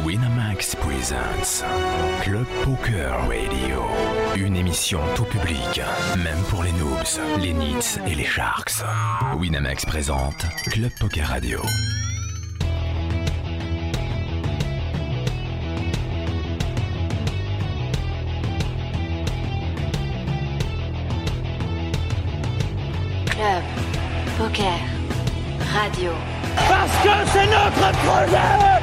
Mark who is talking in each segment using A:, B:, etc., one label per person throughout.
A: Winamax Presents Club Poker Radio. Une émission tout public, même pour les noobs, les nits et les sharks. Winamax présente Club Poker Radio.
B: Club, poker, radio.
C: Parce que c'est notre projet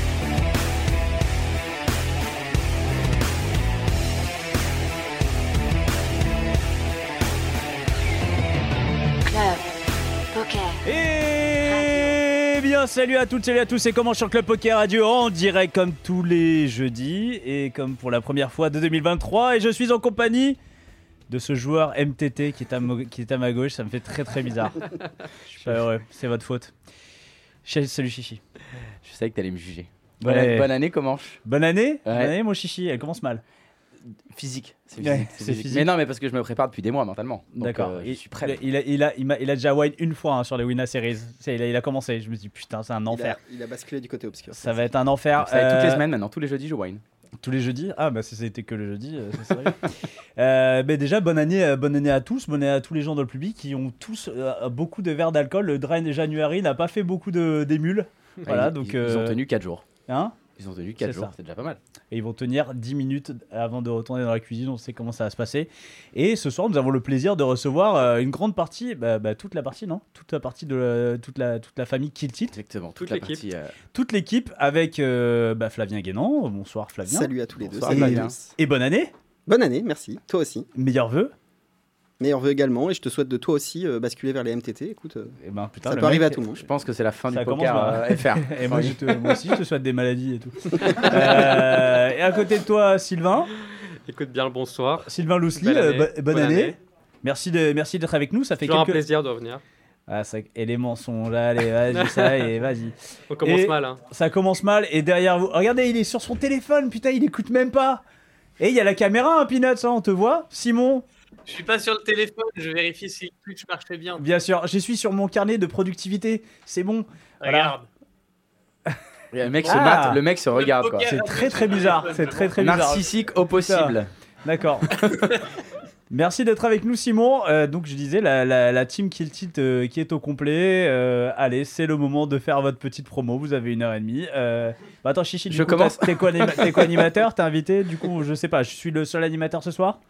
B: Club, poker.
C: Et Eh bien salut à toutes, salut à tous, c'est comment sur Club Poker Radio en direct comme tous les jeudis et comme pour la première fois de 2023 et je suis en compagnie de ce joueur MTT qui est à, mo- qui est à ma gauche, ça me fait très très bizarre. Je suis pas heureux, c'est votre faute. Ch- Salut Chichi.
D: Je savais que t'allais me juger. Bonne,
C: Ouais.
D: bonne année, Comanche.
C: Bonne année, bonne
D: Ouais.
C: année mon Chichi, elle commence mal.
D: Physique. C'est
C: Ouais, c'est physique.
D: Mais non, mais parce que je me prépare depuis des mois mentalement. Donc,
C: D'accord.
D: euh, je
C: Il-
D: suis prêt.
C: Il, a, il, a, il, m'a- il a déjà wine une fois hein, sur les Winna Series. C'est- Il a, il a commencé. Je me suis dit, putain, c'est un
E: Il a,
C: enfer.
E: il a basculé du côté obscur.
C: Ça va être un enfer.
D: Donc, ça va être toutes les
C: Euh,
D: semaines maintenant, tous les jeudis, je wine.
C: Tous les jeudis Ah, bah si c'était que le jeudi, euh, ça serait. euh, mais déjà, bonne année, euh, bonne année à tous, bonne année à tous les gens dans le public qui ont tous euh, beaucoup de verres d'alcool. Le Dry January n'a pas fait beaucoup de- d'émules. Voilà,
D: ils,
C: donc.
D: ils, ils ont
C: euh,
D: tenu 4 jours.
C: hein
D: Ils ont tenu 4
C: C'est
D: jours,
C: ça.
D: c'est déjà pas mal.
C: et ils vont tenir 10 minutes avant de retourner dans la cuisine, on sait comment ça va se passer. Et ce soir, nous avons le plaisir de recevoir euh, une grande partie, bah, bah, toute la partie, non Toute la partie de la- toute, la, toute la famille Kill Tilt,
D: Exactement. Toute,
F: Toute
D: la partie.
F: l'équipe.
D: euh,
C: toute l'équipe avec euh, bah, Flavien Guénan. Bonsoir Flavien.
E: Salut à tous les deux.
D: Bonsoir,
E: salut
D: Fabien.
E: à tous.
C: Et bonne année,
E: Bonne année, merci. Toi aussi.
C: meilleurs vœux.
E: Meilleur vœu également. Et je te souhaite de toi aussi euh, basculer vers les MTT. Écoute, euh,
C: Et ben, putain,
E: ça
C: le
E: peut arriver à
C: mec-
E: tout le monde.
D: je pense que c'est la fin
C: Ça
D: du
C: commence
D: poker
C: mal.
D: euh, FR.
C: Et moi, je te- moi aussi, je te souhaite des maladies et tout. Euh, et à côté de toi, Sylvain,
F: Écoute bien le bonsoir.
C: Sylvain Lousli,
F: Belle
C: euh,
F: année.
C: bo- bonne,
F: Bonne
C: année.
F: année.
C: Merci de merci d'être avec nous. Ça fait
F: Toujours un
C: quelques-
F: plaisir de revenir.
C: Ah, ça- et les mensonges, allez, vas-y, ça y est, vas-y.
F: On commence
C: Et-
F: mal. Hein.
C: Ça commence mal, et derrière vous. Regardez, il est sur son téléphone, putain, il écoute même pas. Et il y a la caméra, hein, Peanuts, hein, on te voit. Simon,
G: Je suis pas sur le téléphone, je vérifie si Twitch marchait bien.
C: bien sûr, je suis sur mon carnet de productivité, c'est bon. Voilà.
G: Regarde.
D: Et Le mec se
C: Ah.
D: mate, le mec se regarde, quoi.
C: C'est très très bizarre, c'est très très bizarre.
D: Narcissique au possible.
C: D'accord. Merci d'être avec nous, Simon. Euh, donc, je disais, la, la, la team Kill Tilt euh, qui est au complet. Euh, allez, c'est le moment de faire votre petite promo. Vous avez une heure et demie. Euh, bah, attends, Chichi, du
D: Je
C: coup,
D: commence.
C: t'as- T'es quoi, anima- t'es quoi animateur T'es invité Du coup, je sais pas. Je suis le seul animateur ce soir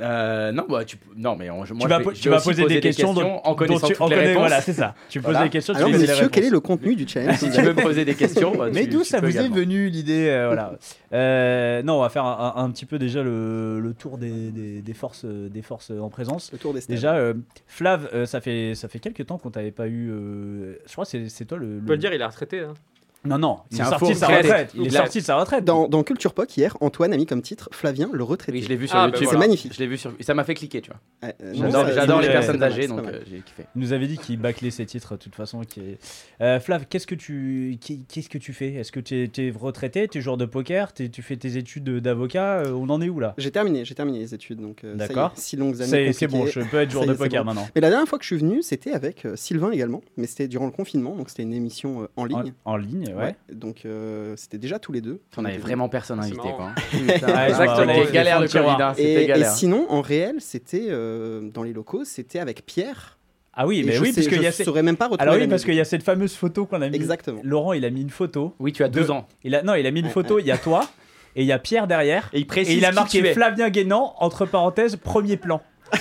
D: Euh, non, bah, tu, non, mais on- je- moi,
C: Tu vas,
D: je
C: po-
D: vais- je
C: tu
D: vais
C: vas
D: aussi
C: poser des questions, dont-
D: en
C: dont
D: connaissant
C: tu-
D: toutes
C: en
D: les
C: connais-
D: réponses.
C: Voilà, c'est ça. Tu poses
D: Voilà.
C: des questions,
E: Alors,
C: tu dis les
E: messieurs,
C: réponses.
D: hein.
E: quel est le contenu du challenge
D: Si tu veux me poser des questions. bah,
C: Mais
D: tu-
C: d'où
D: tu
C: ça
D: peux
C: vous est
D: également.
C: venu l'idée euh, voilà. Euh, Non, on va faire un, un- un petit peu déjà le, le tour des, des- des forces, des forces en présence.
E: Le tour des stades.
C: Déjà, euh, Flav, euh, ça fait ça fait quelques temps qu'on t'avait pas eu. euh, je crois que c'est c'est toi le.
F: On peut le dire, il est retraité. hein.
C: Non non, il
D: C'est
C: est
D: un
C: sorti
D: faux
C: de sa
D: retraité.
C: retraite. Il est
D: Il a-
C: sorti de sa retraite.
E: Dans, dans Culture Poc, hier, Antoine a mis comme titre Flavien le retraité.
D: Oui, je l'ai vu sur
F: Ah, bah
D: YouTube.
F: voilà.
E: C'est magnifique.
D: Je l'ai vu sur. Ça m'a fait cliquer, tu vois.
E: Ouais, euh, non,
D: J'adore
E: ça-
D: j'adore les
C: c'est-
D: personnes
E: c'est pas mal,
D: âgées,
E: c'est pas
D: donc
E: mal.
D: euh, j'ai kiffé.
C: Il nous avait dit qu'il bâclait ses titres de toute façon. qui est- Euh, Flav, qu'est-ce que tu qui- qu'est-ce que tu fais Est-ce que tu es, retraité T'es joueur de poker T'es- Tu fais tes études d'avocat Euh, On en est où là
E: J'ai terminé, j'ai terminé les études, donc euh, ça y est,
C: D'accord.
E: six longues années.
C: C'est c'est bon,
E: compliquées.
C: je peux être joueur
E: Ça
C: de
E: y est, c'est
C: poker
E: bon.
C: maintenant.
E: Mais la dernière fois que je suis venu, c'était avec euh, Sylvain également, mais c'était durant le confinement, donc c'était une émission euh, en
C: En,
E: ligne.
C: en ligne, ouais.
E: Donc euh, c'était déjà tous les deux.
D: On avait vraiment personne
F: C'est
D: invité,
F: marrant.
D: quoi.
C: Ah,
D: Exactement.
C: ouais, ouais,
D: C'était galère
C: les
D: le
C: fonds de
D: Covid,
C: tiroir.
F: Ah,
D: hein,
E: Et,
D: c'était
E: et
D: galère.
E: sinon, en réel, c'était euh, dans les locaux, c'était avec Pierre.
C: Ah oui,
E: Et
C: mais
E: je
C: oui,
E: sais-
C: parce qu'il y a
E: je
C: ces-
E: saurais même pas retrouver.
C: alors oui,
E: la
C: parce qu'il
E: musique.
C: y a cette fameuse photo qu'on a mis.
E: Exactement.
C: Laurent, il a mis une photo.
D: Oui, tu as 12
C: Deux.
D: ans.
C: Il a non, il a mis une
E: Ouais,
C: photo. Il y a toi et il y a Pierre derrière.
D: Et il
C: Et
D: précise
C: il a
D: qui
C: marqué
D: tu es.
C: Flavien Guénan, entre parenthèses, premier plan.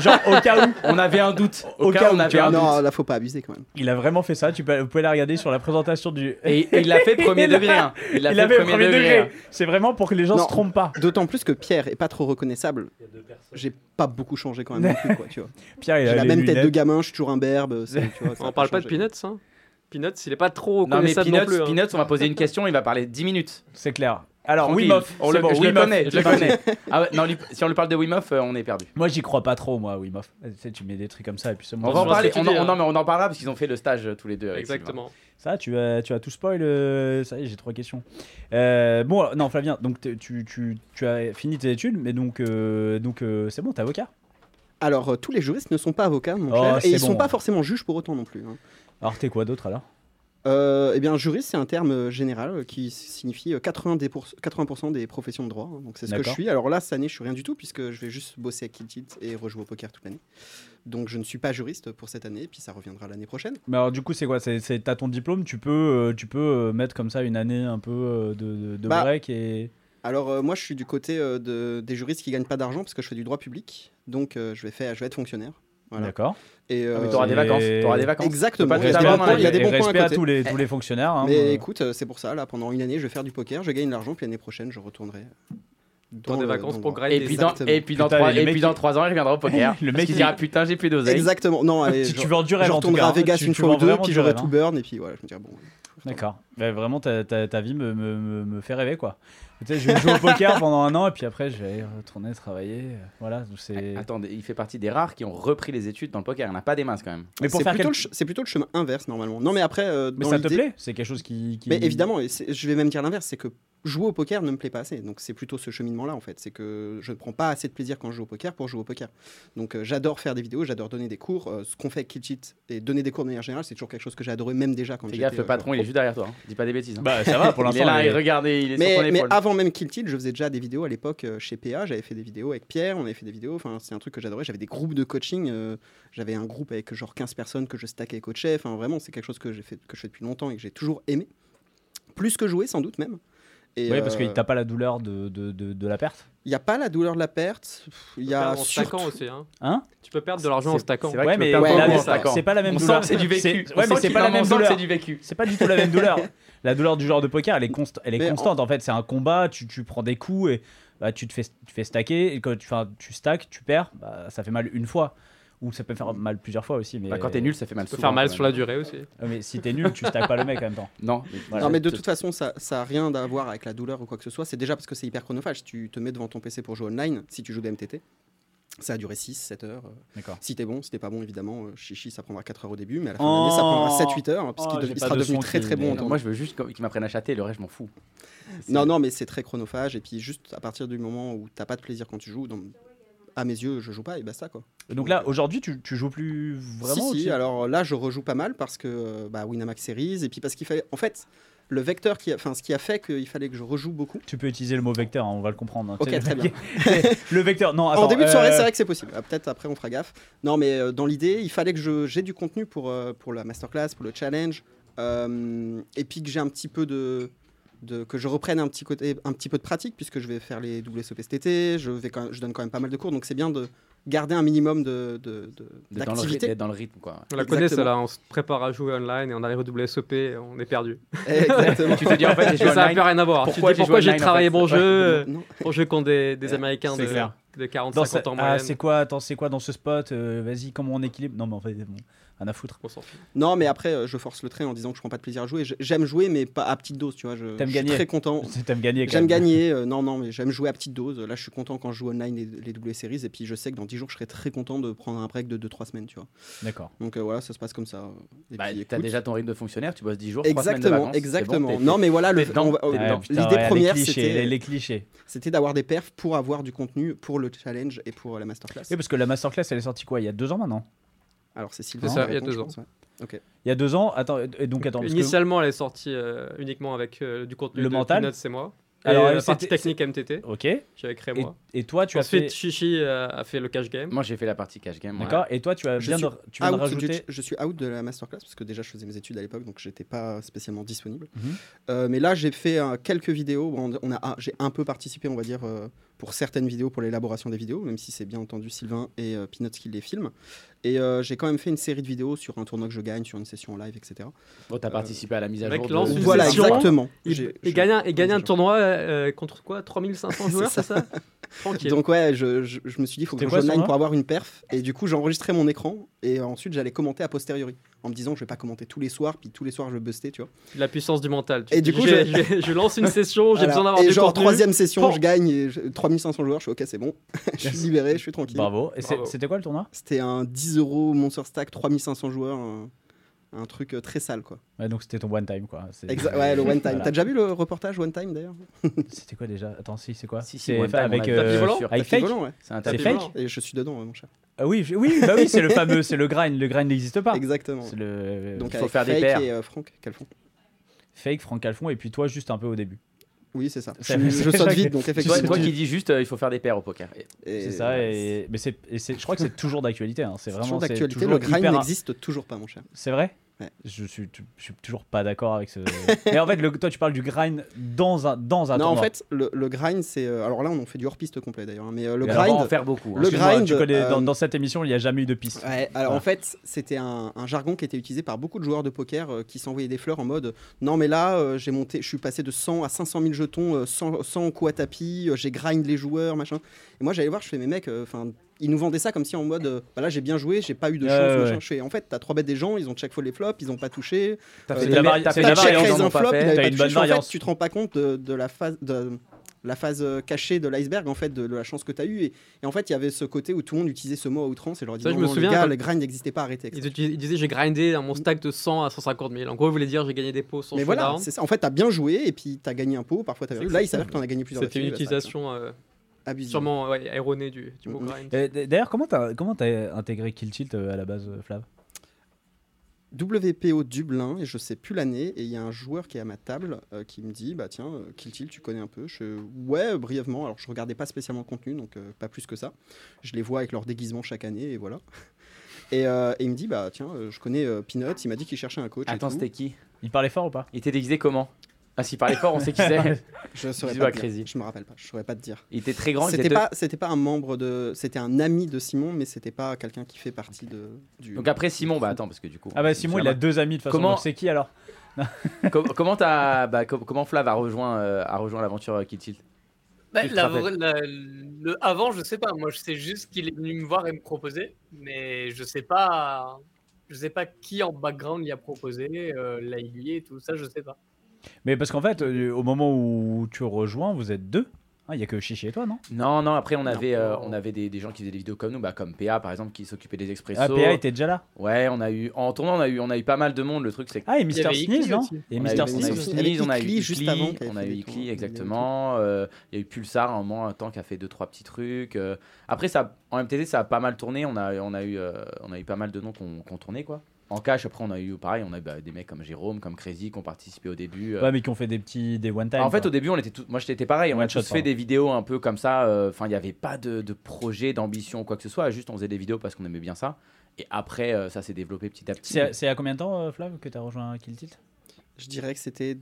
C: Genre au cas où.
D: On avait un doute.
C: Au
D: Au
C: cas
D: cas,
C: où,
D: on
C: tu
D: avait
C: vois.
D: un
E: Ah, Non,
D: doute.
E: là, faut pas abuser quand même.
C: Il a vraiment fait ça, tu peux, vous pouvez la regarder sur la présentation du...
D: Et et il l'a fait premier
C: Il a-
D: degré. hein. Il l'a
C: il avait
D: fait
C: au premier
D: hein.
C: degré. C'est vraiment pour que les gens
E: Non.
C: se trompent pas.
E: D'autant plus que Pierre est pas trop reconnaissable. J'ai pas beaucoup changé quand même non plus, quoi, tu vois.
C: Pierre, il
E: J'ai
C: a
E: la
C: les
E: même tête de
C: lunettes.
E: gamin, je suis toujours imberbe. c'est- Tu vois, ça a
F: On parle pas de
E: changé.
F: Peanuts. Hein. Peanuts, il est pas trop
D: Non, mais
F: connaissable non,
D: Peanuts,
F: plus. hein.
D: Peanuts, on va poser une question, il va parler 10 minutes.
C: C'est clair. Alors,
D: Tranquille.
C: Wimoff,
D: On
C: c'est
D: le,
C: bon,
D: je le
C: Wimoff,
D: connais, je
C: c'est
D: le
C: parti.
D: connais. Ah ouais, non, li- si on lui parle de Wim Hof, euh, on est perdu.
C: Moi, j'y crois pas trop, moi, Wimoff. Tu sais, tu mets des trucs comme ça et puis ça me
D: On va en
F: je vois ce
D: parler.
F: que tu
D: On en,
F: dis,
D: on en-
F: hein.
D: mais on en parlera parce qu'ils ont fait le stage euh, tous les deux. avec Sylvain.
F: Exactement.
C: Ça, tu as, tu as tout spoil. euh, ça y est, j'ai trois questions. Euh, bon, non, Flavien, donc t'es- tu, tu, tu as fini tes études, mais donc, euh, donc euh, c'est bon, t'es avocat.
E: Alors, euh, tous les juristes ne sont pas avocats, mon
C: Oh,
E: cher,
C: c'est
E: et ils
C: bon.
E: sont pas forcément juges pour autant non plus. hein.
C: Alors, t'es quoi d'autre alors
E: Euh, eh bien, juriste, c'est un terme euh, général euh, qui s- signifie euh, 80%, des, pour- 80 des professions de droit. hein. donc, c'est ce que je
C: D'accord.
E: suis. Alors là, cette année, je suis rien du tout, puisque je vais juste bosser à Kill It et rejouer au poker toute l'année. Donc, je ne suis pas juriste pour cette année, puis ça reviendra l'année prochaine.
C: Mais alors, du coup, c'est quoi C'est- c'est- T'as ton diplôme, tu peux, euh, tu peux euh, mettre comme ça une année un peu euh, de, de, de
E: Bah.
C: break et.
E: Alors, euh, moi, je suis du côté euh, de- des juristes qui gagnent pas d'argent, parce que je fais du droit public. Donc, euh, je, vais faire, je vais être fonctionnaire. Voilà.
C: D'accord.
E: Et,
D: Ah,
E: euh,
D: mais t'auras des
C: Et-
D: vacances. T'auras des vacances.
E: Exactement.
D: Pas
E: Il y a
D: totalement
E: des bons
D: dans
E: points-
D: la
E: il y a
D: vie.
E: des bons
C: Et
E: points
C: respect
E: à
C: à
E: côté. Eh,
C: tous les, tous les fonctionnaires. hein,
E: Mais
C: euh,
E: écoute, euh, c'est pour ça, là, pendant une année, je vais faire du poker, je gagne de l'argent, puis l'année prochaine, je retournerai.
F: Pour
E: dans
D: euh,
F: des
E: le-
F: vacances
E: dans le
F: pour
E: droit.
F: grinder.
D: Et puis, dans,
E: Exactement.
D: et puis dans
C: Putain,
D: trois-
C: mais le
D: et
C: mec,
D: puis
C: il-
D: dans 3 ans, il reviendra au poker.
C: Le
D: le
C: mec,
D: mec, il
C: il-
D: dira putain, j'ai plus d'oseille.
E: Exactement. Non, allez,
C: si
E: je,
C: tu vends du rêve,
E: je
C: en tout
E: retournerai
C: cas,
E: à
C: hein.
E: Vegas
C: Tu-
E: une
C: tu
E: fois
C: vends
E: ou deux,
C: vraiment
E: puis
C: du
E: j'aurai
C: rêve, hein.
E: tout burn, et puis voilà, je me dirais, bon.
C: D'accord. Ouais, vraiment, ta, ta, ta vie me, me, me, me fait rêver, quoi. Tu sais, je vais jouer au poker pendant un an et puis après, je vais retourner travailler. euh, Voilà, donc
E: Ah,
C: c'est.
D: Attendez, il fait partie des rares qui ont repris les études dans le poker. Il n'y en a pas des masses quand même.
C: Mais pour
E: C'est
C: faire quel-
E: plutôt, le ch- c'est plutôt le chemin inverse, normalement. Non, mais après, euh,
C: Mais
E: dans
C: ça te
E: l'idée-
C: plaît C'est quelque chose qui. qui-
E: Mais évidemment, et c'est- je vais même dire l'inverse, c'est que jouer au poker ne me plaît pas assez. Donc c'est plutôt ce cheminement-là, en fait. C'est que je ne prends pas assez de plaisir quand je joue au poker pour jouer au poker. Donc euh, j'adore faire des vidéos, j'adore donner des cours. euh, ce qu'on fait avec Kitschit et donner des cours de manière générale, c'est toujours quelque chose que j'ai adoré, même déjà quand
D: Fais
E: j'étais...
D: gaffe, le
E: euh,
D: patron, il est juste derrière toi. hein. Dis pas des bêtises. hein.
C: Bah, ça va pour
D: Il est
C: l'instant.
D: là,
C: les-
D: il regarde, et il est sur ton
E: Mais, mais
D: épaule.
E: avant même Kill Tilt, je faisais déjà des vidéos à l'époque euh, chez PA. J'avais fait des vidéos avec Pierre, on avait fait des vidéos. Enfin, c'est un truc que j'adorais. J'avais des groupes de coaching. euh, j'avais un groupe avec genre 15 personnes que je stackais et coachais. Enfin, vraiment, c'est quelque chose que, j'ai fait, que je fais depuis longtemps et que j'ai toujours aimé. Plus que jouer, sans doute même. Et,
C: Oui, parce
E: euh,
C: qu'il t'a pas la douleur de, de, de, de la perte.
E: Il n'y a pas la douleur de la perte. Pff, Il y a
F: En
E: surtout-
F: stackant aussi. Hein.
C: Hein
F: Tu peux perdre de l'argent en
D: C'est-
F: stackant.
D: c'est vrai que
C: Ouais,
D: tu
C: mais
D: peux
E: ouais,
D: perdre
E: la-
D: beaucoup en
E: c'est-
D: stackant.
C: c'est pas la même
D: On sent
C: douleur.
D: que c'est du vécu.
C: C'est-
D: On
C: ouais, mais c'est
D: sent qu'il-
C: pas la
D: on
C: même
D: sent que
C: douleur.
D: C'est du vécu.
C: C'est pas du tout la même douleur. La douleur du genre de poker, elle est, const- elle est
E: Mais en-
C: constante en fait. C'est un combat, tu, tu prends des coups et bah, tu te fais, tu fais stacker. Et quand tu, enfin, tu stacks, tu perds, bah, ça fait mal une fois. Ou ça peut faire mal plusieurs fois aussi. Mais
D: Bah, Quand t'es nul, ça fait mal.
F: Tu peux
D: souvent,
F: faire mal
D: quand
F: sur
D: même.
F: la durée aussi.
C: Ouais, Mais si t'es nul, tu stacks pas le mec en même temps.
D: Non,
C: Voilà.
E: Non, mais de toute façon, ça n'a rien à voir avec la douleur ou quoi que ce soit. C'est déjà parce que c'est hyper chronophage. Si tu te mets devant ton PC pour jouer online, si tu joues des MTT, ça a duré 6, 7 heures. euh,
C: D'accord.
E: Si t'es bon, si t'es pas bon, évidemment, euh, chichi, ça prendra 4 heures au début, mais à la fin de l'année, ça prendra
C: Oh.
E: 7-8 heures, hein,
C: Oh,
E: puisqu'il
C: j'ai
E: dev- il
C: pas
E: sera
C: de
E: devenu
C: son
E: très
C: qui-
E: très bon. en
C: mais
E: temps.
D: Moi, je veux juste qu'ils m'apprennent à chatter. Le reste, je m'en fous. C'est-
E: Non, non, mais c'est très chronophage, et puis juste à partir du moment où t'as pas de plaisir quand tu joues, donc, à mes yeux, je joue pas, et basta quoi.
C: Donc là, aujourd'hui, tu, tu joues plus vraiment
E: si,
C: ou
E: si,
C: tu-
E: alors là, je rejoue pas mal parce que euh, bah, Winamax Series, et puis parce qu'il fallait. En fait, le vecteur qui a, enfin, ce qui a fait qu'il fallait que je rejoue beaucoup.
C: Tu peux utiliser le mot vecteur, hein, on va le comprendre. hein.
E: Ok,
C: Tu sais,
E: très
C: le-
E: bien.
C: le vecteur, non, attends,
E: en début de soirée,
C: euh,
E: c'est vrai que c'est possible. Ah, Peut-être après, on fera gaffe. Non, mais euh, dans l'idée, il fallait que je- j'ai du contenu pour, euh, pour la masterclass, pour le challenge, euh, et puis que j'ai un petit peu de, de- que je reprenne un petit côté, un petit peu de pratique, puisque je vais faire les WSOP cet été. Je vais, quand même- je donne quand même pas mal de cours, donc c'est bien de garder un minimum de de- de-
D: D'être dans le rythme-
E: d'activité.
D: d'être dans le rythme, quoi.
F: On la connaît
E: Exactement.
F: celle-là. On se prépare à jouer online et on arrive au WSOP et on est perdu.
E: Exactement.
D: Tu te dis en fait,
F: Et
D: j'ai joué
F: ça n'a
D: online.
F: plus rien à voir.
D: Pourquoi
F: Pourquoi,
D: j'ai
F: tu dis pourquoi
D: joué
F: j'ai
D: online, en
F: travaillé
D: fait
F: mon
D: Ouais.
G: euh,
F: jeu
E: Non.
F: pour jouer contre des, des Américains
C: c'est
F: de,
C: clair.
F: de 40,
C: dans
F: 50
C: ce-
F: ans
C: ah,
F: moyenne.
C: c'est quoi, attends, c'est quoi dans ce spot euh, Vas-y, comment on équilibre Non, mais en fait, bon, rien à foutre.
F: On s'en fout.
E: Non, mais après, euh, je force le trait en disant que je prends pas de plaisir à jouer. Je- J'aime jouer, mais pas à petite dose, tu vois. Je,
C: T'aimes
E: je suis
C: gagner.
E: très content.
C: T'aimes gagner. quand
E: J'aime
C: même.
E: gagner, euh, non, non, mais j'aime jouer à petite dose. Là, je suis content quand je joue online les, les doubles séries, et puis je sais que dans 10 jours, je serai très content de prendre un break de 2-3 semaines, tu vois.
C: D'accord.
E: Donc euh, voilà, ça se passe comme ça. Et
D: Bah,
E: puis,
D: t'as
E: écoute.
D: déjà ton rythme de fonctionnaire, tu bosses 10 jours, 3 semaines de
E: Exactement,
D: vacances.
E: exactement.
D: c'est bon, t'es-
E: non, mais voilà, le-
D: t'es dedans,
E: on va- oh,
D: t'es
C: Ouais,
D: dedans.
C: putain,
E: l'idée
C: ouais,
E: première,
C: les clichés,
E: c'était-
C: les, les clichés.
E: c'était d'avoir des perfs pour avoir du contenu pour le challenge et pour euh, la masterclass.
D: bah,
C: Oui, parce que la masterclass, elle est sortie quoi Il y a deux ans maintenant.
E: Alors c'est Sylvain.
F: C'est
E: qui
F: ça, il y a
E: répond,
F: deux
E: je
F: ans.
E: pense, ouais.
C: Il y a deux ans. Attends, et donc attends. parce que-
F: Initialement, elle est sortie euh, uniquement avec euh, du contenu
C: Le
F: de
C: mental.
F: Peanuts et moi. Et
C: Alors,
F: Alors,
E: euh,
C: elle,
F: la partie
C: c'était-
F: technique MTT,
C: Ok. Et,
F: j'avais créé moi.
C: et toi, tu as
F: Ensuite,
C: fait.
F: Chichi euh, a fait le cash game.
D: Moi, j'ai fait la partie cash game. ouais.
C: D'accord. Et toi, tu as
E: Je
C: bien
E: suis
C: de, tu viens de
E: Out du-
C: rajouter.
E: je suis out de la masterclass parce que déjà je faisais mes études à l'époque donc j'étais pas spécialement disponible.
C: Mhm.
E: Euh, mais là j'ai fait euh, quelques vidéos. Bon, on a, ah, j'ai un peu participé on va dire euh, pour certaines vidéos pour l'élaboration des vidéos même si c'est bien entendu Sylvain et euh, Peanuts qui les filment. Et euh, j'ai quand même fait une série de vidéos sur un tournoi que je gagne, sur une session en live, etc.
D: Bon, t'as
E: Euh,
D: participé à la mise à
F: mec
D: jour.
F: lance
D: de-
F: une
E: Voilà
F: session.
E: exactement.
F: Il,
E: J'ai-
F: il
E: je-
F: gagne un, il gagne un
E: je-
F: tournoi euh, contre quoi 3500 joueurs,
E: ça.
F: c'est ça Tranquille.
E: Donc ouais, je, je- je me suis dit, il faut que
C: C'était
E: je
C: quoi
E: joue
C: ce
E: online
C: tournoi
E: pour avoir une perf. Et du coup, j'ai enregistré mon écran et ensuite j'allais commenter a posteriori. en me disant je vais pas commenter tous les soirs, puis tous les soirs je vais buster, tu vois.
F: La puissance du mental. Tu
E: Et
F: te
E: du
F: dis,
E: coup,
F: j'ai-
E: je-
F: j'ai- je lance une session, j'ai
E: Voilà.
F: besoin d'avoir
E: Et
F: du
E: genre,
F: contenu.
E: troisième session,
F: Bon.
E: je gagne, et je- 3500 joueurs, je suis ok, c'est bon, je suis libéré, je suis tranquille.
C: Bravo. Et c'est-
F: Bravo.
C: c'était quoi le tournoi
E: C'était un 10 euros Monster Stack, 3500 joueurs, un, un truc euh, très sale quoi.
C: Ouais, donc c'était ton one time quoi. C'est-
E: Exa- ouais, le One Time.
C: Voilà.
E: T'as déjà vu le reportage One Time d'ailleurs
C: C'était quoi déjà Attends, si, c'est quoi
D: Si, si,
C: C'est
D: One Time,
C: avec
D: on a-
C: euh,
F: Tapis volant
D: sur-
C: avec
E: Tapis
C: Fake.
E: volant, ouais.
D: C'est un
C: C'est
D: tapis
C: fake
D: volant.
E: Et je suis dedans, ouais, mon cher.
C: Ah oui, je- oui, bah oui, c'est le fameux, c'est le grind. Le grind n'existe pas.
E: Exactement.
C: Ah. C'est le
E: Donc
D: faut
E: avec
D: faire des
E: Fake
D: paires.
E: et euh, Franck, quel fond
C: fake Franck Alphon et puis toi juste un peu au début.
E: Oui, c'est ça.
C: Ça
E: je,
C: fait-
E: je saute
C: ça
E: vite,
C: fait-
E: donc
D: Toi,
E: effectivement.
D: toi qui dis juste, euh, il faut faire des paires au poker. Et-
E: Et-
C: C'est ça. Et mais c'est, et c'est- je crois que c'est toujours d'actualité. hein. C'est
E: C'est
C: vraiment
E: toujours
C: c'est
E: d'actualité.
C: toujours
E: Le grind
C: hyper-
E: n'existe toujours pas, mon cher.
C: C'est vrai
E: Ouais.
C: je, suis, tu- je suis toujours pas d'accord avec ce. mais en fait, le- toi, tu parles du grind dans un dans un
E: non, en
C: tournoi.
E: fait, le, le grind, c'est. euh, Alors là, on en fait du hors-piste complet d'ailleurs, hein, mais euh, le
C: Mais
D: Alors, on va en
E: grind.
D: faire beaucoup. hein.
E: le
C: Excuse-moi,
E: grind,
C: tu connais, dans,
E: euh,
C: dans cette émission, il n'y a jamais eu de piste.
E: Ouais, alors
C: Voilà.
E: en fait, c'était un, un jargon qui était utilisé par beaucoup de joueurs de poker euh, qui s'envoyaient des fleurs en mode non mais là euh, j'ai monté, je suis passé de 100 à 500 000 jetons, euh, 100, 100 coups à tapis, euh, j'ai grind les joueurs machin. Et moi j'allais voir, je fais mes mecs, enfin ils nous vendaient ça comme si en mode euh, bah là j'ai bien joué, j'ai pas eu de
C: Ouais,
E: chance.
C: ouais,
E: machin.
C: ouais.
E: Je fais, en fait t'as trois bêtes des gens, ils ont check fold les flops, ils ont pas touché.
D: T'as
E: euh,
D: fait
E: t'as
D: des
C: la
D: paires-
C: vari-
D: t'as
C: c'est la
D: fait des
E: check
D: paires,
C: variance,
D: ils
E: raise
D: en
E: en
D: ont pas
E: flop, ils
D: fait.
E: avaient
C: T'as
E: pas
C: une
E: touché.
C: bonne
E: En fait,
C: variance.
E: tu te rends pas compte de, de la phase de la phase euh, cachée de l'iceberg en fait de, de la chance que t'as eu et, et en fait il y avait ce côté où tout le monde utilisait ce mot à outrance et leur disait
F: Ça, je
E: non,
F: me
E: non,
F: souviens
E: les gars
F: quand-
E: le grind n'existait pas arrêtez etc.
F: Ils, utilis- ils disaient j'ai grindé dans mon stack de 100 à 150 000. En gros, ils voulaient dire j'ai gagné des pots sans
E: Mais voilà,
F: showdown.
E: c'est ça. En fait, t'as bien joué et puis t'as gagné un pot. Parfois, t'as
F: C'est
E: perdu. Là, il s'avère que t'en as gagné plusieurs.
F: C'était une
E: d'affilée, bah, ça,
F: utilisation euh,
E: c'est abusé.
F: sûrement ouais, erronée du, du mot
E: Mhm.
F: grind.
C: Euh, d- D'ailleurs, comment t'as comment t'as intégré Kill Tilt euh, à la base, euh, Flav
E: WPO Dublin, et je sais plus l'année, et il y a un joueur qui est à ma table euh, qui me dit Bah tiens, euh, Kill Till, tu connais un peu je... Ouais, euh, brièvement. Alors, je regardais pas spécialement le contenu, donc euh, pas plus que ça. Je les vois avec leur déguisement chaque année, et voilà. Et, euh, et il me dit Bah tiens, euh, je connais euh, Peanuts, il m'a dit qu'il cherchait un coach. et
D: Attends,
E: tout.
D: c'était qui
C: Il parlait fort ou pas
D: Il était déguisé comment Ah, s'il parlait fort, on sait qui c'est.
E: Je saurais
D: Bisous
E: pas
D: à
E: te
D: Crazy.
E: dire. Je me rappelle pas, je saurais pas te dire.
D: Il était très grand. il
E: C'était
D: était
E: pas, c'était pas un membre de. C'était un ami de Simon, mais c'était pas quelqu'un qui fait partie de. Du...
D: deux- Donc après Simon, bah attends, parce que du coup.
C: Ah bah Simon, il a deux amis de toute façon.
D: Comment-
C: donc C'est qui alors
D: Com- comment t'as, bah, com- comment Flav a rejoint, euh, a rejoint l'aventure euh, Kill Tilt
G: Bah,
D: Tu te
G: la-
D: rappelles.
G: la- le avant, je sais pas. Moi, je sais juste qu'il est venu me voir et me proposer, mais je sais pas, je sais pas qui en background l'y a proposé, euh, l'a aiguillé, et tout ça, je sais pas.
C: Mais parce qu'en fait, euh, au moment où tu rejoins, vous êtes deux. Ah, Il n'y a que Chichi et toi, non
D: Non, non. Après, on avait, euh, on avait des, des gens qui faisaient des vidéos comme nous, bah, comme PA par exemple, qui s'occupait des expressos.
C: Ah, PA était déjà là.
D: Ouais, on a eu en tournant, on a eu, on a eu pas mal de monde. Le truc, c'est que
C: Ah, et
G: Il y
C: Mister
G: avait
C: Sneeze,
G: Ikli
C: non
G: aussi.
C: Et
D: on
C: Mister
D: a eu, on a eu
C: Sneeze.
E: Sneeze.
D: Sneeze, on a eu
E: Avec Ikli, juste
D: Ikli,
E: avant, qui avait
D: on a
E: fait
D: eu
E: des
D: Ikli,
E: tours.
D: exactement. euh, Il y a eu Pulsar à un moment, un temps qui a fait deux trois petits trucs. euh. après, ça, en MTT, ça a pas mal tourné. On a, on a eu, euh, on a eu pas mal de noms qu'on qu'on tournait quoi. En cash, après, on a eu pareil, on a eu bah, des mecs comme Jérôme, comme Crazy, qui ont participé au début. euh.
C: Ouais, mais qui ont fait des petits des one time.
D: en fait,
C: quoi.
D: au début, on était tous- moi j'étais pareil, on a
C: One shot,
D: tous fait
C: pardon.
D: des vidéos un peu comme ça. euh, Enfin, il n'y avait pas de, de projet, d'ambition, ou quoi que ce soit. Juste, on faisait des vidéos parce qu'on aimait bien ça. Et après, euh, ça s'est développé petit à petit.
C: c'est à- c'est à combien de temps, euh, Flav, que t'as rejoint Kill Tilt
E: Je dirais que c'était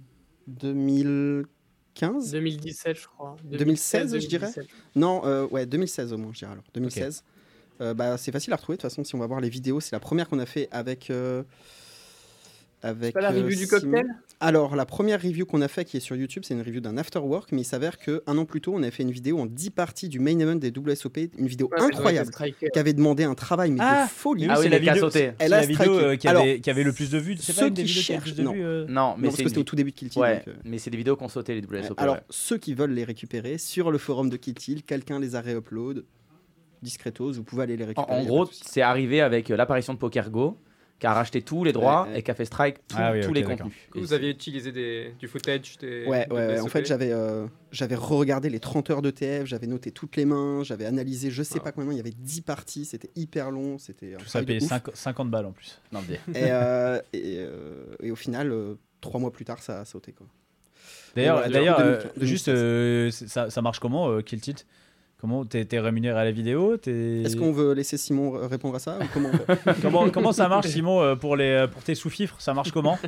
E: 2015
G: 2017, je crois.
E: 2016, je dirais.
G: 2017.
E: Non, euh, ouais, 2016 au moins, je dirais alors. 2016. Euh, bah, c'est facile à retrouver, de toute façon, si on va voir les vidéos, c'est la première qu'on a fait avec. euh,
G: C'est
E: avec
G: pas la
E: euh,
G: revue du
E: Simon.
G: cocktail
E: Alors, la première review qu'on a fait qui est sur YouTube, c'est une review d'un after work, mais il s'avère qu'un an plus tôt, on avait fait une vidéo en 10 parties du main event des WSOP, une vidéo
G: Ouais, ça doit être
E: incroyable,
G: striker.
E: qui avait demandé un travail, mais
C: Ah,
E: de folie.
D: Ah
C: c'est
D: oui, les
C: la
D: cas
C: vidéo,
D: sautés.
C: c'est
E: Elle a
C: la vidéo
E: striké.
C: euh, qui,
E: Alors,
C: avait, qui avait le plus de vues. C'est pas
E: ceux
C: une des
E: qui
C: vidéos qui avait le plus de
E: cherchent-
C: vues. euh,
D: Non, mais
E: non,
D: c'est
E: parce que
D: une
E: c'était au tout début de Kill Team,
D: Ouais,
E: donc, euh,
D: mais c'est des vidéos qu'on sautait les WSOP.
E: Alors,
D: ouais.
E: ceux qui veulent les récupérer, sur le forum de Kill, quelqu'un les a réupload. Discretos, vous pouvez aller les
D: En,
E: récupérer.
D: en
E: y a
D: gros,
E: pas de souci.
D: c'est arrivé avec euh, l'apparition de PokerGo, qui a racheté tous les droits
E: Ouais, ouais.
D: et qui a fait strike tout-
C: Ah oui,
D: tous
C: ok,
D: les
C: d'accord.
D: contenus.
F: Du coup, vous aviez utilisé des, du footage des.
E: Ouais,
F: des
E: ouais, ouais. En
C: E
F: BSOP.
E: fait, j'avais euh, j'avais re-regardé les 30 heures de TF, j'avais noté toutes les mains, j'avais analysé, je sais
F: Wow.
E: pas combien, il y avait 10 parties, c'était hyper long, c'était un
C: Tout ça
E: travail de
C: payé
E: ouf.
C: 50 50 balles en plus.
D: Non, mais-
E: Et, euh, et, euh, et au final, euh, trois mois plus tard, ça a sauté. Quoi.
C: D'ailleurs,
E: voilà, du
C: d'ailleurs,
E: coup,
C: euh,
E: 2015.
C: juste, euh, c'est- ça, ça marche comment, euh, Kill Tilt Comment t'es t'es rémunéré à la vidéo T'es-
E: Est-ce qu'on veut laisser Simon euh, répondre à ça ou comment on fait
C: comment, comment ça marche, Simon, euh, pour, les, pour tes sous-fifres Ça marche comment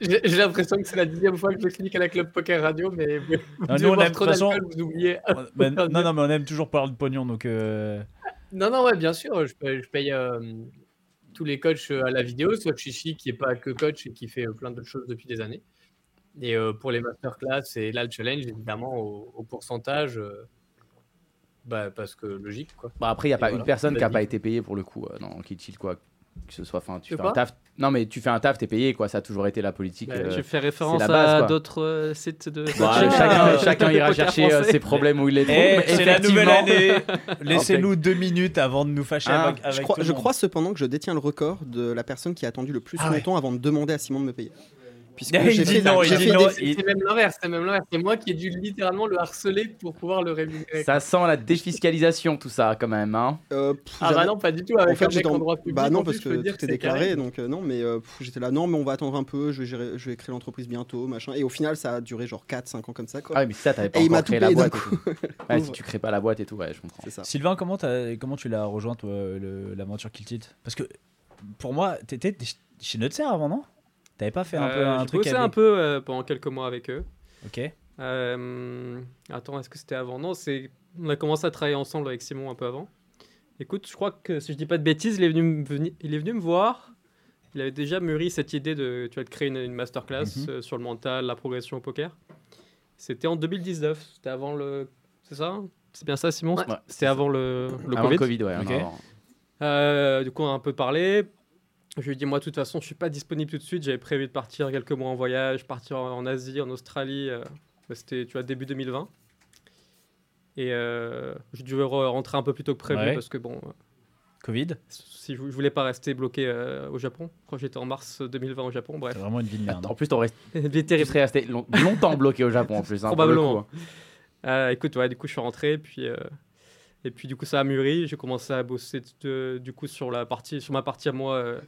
G: J'ai j'ai l'impression que c'est la dixième fois que je clique à la Club Poker Radio, mais vous,
C: nous,
G: vous devez
C: on
G: boire
C: aime-
G: trop
C: de toute façon-
G: d'alcool, vous oubliez.
C: On- ben, Non, non, mais on aime toujours parler de pognon, donc. euh,
G: Non, non, ouais, bien sûr, je paye, je paye, euh, tous les coachs euh, à la vidéo, sauf Chichi qui est pas que coach et qui fait euh, plein d'autres choses depuis des années. Et euh, pour les masterclass et là le challenge, évidemment, au, au pourcentage, euh, bah, parce que logique, quoi.
D: Bon, après, il n'y a
G: Et
D: pas
G: voilà.
D: une personne qui n'a
G: Vas-y.
D: pas été payée pour le coup euh, dans Kill Chill, quoi. Que ce soit, enfin, tu
G: De
D: fais un
G: quoi
D: taf, Non, mais tu fais un taf, t'es payé, quoi. Ça a toujours été la politique.
G: Bah,
D: euh,
F: Je fais référence
D: la base,
F: à
D: quoi.
F: d'autres euh, sites de.
D: bah,
F: coaching,
D: chacun,
F: euh,
D: chacun ira
F: poker
D: chercher euh,
F: français.
D: ses problèmes où il les trouve.
C: Eh,
D: mais
C: c'est la nouvelle année.
D: effectivement-
C: Laissez-nous deux minutes avant de nous fâcher
D: Ah,
C: avec, avec
E: je, crois,
C: tout le
E: je
C: monde.
E: crois cependant que je détiens le record de la personne qui a attendu le plus
C: Ah ouais.
E: longtemps avant de demander à Simon de me payer. Puisque
C: Eh, Il
E: j'ai
C: dit
E: fait-
C: non, il
E: j'ai
C: dit
E: fait
C: non,
E: des-
C: il-
G: C'est même l'inverse, c'est même l'inverse. C'est moi qui ai dû littéralement le harceler pour pouvoir le rémunérer.
D: Ça sent la défiscalisation, tout ça, quand même. Hein.
E: euh, pff,
G: Ah bah
E: j'avais-
G: non, pas du tout. Avec
E: en fait,
G: un mec
E: j'étais
G: en
E: en...
G: droit public.
E: Bah non,
G: en plus,
E: parce
G: je
E: que
G: peux dire
E: tout est
G: c'est
E: déclaré,
G: carré.
E: donc euh, non, mais euh, pff, j'étais là, non, mais on va attendre un peu, je vais, gérer- je vais créer l'entreprise bientôt, machin. Et au final, ça a duré genre 4-5 ans comme ça, quoi.
D: Ah, mais ça, t'avais pas
E: Et il
D: encore
E: m'a tout
D: créé la
E: payé d'un
D: boîte. et
E: coup.
D: tout. Ouais, si
E: Pauvre.
D: tu crées pas la boîte et tout, ouais, je comprends.
E: C'est ça.
C: Sylvain, comment, t'as- comment tu l'as rejoint, toi, le- l'aventure Kill Tilt Parce que pour moi, t'étais ch- chez Nutser avant, non T'avais pas fait un peu
F: Euh,
C: un
F: J'ai
C: truc
F: bossé
C: avec...
F: un peu euh, pendant quelques mois avec eux.
C: Ok.
F: Euh, attends, est-ce que c'était avant Non, c'est on a commencé à travailler ensemble avec Simon un peu avant. Écoute, je crois que si je dis pas de bêtises, il est venu me, veni- il est venu me voir. Il avait déjà mûri cette idée de, tu vois, de créer une, une masterclass
C: Mhm.
F: euh, sur le mental, la progression au poker. C'était en 2019, c'était avant le... C'est ça C'est bien ça, Simon
D: Ouais, c'est
F: C'était avant le, le
D: Avant
F: Covid.
D: ouais.
C: Ok.
D: non, non.
F: Euh, du coup, on a un peu parlé. Je lui ai dit, moi, de toute façon, je suis pas disponible tout de suite. J'avais prévu de partir quelques mois en voyage, partir en en Asie, en Australie. euh, bah, C'était, tu vois, début 2020. Et euh, je devais re- rentrer un peu plus tôt que prévu
C: Ouais.
F: parce que, bon, euh,
C: Covid
F: si je, je voulais pas rester bloqué euh, au Japon. Je crois que j'étais en mars 2020 au Japon, bref.
C: C'est vraiment une vie de merde.
D: En plus, t'en restes-
F: Il est
D: tu
F: terrible.
D: serais resté long- longtemps bloqué au Japon, en plus. hein, pour le
F: Probablement.
D: coup, hein.
F: Euh, écoute, ouais, du coup, je suis rentré, puis euh, et puis du coup, ça a mûri. J'ai commencé à bosser de- du coup sur la partie, sur ma partie à moi, euh,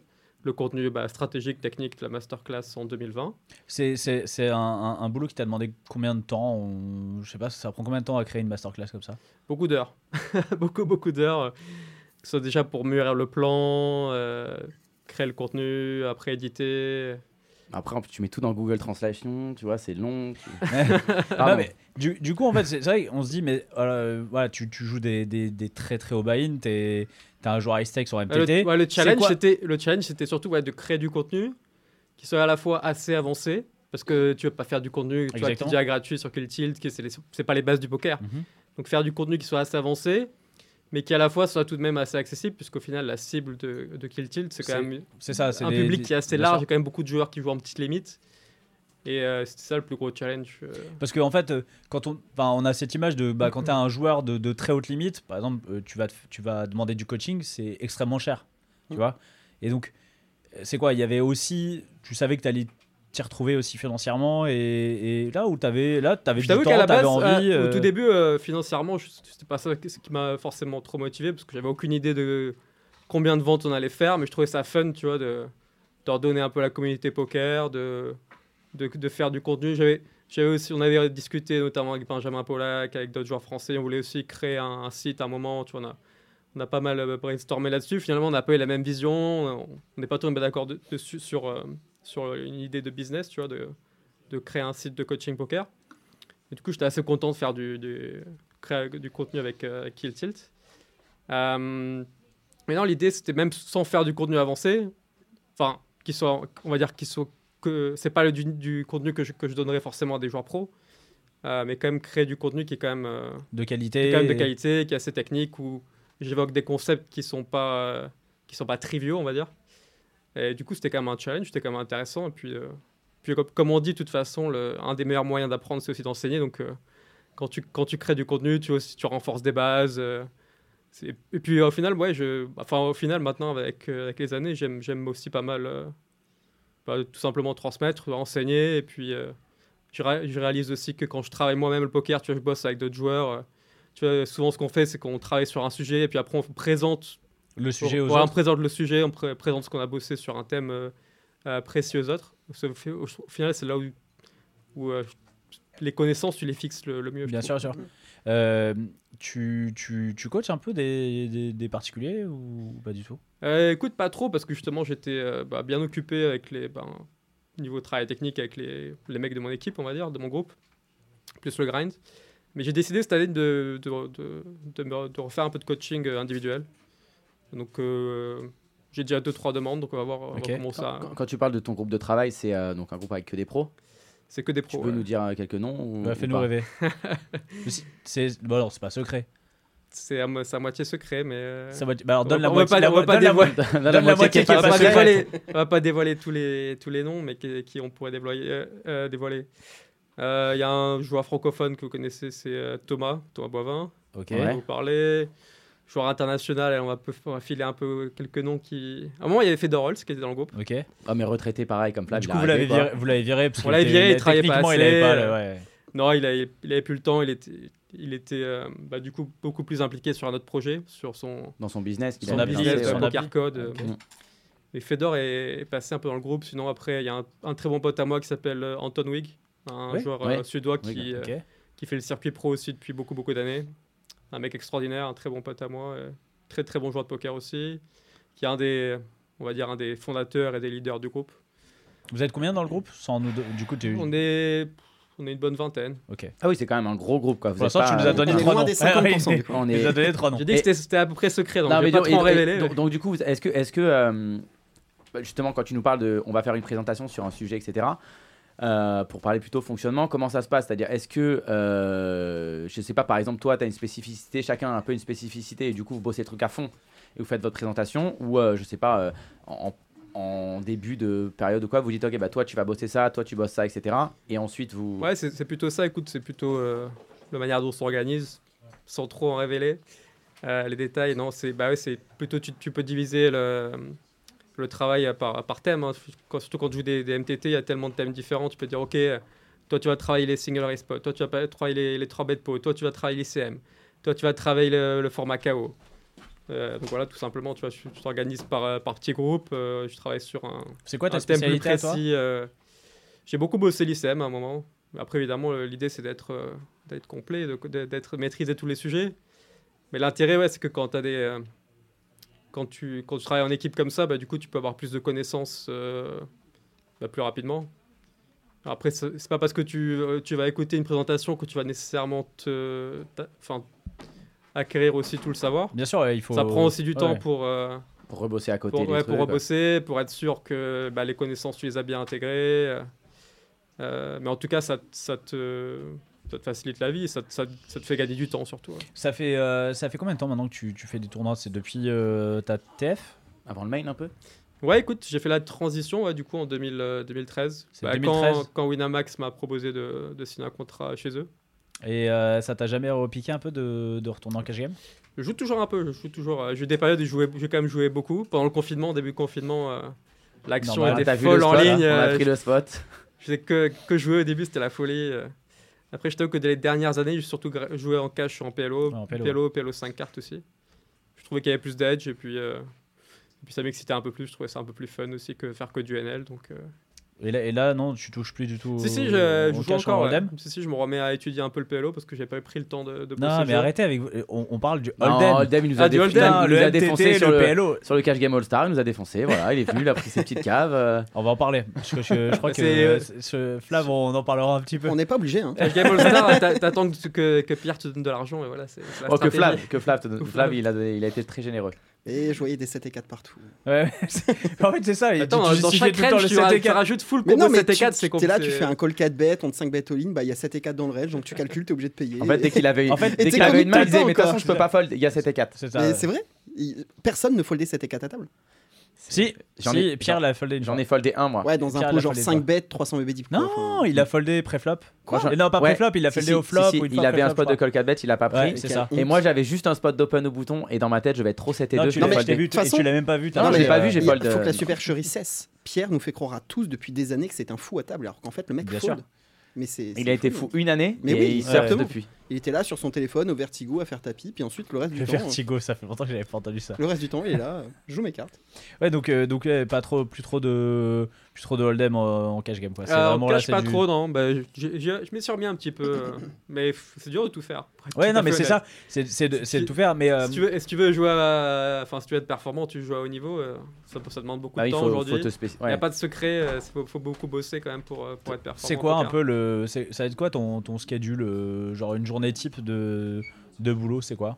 F: le contenu bah, stratégique, technique de la masterclass en 2020.
C: C'est- C'est c'est un, un- un boulot qui t'a demandé combien de temps on- Je sais pas, ça prend combien de temps à créer une masterclass comme ça
F: Beaucoup d'heures, beaucoup beaucoup d'heures, euh, que ce soit déjà pour mûrir le plan, euh, créer le contenu, après éditer.
D: Après, en plus, tu mets tout dans Google Translation, tu vois, c'est long. tu-
C: Non,
F: Ah,
D: Pardon.
C: mais du, du coup, en fait, c'est c'est vrai qu'on se dit, mais euh, voilà, tu, tu joues des, des- des très très hauts buy-in, t'es t'es un joueur high stakes sur
F: Euh,
C: MTT.
F: le, ouais, le
C: C'est
F: challenge,
C: quoi
F: c'était le challenge, c'était surtout ouais, de créer du contenu qui soit à la fois assez avancé parce que tu veux pas faire du contenu tu vois, qui est
C: Exactement.
F: déjà gratuit sur Kill Tilt, qui c'est les- c'est pas les bases du poker.
C: Mhm.
F: Donc faire du contenu qui soit assez avancé, mais qui à la fois soit tout de même assez accessible, puisqu'au final la cible de, de Kill Tilt, c'est
C: C'est
F: quand même
C: C'est ça, c'est
F: un
C: des-
F: public
C: des-
F: qui est assez
C: bien sûr.
F: large, il y a quand même beaucoup de joueurs qui jouent en petite limite. Et euh, c'était ça le plus gros challenge. euh.
C: Parce qu'en en fait, euh, quand on, enfin, on a cette image de
F: Mm,
C: bah, quand tu as un joueur de, de très haute limite, par exemple, euh, tu vas, te- tu vas demander du coaching, c'est extrêmement cher. Tu
E: Mm.
C: vois Et donc, euh, c'est quoi Il y avait aussi. Tu savais que tu allais t'y retrouver aussi financièrement et, et là où tu avais, là, avais
F: Je
C: du temps,
F: t'avoue qu'à la
C: t'avais
F: base,
C: envie.
F: euh, au tout
C: euh,
F: début, euh, financièrement, je- c'était pas ça qui- ce qui m'a forcément trop motivé parce que j'avais aucune idée de combien de ventes on allait faire, mais je trouvais ça fun, tu vois, de, de redonner un peu à la communauté poker, de, de, de faire du contenu. J'avais, j'avais aussi, on avait discuté notamment avec Benjamin Pollack, avec d'autres joueurs français. On voulait aussi créer un, un site à un moment, tu vois, on a, on a pas mal euh, brainstormé là-dessus. Finalement, on n'a pas eu la même vision, on on n'est pas tombé d'accord de- dessus sur, euh, sur une idée de business, tu vois, de, de créer un site de coaching poker. Et du coup, j'étais assez content de faire du, du, créer du contenu avec euh, Kill Tilt. Euh, mais non, l'idée, c'était même sans faire du contenu avancé, enfin, qui soit, on va dire, qui soit que c'est pas le, du, du contenu que je, que je donnerais forcément à des joueurs pros, euh, mais quand même créer du contenu qui est quand même, euh,
C: de
F: qui
C: qualité.
F: est quand même de qualité, qui est assez technique, où j'évoque des concepts qui sont pas, euh, qui sont pas triviaux, on va dire. Et du coup, c'était quand même un challenge, c'était quand même intéressant. Et puis, euh, puis comme, comme on dit, de toute façon, le- un des meilleurs moyens d'apprendre, c'est aussi d'enseigner. Donc, euh, quand, tu, quand tu crées du contenu, tu, aussi, tu renforces des bases. euh, c'est- et puis, au final, ouais, je, enfin, au final, maintenant, avec, euh, avec les années, j'aime, j'aime aussi pas mal euh, bah, tout simplement transmettre, enseigner. Et puis, euh, je, ré- je réalise aussi que quand je travaille moi-même le poker, tu vois, je bosse avec d'autres joueurs. euh, tu vois, souvent, ce qu'on fait, c'est qu'on travaille sur un sujet et puis après, on présente
C: Le sujet aux
F: voilà, on
C: autres.
F: présente le sujet, on pré- présente ce qu'on a bossé sur un thème euh, euh, précis aux autres. Parce que Au, fi- au- au final, c'est là où, où, euh, les connaissances, tu les fixes le, le mieux. je
C: Bien
F: trouve.
C: sûr, sûr. Euh, tu, tu, tu coaches un peu des, des, des particuliers ou pas du tout
F: Euh, écoute, pas trop, parce que justement, j'étais euh, bah, bien occupé avec les. ben, niveau travail technique, avec les, les mecs de mon équipe, on va dire, de mon groupe, plus le grind. Mais j'ai décidé cette année de, de, de, de me- de refaire un peu de coaching euh, individuel. Donc, euh, j'ai déjà 2-3 demandes, donc on va voir, on va
C: Ok.
F: voir comment ça. hein.
D: Quand, quand- quand tu parles de ton groupe de travail, c'est euh, donc un groupe avec que des pros.
F: C'est que des
D: Tu
F: pros.
D: peux
F: ouais.
D: nous dire euh, quelques noms ou,
C: Bah,
D: ou
C: Fais-nous
D: pas
C: rêver. C'est- bon, alors, c'est pas secret.
F: c'est à, mo- c'est à moitié secret, mais. euh,
C: Ça va- bah alors
F: on
C: donne
F: va-
C: la
F: on va
C: moitié.
F: pas-
C: la
F: on
C: mo-
F: va pas
C: donne la
F: dévoiler-
C: mo-
D: Dans
C: Donne la moitié qui est
F: on va
C: pas
F: pas
C: secrète.
F: dévoiler- on va pas dévoiler tous les, tous les noms, mais qui, qui on pourrait déployer- euh, euh, dévoiler. Euh, Il y a un joueur francophone que vous connaissez, c'est euh, Thomas, Thomas Boivin.
C: Ok.
F: dont
D: Ouais.
F: Vous parlez. Joueur international, et on va, peu- on va filer un peu quelques noms qui. À un moment, il y avait Fedor Holtz qui était dans le groupe.
C: Ok.
D: Oh, mais retraité, pareil, comme Flav.
C: du
D: il a
C: coup, vous l'avez
D: arrêté, quoi.
C: viré, vous l'avez viré parce
F: On
C: qu'il
F: l'avait
C: était-
F: viré, il travaillait pas
C: techniquement, il avait
F: assez,
C: pas. le- ouais.
F: Non, il avait, il avait plus le temps, il était, il était euh, bah, du coup beaucoup plus impliqué sur un autre projet, sur son,
D: Dans son business, qu'il
C: Son
D: a
C: business,
D: lancé,
F: business,
D: ouais.
C: son
F: euh, Poker
C: appli.
F: Code. euh,
C: Ok.
F: bon. Mais Fedor est, est passé un peu dans le groupe. Sinon, après, il y a un, un très bon pote à moi qui s'appelle euh, Anton Wig, un
C: Oui,
F: joueur
D: ouais.
F: euh, suédois
D: Wig,
F: qui, euh,
C: Ok.
F: qui fait le circuit pro aussi depuis beaucoup, beaucoup d'années. Un mec extraordinaire, un très bon pote à moi, euh, très, très bon joueur de poker aussi, qui est un des, on va dire, un des fondateurs et des leaders du groupe.
C: Vous êtes combien dans le groupe Sans nous, deux- du coup, tu.
F: On est, on est une bonne vingtaine.
C: Ok.
D: Ah oui, c'est quand même un gros groupe. Quoi. Vous
C: Pour
D: êtes
C: l'instant, tu
D: pas,
C: nous as
D: euh,
C: donné
E: on est
C: trois
E: loin
C: noms.
E: des
C: Ah oui,
E: 50%.
D: On
C: Tu
D: est.
C: nous as donné trois noms.
F: J'ai dit que
D: Et-
F: c'était- c'était à peu près secret, donc
D: Non,
F: je
D: mais
F: vais pas
D: donc-
F: trop en
D: et- et-
F: révéler.
D: donc, donc du coup, vous- est-ce que, est-ce que euh, bah, justement, quand tu nous parles de, on va faire une présentation sur un sujet, etc. euh, pour parler plutôt fonctionnement, comment ça se passe C'est-à-dire, est-ce que, euh, je sais pas, par exemple, toi, tu as une spécificité, chacun a un peu une spécificité, et du coup, vous bossez le truc à fond et vous faites votre présentation, ou euh, je sais pas, euh, en, en début de période ou quoi, vous dites, ok, bah toi, tu vas bosser ça, toi, tu bosses ça, etc. Et ensuite, vous.
F: Ouais, c'est c'est plutôt ça, écoute, c'est plutôt euh, la manière dont on s'organise, sans trop en révéler euh, les détails. Non, c'est bah ouais, c'est plutôt, tu, tu peux diviser le, le travail par, par thème, hein. Quand- surtout quand tu joues des, des MTT, il y a tellement de thèmes différents, tu peux dire, ok, euh, toi tu vas travailler les single race pot, toi tu vas pas- travailler les, les 3 bet pot, toi tu vas travailler les CM, toi tu vas travailler le, le format KO. Euh, donc voilà, tout simplement, tu vois, tu tu t'organises par, euh, par petits groupes, euh, je travaille sur un,
C: C'est quoi ta
F: un thème plus
C: spécialité à toi
F: précis. euh, J'ai beaucoup bossé l'ICM à un moment. Mais Après, évidemment, euh, l'idée, c'est d'être euh, d'être complet, de- de- d'être maîtriser tous les sujets. Mais l'intérêt, ouais, c'est que quand, as des, euh, quand, tu, quand tu travailles en équipe comme ça, bah, du coup, tu peux avoir plus de connaissances euh, bah, plus rapidement. Après, c'est c'est pas parce que tu, euh, tu vas écouter une présentation que tu vas nécessairement te, t'a- 'fin, acquérir aussi tout le savoir.
C: Bien sûr, ouais, il faut.
F: Ça prend aussi du
C: Ouais,
F: temps
C: ouais.
F: pour... euh,
D: Pour rebosser à côté.
F: pour,
D: les
F: ouais,
D: trucs,
F: pour rebosser, pour être sûr que bah, les connaissances, tu les as bien intégrées. euh, euh, mais en tout cas, ça, ça, te, ça te facilite la vie, ça, te- ça te- ça te fait gagner du temps surtout. ouais.
C: Ça fait, euh, ça fait combien de temps maintenant que tu, tu fais des tournois C'est depuis euh, ta TF
D: Avant le main, un peu
F: Ouais, écoute, j'ai fait la transition ouais, du coup en 2000, euh, 2013.
C: C'est
F: Bah,
C: 2013.
F: Quand, quand Winamax m'a proposé de, de signer un contrat chez eux.
C: Et euh, ça t'a jamais repiqué un peu de, de retourner en cash game
F: Je joue toujours un peu, je joue toujours. euh, j'ai eu des périodes où je jouais- j'ai quand même joué beaucoup. Pendant le confinement, début confinement, euh, l'action
C: Normal.
F: était
D: Ah, T'as vu le
F: folle en
D: spot, hein.
F: ligne.
D: On a
F: euh,
D: pris le spot.
F: Je faisais que, que jouer au début, c'était la folie. euh. Après, je t'avoue que dans les dernières années, j'ai surtout gra- joué en cash en PLO,
C: Ouais, en PLO.
F: PLO. PLO, 5 cartes aussi. Je trouvais qu'il y avait plus d'edge et puis, euh, et puis ça m'excitait un peu plus. Je trouvais ça un peu plus fun aussi que faire que du NL. Donc, euh.
C: et là, et là, non, tu touches plus du tout.
F: si, si,
C: au-
F: je,
C: au
F: je joue
C: cash,
F: encore.
C: en
F: ouais.
C: hold'em
F: Si, si, je me remets à étudier un peu le PLO parce que j'ai pas pris le temps de, de bosser
C: Non, mais
F: dessus.
C: arrêtez avec. On, on parle du
D: Non,
C: hold'em.
D: Holdem, il nous a,
F: Ah, du
D: déf-
F: Holdem,
D: il nous a
C: le
D: défoncé
C: MTT,
D: sur
C: le
D: le,
C: PLO.
D: sur le Cash Game All-Star. Il nous a défoncé. Voilà, il est venu, il a pris ses petites caves. euh.
C: On va en parler. Parce que je, je crois que
F: C'est,
C: euh,
F: euh,
C: ce- ce Flav, on en parlera un petit peu.
E: On n'est pas obligé. Hein.
F: Cash Game All-Star, t'a- t'attends que, que, que Pierre te donne de l'argent et voilà, c'est c'est la
D: Oh, que
F: stratégie.
D: Flav, que Flav, te donne-
F: Ou
D: Flav,
F: Flav.
D: il a, il a été très généreux.
E: Et je voyais des 7 et 4 partout.
C: Ouais, c'est- en fait, c'est ça. il-
F: Attends,
C: tu
F: dans- dans
C: justifiais
F: chaque
C: tout le temps
F: range,
C: le
F: tu, ra-
C: 7 et
F: tu
C: 4.
F: rajoutes full combo 7 et 4,
E: tu-
F: c'est
E: t'es là,
F: compliqué.
E: tu fais un call 4 bet, on te 5 bet all in, bah il y a 7 et 4 dans le range, donc tu calcules, t'es obligé de payer.
D: En fait,
E: Et-
D: dès qu'il avait,
C: En fait,
D: dès
E: et
D: qu'il
E: t'es
D: avait
E: comme
D: une main, il disait
E: tout le
D: Mais de toute
E: temps,
D: façon, je peux
C: quoi.
D: pas fold. Il y a 7 et 4.
C: C'est ça.
E: Mais
C: ouais.
E: c'est vrai, il- personne ne foldait 7 et 4 à table.
C: Si,
D: J'en
C: si,
D: ai-
C: Pierre l'a foldé une
D: J'en
C: fois.
D: ai foldé un, moi.
E: Ouais, dans
C: Pierre
E: un
C: l'a
E: pot genre
C: foldé,
E: 5 bet, 300 BB deep.
C: Non, il a foldé préflop.
D: Moi, j'en-
C: Et Non, pas
D: Ouais.
C: préflop, il a
D: Si,
C: foldé
D: si,
C: au flop.
D: si, si,
C: ou une
D: Il
C: fois
D: avait un
C: préflop,
D: spot
C: je
D: de
C: crois.
D: call 4 bet, il a pas
C: Ouais,
D: pris.
C: c'est ça.
D: Et moi, j'avais juste un spot d'open au bouton. Et dans ma tête, je vais être trop 7 et 2.
C: Non,
D: je
C: tu
D: vais
C: l'as- je
D: folder.
C: t'ai vu, tu-
E: De toute
C: et tu
E: façon-
C: l'as même pas vu. t'as
D: Non,
C: fait,
D: je l'ai pas
C: euh,
D: vu, j'ai
E: Il
D: fold.
E: faut
D: euh,
E: que la supercherie cesse. Pierre nous fait croire à tous depuis des années que c'est un fou à table, alors qu'en fait le mec
C: Bien
E: fold. Mais c'est,
D: Il
E: c'est
D: a été fou une année.
E: Mais
D: et
E: oui,
D: il surfe
E: exactement.
D: depuis.
E: Il était là sur son téléphone au vertigo à faire tapis, puis ensuite le reste du
C: Le
E: temps.
C: vertigo, ça fait longtemps que j'avais pas entendu ça.
E: euh, Le reste du temps, il est là, euh, je joue mes cartes.
C: Ouais, donc, euh, donc ouais, pas trop, plus trop de, plus trop de hold'em en, en cash game. Quoi. Ah, C'est
F: Euh, on
C: vraiment là,
F: cache
C: c'est
F: pas
C: du-
F: trop, non. Bah, je, je- je- je m'y suis remis un petit peu, euh, mais f- c'est dur de tout faire. pour être
C: Ouais,
F: tout
C: non,
F: à
C: mais
F: fait
C: c'est
F: honnête.
C: ça. C'est, c'est de,
F: Si
C: c'est de
F: tu-
C: tout faire, mais euh,
F: Si tu, veux, et si tu veux jouer, à- enfin, si tu veux être performant, tu joues à haut niveau. euh, ça, ça demande beaucoup
C: Bah
D: Ah,
F: de
D: Il
F: temps
D: faut
F: aujourd'hui.
D: faut te
F: Il
D: spécifier.
F: n'y a
D: ouais.
F: pas de secret. Il faut, faut beaucoup bosser quand même pour, euh, pour être performant.
C: c'est quoi
F: au
C: un
F: poker.
C: peu le. c'est- ça va être quoi ton, ton schedule euh, Genre une journée type de, de boulot, c'est quoi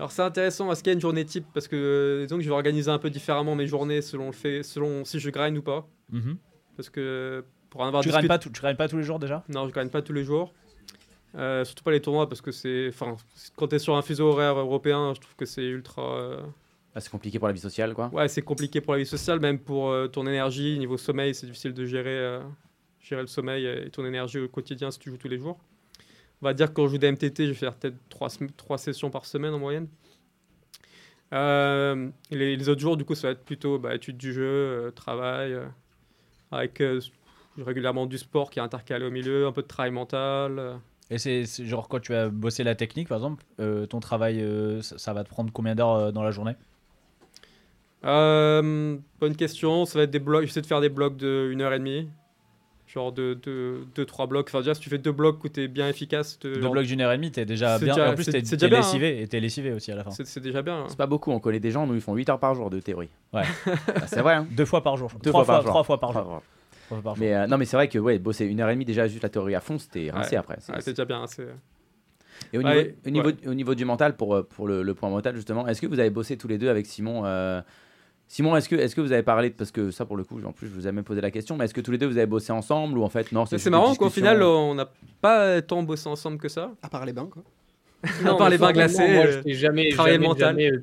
F: Alors c'est intéressant. Est-ce qu'il y a une journée type Parce que euh, disons que je vais organiser un peu différemment mes journées selon le fait, selon si je grind ou pas.
C: Mhm.
F: Parce que pour en avoir
C: tu,
F: discuté-
C: grindes pas tout- tu grindes pas tous les jours déjà
F: Non, je gagne pas tous les jours. Euh, surtout pas les tournois parce que c'est. Enfin, c'est- quand t'es sur un fuseau horaire européen, je trouve que c'est ultra. euh,
D: Ah, c'est compliqué pour la vie sociale, quoi.
F: Ouais, c'est compliqué pour la vie sociale, même pour euh, ton énergie. Niveau sommeil, c'est difficile de gérer, euh, gérer le sommeil et ton énergie au quotidien si tu joues tous les jours. On va dire que quand je joue des MTT, je vais faire peut-être 3, sessions par semaine en moyenne. Euh, les, les autres jours, du coup, ça va être plutôt bah, étude du jeu, euh, travail, euh, avec euh, régulièrement du sport qui est intercalé au milieu, un peu de travail mental. euh.
C: Et c'est c'est genre quand tu vas bosser la technique, par exemple, euh, ton travail, euh, ça, ça va te prendre combien d'heures euh, dans la journée
F: Euh, bonne question. Ça va être des blocs. J'essaie de faire des blocs de 1h30. Genre de 2-3 blocs. Enfin, déjà, si tu fais deux blocs où t'es bien efficace, te-
D: Euh,
C: Deux
F: genre,
C: blocs d'une heure et demie, t'es déjà
F: C'est
C: bien.
F: déjà-
C: et en plus,
F: c'est-
C: t'es
F: c'est
C: t'es
D: hein.
F: déjà bien,
C: lessivé et t'es lessivé aussi à la fin.
F: c'est c'est déjà bien. hein.
D: C'est pas beaucoup, on connaît des gens, nous ils font 8 heures par jour de théorie.
C: Ouais.
D: Ah, c'est vrai, hein.
C: Deux fois par jour.
D: Deux
C: trois
D: fois par jour.
C: Trois fois par jour.
D: Enfin,
C: Trois fois par jour.
D: Mais euh, non, mais c'est vrai que ouais, bosser une heure et demie déjà juste la théorie à fond, c'était rincé
F: Ouais.
D: après. C'est-
F: Ouais, Ah, c'est déjà bien. hein, c'est-
D: Et au niveau,
F: Ouais,
D: au, niveau, au niveau du mental, pour, euh, pour le, le point mental, justement, est-ce que vous avez bossé tous les deux avec Simon euh, Simon, est-ce que, est que vous avez parlé, de- parce que ça pour le coup, en plus je vous ai même posé la question, mais est-ce que tous les deux vous avez bossé ensemble ou en fait non
F: Mais
D: juste
F: C'est
D: des
F: marrant qu'au
D: discussions
F: final, on n'a pas tant bossé ensemble que ça.
E: À part les bains, quoi.
F: à part les bains
G: formellement,
F: glacés,
G: Moi,
F: euh,
G: je t'ai jamais,
F: travailler
G: jamais,
F: le mental.
G: jamais, euh,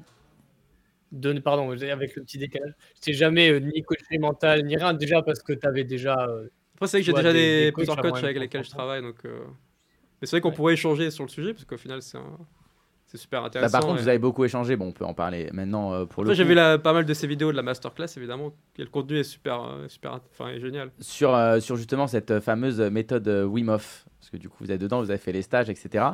G: donné- pardon, j'ai- avec le petit décalage, je t'ai jamais euh, ni coaché mental ni rien, déjà parce que tu avais déjà. euh,
F: Après, c'est vrai que j'ai
G: Ouais,
F: déjà
G: des-
F: des,
G: des coachs
F: plusieurs
G: avant
F: coachs
G: même
F: avec
G: qu'on
F: lesquels je
G: s'entende.
F: travaille. Donc, euh, Mais c'est vrai qu'on
G: Ouais.
F: pourrait échanger sur le sujet, parce qu'au final, c'est un- c'est super
D: Bah,
F: intéressant.
D: Par contre,
F: et-
D: vous avez beaucoup échangé, bon, on peut en parler maintenant euh, pour le
F: Après, j'ai
D: coup.
F: vu la- pas mal de ses vidéos de la masterclass, évidemment. Et le contenu est super, euh, super int- enfin, est génial.
D: sur, euh, sur justement cette euh, fameuse méthode euh, Wim Hof, parce que du coup vous êtes dedans, vous avez fait les stages, etc.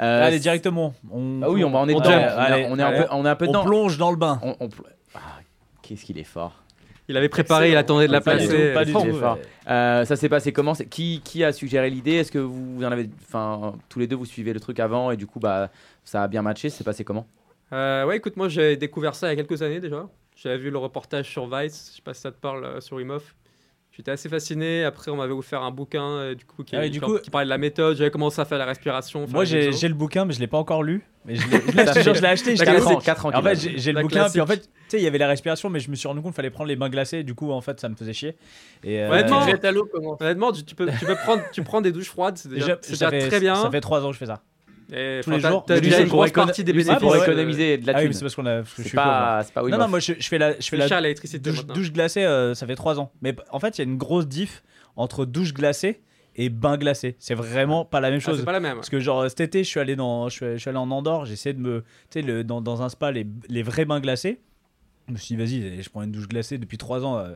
D: Euh,
C: Allez, directement. On,
D: Ah oui, on, va- on est
C: on
D: dedans.
C: jump.
D: on,
C: Allez,
D: est- on est un
C: allez.
D: peu, on est un peu
C: on
D: dedans.
C: plonge dans le bain.
D: On- on pl- Ah, Qu'est-ce qu'il est fort.
F: Il avait préparé, il attendait de la
D: Pas du
F: placer.
D: tout, pas du
C: tout.
D: tout. Euh, ça s'est passé comment C'est- qui, qui a suggéré l'idée Est-ce que vous, vous en avez, enfin, tous les deux vous suivez le truc avant et du coup bah ça a bien matché. C'est passé comment
F: Euh, ouais, écoute, moi j'ai découvert ça il y a quelques années déjà. J'avais vu le reportage sur Vice, je sais pas si ça te parle, euh, sur Imhoff. J'étais assez fasciné. Après, on m'avait offert un bouquin euh, du coup, qui,
C: Ah oui, du
F: qui-
C: coup-
F: qui parlait de la méthode. J'avais commencé à faire la respiration. faire
C: Moi,
F: les
C: j'ai
F: exos.
C: j'ai le bouquin, mais je l'ai pas encore lu. Mais je l'ai- je l'ai- je te jure, je l'ai acheté. Je l'ai
D: Quatre
C: acheté.
D: ans, quatre ans.
C: En
D: qu'il a.
C: fait, j'ai j'ai le
F: La
C: bouquin, puis en fait,
F: classique.
C: tu sais, il y avait la respiration, mais je me suis rendu compte qu'il fallait prendre les bains glacés, et du coup, en fait, ça me faisait chier. Et, euh,
F: Honnêtement,
G: tu te jettes à l'eau, comment
F: Honnêtement, tu, tu peux, tu, peux prendre, tu prends des douches froides, c'est déjà,
C: déjà,
F: c'est déjà
C: ça fait-
F: très bien.
C: Ça fait trois ans que je fais ça.
F: Et,
C: tous les
F: enfin, t'as-
C: jours.
F: t'as
C: Mais
F: déjà
C: lui,
F: une
C: c'est pour
F: grosse
D: écono-
F: partie des
D: lui, c'est
F: bénéfices.
D: pour
C: euh,
D: économiser de la
C: Ah oui,
D: thune.
C: mais c'est parce qu'on a. parce que je
D: c'est
C: suis pauvre, moi.
D: pas, c'est pas Wim
C: Non, non,
D: Hof.
C: moi, je, je fais la, je fais
F: C'est
C: la
F: cher l'électricité
C: douche,
F: maintenant. Ah,
C: douche glacée, euh, ça fait trois ans. Mais en fait, il y a une grosse diff entre douche glacée et bain glacé. C'est vraiment pas la même
F: Ah,
C: chose.
F: c'est pas la même.
C: Parce que genre cet été, je suis allé dans, je suis, je suis allé en Andorre, j'ai essayé de me, tu sais, le- dans, dans un spa les, les vrais bains glacés. Je me suis dit vas-y, je prends une douche glacée depuis trois ans. euh.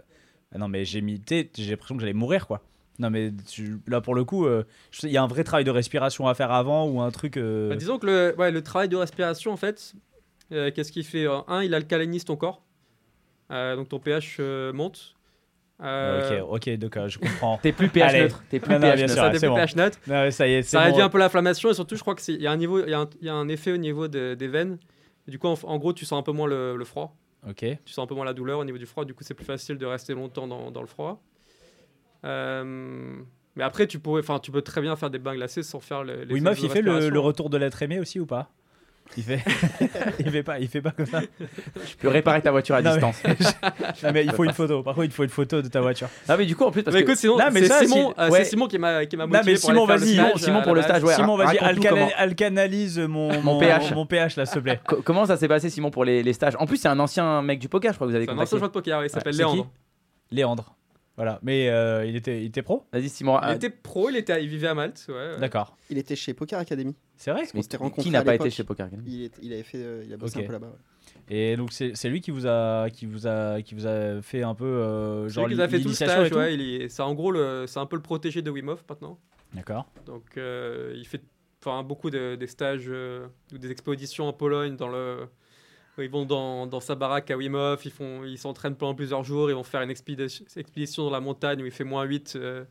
C: Ah non mais j'ai mis, tu sais, j'ai l'impression que j'allais mourir quoi. Non mais tu- là pour le coup, euh, je sais, il y a un vrai travail de respiration à faire avant ou un truc. euh,
F: Bah, disons que le, ouais, le travail de respiration, en fait, euh, qu'est-ce qu'il fait Euh, Un, il alcalinise ton corps. Euh, donc ton pH euh, monte. Euh,
C: Ok, ok, donc euh, je comprends.
D: T'es plus pH
C: Allez.
D: neutre. T'es plus
C: Non, non,
D: pH
C: bien
D: neutre.
C: sûr,
F: Ça,
C: ouais,
F: dépend
C: c'est bon.
F: du pH net.
C: Non, mais ça y est, c'est
F: Ça réduit
C: bon.
F: un peu l'inflammation et surtout, je crois qu'il y, a un niveau- il y, a un- il y a un effet au niveau de- des veines. Du coup, en, en gros, tu sens un peu moins le, le froid.
C: Ok.
F: Tu sens un peu moins la douleur au niveau du froid. Du coup, c'est plus facile de rester longtemps dans, dans le froid. Euh, mais après, tu, pourrais, enfin, tu peux très bien faire des bains glacés sans faire le, les
C: Oui, meuf,
F: exos de
C: il fait le,
F: respiration.
C: le retour de l'être aimé aussi ou pas Il fait, il fait pas, il fait pas comme ça.
D: Tu peux réparer ta voiture à
C: Non, mais-
D: distance.
C: Non mais il faut une photo. Par contre, il faut une photo de ta voiture.
D: Non mais du coup en plus parce
F: Mais
D: que
F: écoute, sinon,
C: Là, mais
F: c'est
C: ça,
F: Simon,
C: c'est-
F: euh,
C: ouais.
F: c'est Simon qui m'a qui m'a
C: Non,
F: motivé.
C: mais
F: pour
C: Simon,
F: aller faire le
C: vas-y,
F: stage,
D: Simon, Simon
F: euh,
D: pour le
F: à la
D: stage,
F: base.
D: ouais.
C: Simon, vas-y,
D: raconte-nous
C: alcala-
D: comment.
C: alcanalise mon,
D: Mon pH.
C: mon pH, là, s'il te plaît.
D: co- comment ça s'est passé Simon pour les, les stages En plus c'est un ancien mec du poker, je crois que vous avez
F: C'est un ancien
D: contacté.
F: joueur de poker, il s'appelle
C: c'est
F: Léandre.
C: Léandre. Voilà. Mais euh, il, était, il était pro
D: Vas-y Simon.
F: Il
D: ah,
F: était pro, il, était, à- il vivait à Malte. ouais,
D: Euh.
F: ouais.
C: D'accord.
E: Il était chez Poker Academy.
C: C'est vrai
D: mais
E: On s'était
D: qui
E: rencontrés
D: n'a
E: à
D: pas
E: l'époque.
D: été chez Poker Academy
E: Il, est- il avait fait, euh, il a bossé
C: Ok.
E: un peu là-bas. ouais.
C: Et donc, c'est c'est lui qui vous, a, qui, vous a, qui vous a fait un peu. euh,
F: C'est
C: genre,
F: lui qui nous a fait tout le
C: l'initiation et
F: stage,
C: tout
F: ouais, il est- c'est en gros le- c'est un peu le protégé de Wim Hof maintenant.
C: D'accord.
F: Donc euh, il fait enfin, beaucoup de, des stages euh, ou des expositions en Pologne dans le où ils vont dans, dans sa baraque à Wim Hof, ils font ils s'entraînent pendant plusieurs jours, ils vont faire une expédition, expédition dans la montagne où il fait moins 8 euh,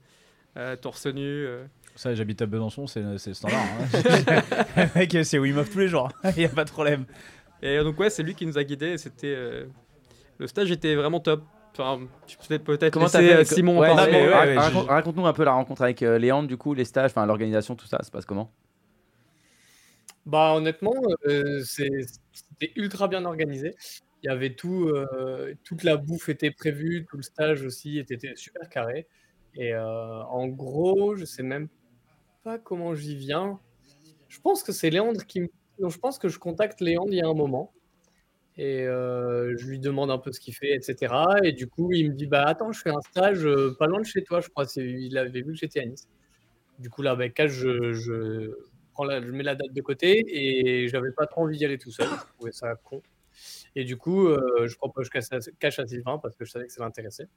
F: euh, torse nu. euh.
C: Ça, j'habite à Besançon, c'est c'est standard. hein. Mec, c'est Wim Hof tous les jours. hein. Il n'y a pas de problème.
F: Et donc ouais, c'est lui qui nous a guidés, et c'était euh, le stage était vraiment top. Enfin, tu peux peut-être peut-être
D: Comment t'as
F: laisser,
D: fait
F: euh, Simon en
D: Ouais,
F: parler.
D: non, mais
C: ouais,
D: rac-
C: ouais,
D: raconte-
C: je-
D: Raconte-nous un peu la rencontre avec euh, Léandre, du coup, les stages, enfin l'organisation, tout ça, ça se passe comment
G: Bah honnêtement, euh, c'est- c'était ultra bien organisé. Il y avait tout, euh, toute la bouffe était prévue, tout le stage aussi était, était super carré. Et euh, en gros, je sais même pas comment j'y viens. Je pense que c'est Léandre qui me... donc, Je pense que je contacte Léandre il y a un moment. Et euh, je lui demande un peu ce qu'il fait, etc. Et du coup, il me dit Bah attends, je fais un stage euh, pas loin de chez toi, je crois. C'est- Il avait vu que j'étais à Nice. Du coup, là, avec Cash, je, je, prends la- je mets la date de côté et j'avais pas trop envie d'y aller tout seul. Je trouvais ça con. Et du coup, euh, je propose Cash à- Cash à Sylvain parce que je savais que ça l'intéressait.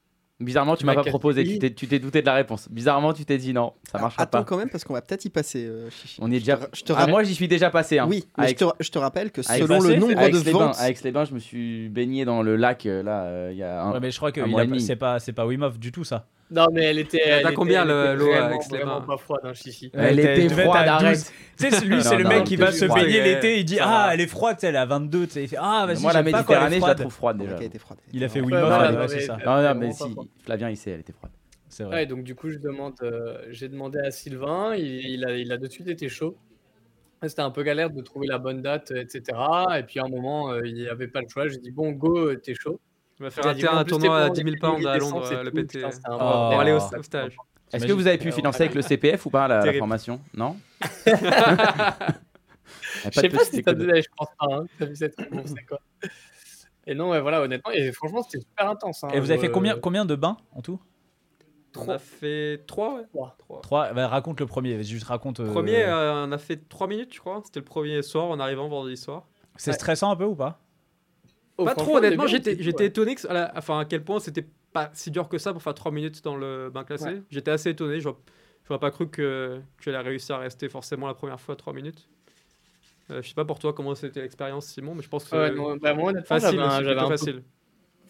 D: Bizarrement, tu
G: Il
D: m'as
G: m'a
D: pas
G: cassé.
D: proposé. Tu t'es- tu t'es douté de la réponse. Bizarrement, tu t'es dit non,
G: Ah,
D: ça marchera
E: Ah, Attends
D: pas.
E: quand même, parce qu'on va peut-être y passer, euh, Chichi.
D: On y est
E: Je
D: déjà.
E: te ra- je te
D: Ah,
E: rappelle-
D: moi, j'y suis déjà passé. hein.
E: Oui, mais
D: Avec-
E: je, te, je te rappelle que
D: Avec-
E: selon
C: Passé,
E: le
C: c'est-
E: nombre
D: Avec
E: de
D: les bains,
E: ventes,
D: avec les bains, je me suis baigné dans le lac euh, là. euh, Il y a un.
C: Ouais, mais je crois que
D: Un
C: il
D: mois
C: a
D: et
C: pas-
D: demi.
C: c'est pas, c'est pas Wim Hof du tout ça.
G: Non, mais elle était.
F: Elle
G: Elle
F: a
G: était-
F: combien,
G: elle
F: le-
G: était
F: l'eau à
G: vraiment,
F: Aix-les-Bains
G: vraiment pas froide, hein, chichi.
D: Elle
C: Elle
D: était
C: devait être
D: froide,
C: à
D: arrête.
C: 12. Tu sais, lui,
D: Non,
C: c'est le
D: non,
C: mec
D: elle
C: qui
D: était
C: va se
D: froide.
C: baigner l'été. Il dit
G: Ça
C: Ah,
G: va.
C: elle est froide, tu sais, elle est à 22. tu sais, il fait, Ah, vas-y,
D: Moi, la
C: j'aime pas quand elle est
D: Méditerranée, je la
C: froide.
D: trouve froide déjà.
E: Ok, t'es froide.
C: Il a fait
G: Ouais,
C: Wim
G: voilà,
C: Hof,
G: non,
C: ouais,
G: mais-
C: c'est ça.
D: Non, non,
G: Vraiment
D: mais
G: pas
D: si,
G: froide.
D: Flavien, il sait, elle était froide.
C: C'est
G: Ouais,
C: vrai.
G: donc du coup, je demande, euh, j'ai demandé à Sylvain, il, il a, il a de suite été chaud. C'était un peu galère de trouver la bonne date, euh, etc. Et puis à un moment, euh, il n'y avait pas le choix. J'ai dit, bon, go, euh, t'es chaud.
F: Il va faire
G: Il a
F: un,
G: dit,
F: terrain-
G: bon, en
F: un
G: plus,
F: tournoi
G: t'es
F: à
G: bon,
F: 10 000
G: les
F: pounds
G: essence
F: à
G: et
F: Londres,
G: tout,
F: euh, le
G: putain,
F: PT.
G: c'était un
C: Oh.
F: Pour
G: bordel.
F: aller au
C: Oh.
F: au stage.
D: Est-ce que
C: T'imagines-
D: vous avez pu financer avec le CPF ou pas la, la
F: Terrible.
D: formation Non Ah, Pas de
G: Je sais pas
D: petite
G: si
D: écho
G: t'as
D: de-
G: donné, je pense pas. Hein. T'as vu cette réponse, c'est quoi Et non, ouais, voilà, honnêtement, et franchement, c'était super intense. hein.
C: Et vous avez fait
G: Euh,
C: combien, combien de bains en tout
F: On a fait 3, ouais.
G: Trois.
F: Trois.
C: Trois. Bah, raconte le premier. vas-y, Juste raconte. euh,
F: Premier, euh, on a fait 3 minutes, je crois. C'était le premier soir en arrivant vendredi soir.
C: C'est
G: ouais.
C: stressant un peu ou pas
G: oh,
F: pas
G: franchement,
F: trop, honnêtement,
G: au début,
F: j'étais
G: on était
F: j'étais
G: chaud,
F: étonné que, à la- enfin, à quel point c'était pas si dur que ça pour faire 3 minutes dans le bain classé. J'étais assez étonné. Je n'aurais pas cru que tu allais réussir à rester forcément la première fois 3 minutes. Euh, je sais pas pour toi comment c'était l'expérience, Simon, mais je pense que
G: ouais. Ouais, non, bah, moi, honnêtement,
F: facile,
G: j'avais un-
F: c'est
G: j'avais
F: plutôt
G: un peu
F: facile.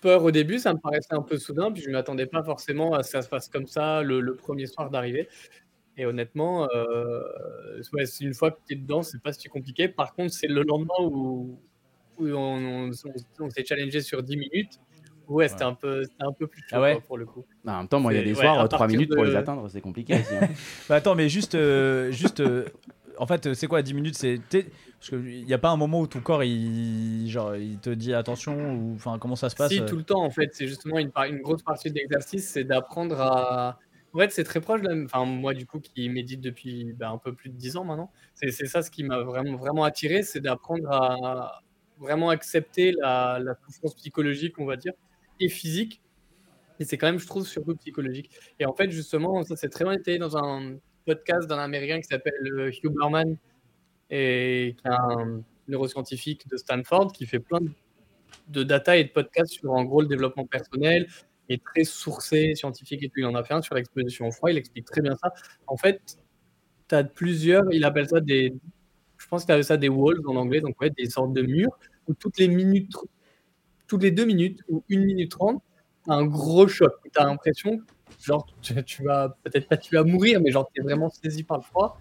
G: peur au début, ça me paraissait un peu soudain, puis je ne m'attendais pas forcément à ce que ça se passe comme ça le, le premier soir d'arrivée. Et honnêtement, euh, ouais, c'est une fois que tu es dedans, c'est pas si compliqué. Par contre, c'est le lendemain où, où on, on- on- on s'est challengé sur 10 minutes. Ouais, c'était un peu, c'était un peu plus chaud
D: Ah ouais
G: quoi, pour le coup.
D: Non, En même temps, moi, il y a
G: C'est-
D: des
G: ouais,
D: soirs,
G: à
D: 3
G: partir
D: minutes pour
G: de-
D: les atteindre, c'est compliqué. aussi, hein.
C: Bah, Attends, mais juste. euh, juste euh, en fait, euh, c'est quoi 10 minutes C'est. t'es- Parce qu'il n'y a pas un moment où ton corps il, genre, il te dit attention ou enfin comment ça se passe
G: Si,
C: euh
G: tout le temps, en fait, c'est justement une, par- une grosse partie de l'exercice, c'est d'apprendre à. En fait, c'est très proche. de la- Enfin, moi, du coup, qui médite depuis ben, un peu plus de 10 ans maintenant, c'est c'est ça ce qui m'a vraiment, vraiment attiré, c'est d'apprendre à vraiment accepter la, la souffrance psychologique, on va dire, et physique. Et c'est quand même, je trouve, surtout psychologique. Et en fait, justement, ça c'est très bien été dans un podcast d'un Américain qui s'appelle euh, Hugh Berman, et qui est un neuroscientifique de Stanford qui fait plein de de data et de podcasts sur en gros le développement personnel et très sourcé, scientifique et tout. Il en a fait un sur l'exposition au froid, il explique très bien ça. En fait, tu as plusieurs, il appelle ça des, je pense qu'il appelle ça des walls en anglais, donc ouais, des sortes de murs où toutes les minutes, toutes les deux minutes ou une minute trente, t'as un gros choc. Tu as l'impression, genre, tu, tu vas peut-être pas tu vas mourir, mais genre, tu es vraiment saisi par le froid.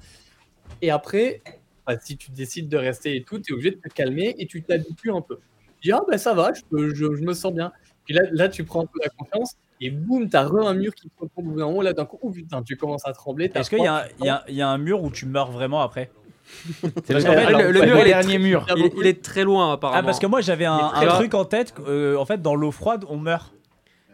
G: Et après, bah, si tu décides de rester et tout, tu es obligé de te calmer et tu t'habitues un peu dis ah ben ça va, je, peux- je, je me sens bien. Puis là, là tu prends un peu la confiance et boum, t'as re un mur qui te retombe au bout d'un moment, là d'un coup, oh putain, tu commences à trembler. t'as
C: Est-ce qu'il y,
G: froid.
C: a un- il y a- il y a un mur où tu meurs vraiment après
D: C'est
G: Parce
D: parce qu'en
G: qu'en
D: fait,
F: fait,
D: le,
F: le- le mur, il est
D: dernier mur.
G: Il y a
F: Il,
G: beaucoup-
F: il est très loin, apparemment.
C: Ah parce que moi j'avais un,
G: Mais
C: un
F: très-
C: truc en tête, euh, en fait dans l'eau froide on meurt.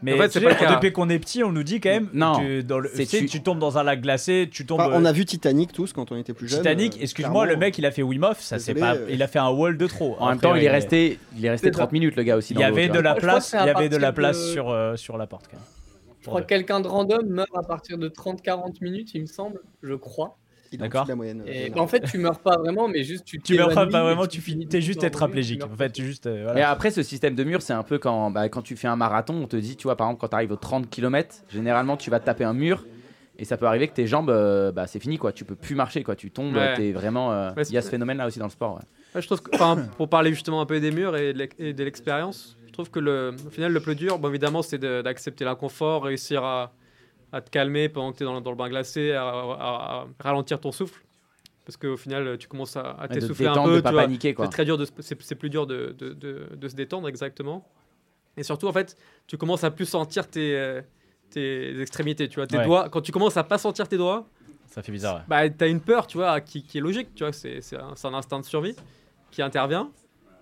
C: Mais
F: En fait,
C: tu
F: c'est
C: sais,
F: pas le cas.
C: depuis qu'on est petit on nous dit quand même,
D: Non,
C: tu, dans le,
D: c'est
C: tu, sais,
D: tu-
C: tu tombes dans un lac glacé, tu tombes...
E: Enfin, on
C: euh,
E: a vu Titanic tous quand on était plus jeunes.
C: Titanic,
E: euh,
C: excuse-moi, le
E: clairement.
C: mec il a fait Wim Hof, ça c'est
E: Désolé,
C: pas,
E: euh.
C: il a fait un wall de trop. hein,
D: En même
C: Après,
D: temps, il est
C: ouais,
D: resté, il est resté
G: C'est
D: 30 minutes, le gars aussi.
C: Il y
D: dans l'eau,
C: avait
D: tu
C: de
D: vois.
C: la
G: Je crois que
C: place,
G: c'est
C: il
G: à
C: y avait de la
G: partir
C: place
G: de-
C: sur euh, sur la porte. Quand même.
G: Je crois que quelqu'un de random meurt à partir de 30-40 minutes, il me semble, je crois.
E: Il est en dessous
C: D'accord.
E: de la moyenne,
G: Et
E: euh,
G: bah, en fait, tu meurs pas vraiment, mais juste tu
C: Tu meurs pas
G: t'évanouis
C: pas
G: et
C: vraiment, tu finis, t'es juste
G: t'évanouis, tu
C: tétraplégique.
G: meurs
C: En
G: pas.
C: fait, tu juste euh,
D: Mais
C: voilà.
D: après, ce système de mur, c'est un peu quand, bah, quand tu fais un marathon, on te dit, tu vois, par exemple, quand tu arrives aux 30 km, généralement, tu vas te taper un mur. Et ça peut arriver que tes jambes, euh, bah, c'est fini, quoi. Tu peux plus marcher, quoi. Tu tombes,
F: Ouais.
D: t'es vraiment. euh, Il
F: Ouais, c'est-
D: y a ce phénomène-là aussi dans le sport. ouais.
F: Ouais, je trouve que, enfin, pour parler justement un peu des murs et de l'ex- et de l'expérience, je trouve que le, au final, le plus dur, bon, évidemment, c'est de- d'accepter l'inconfort, réussir à, à te calmer pendant que tu es dans, le- dans le bain glacé, à, à- à ralentir ton souffle. Parce qu'au final, tu commences à, à
D: Et de te
F: t'essouffler un
D: détendre, de
F: peu.
D: pas
F: tu vois.
D: paniquer, quoi.
F: C'est très dur de se- c'est c'est plus dur de, de- de- de se détendre exactement. Et surtout en fait, tu commences à plus sentir tes, euh, tes extrémités, tu vois, tes
C: Ouais.
F: doigts. Quand tu commences à pas sentir tes doigts,
C: ça fait bizarre. ouais.
F: bah, t'as une peur, tu vois, qui, qui est logique, tu vois, c'est c'est un, c'est un instinct de survie qui intervient.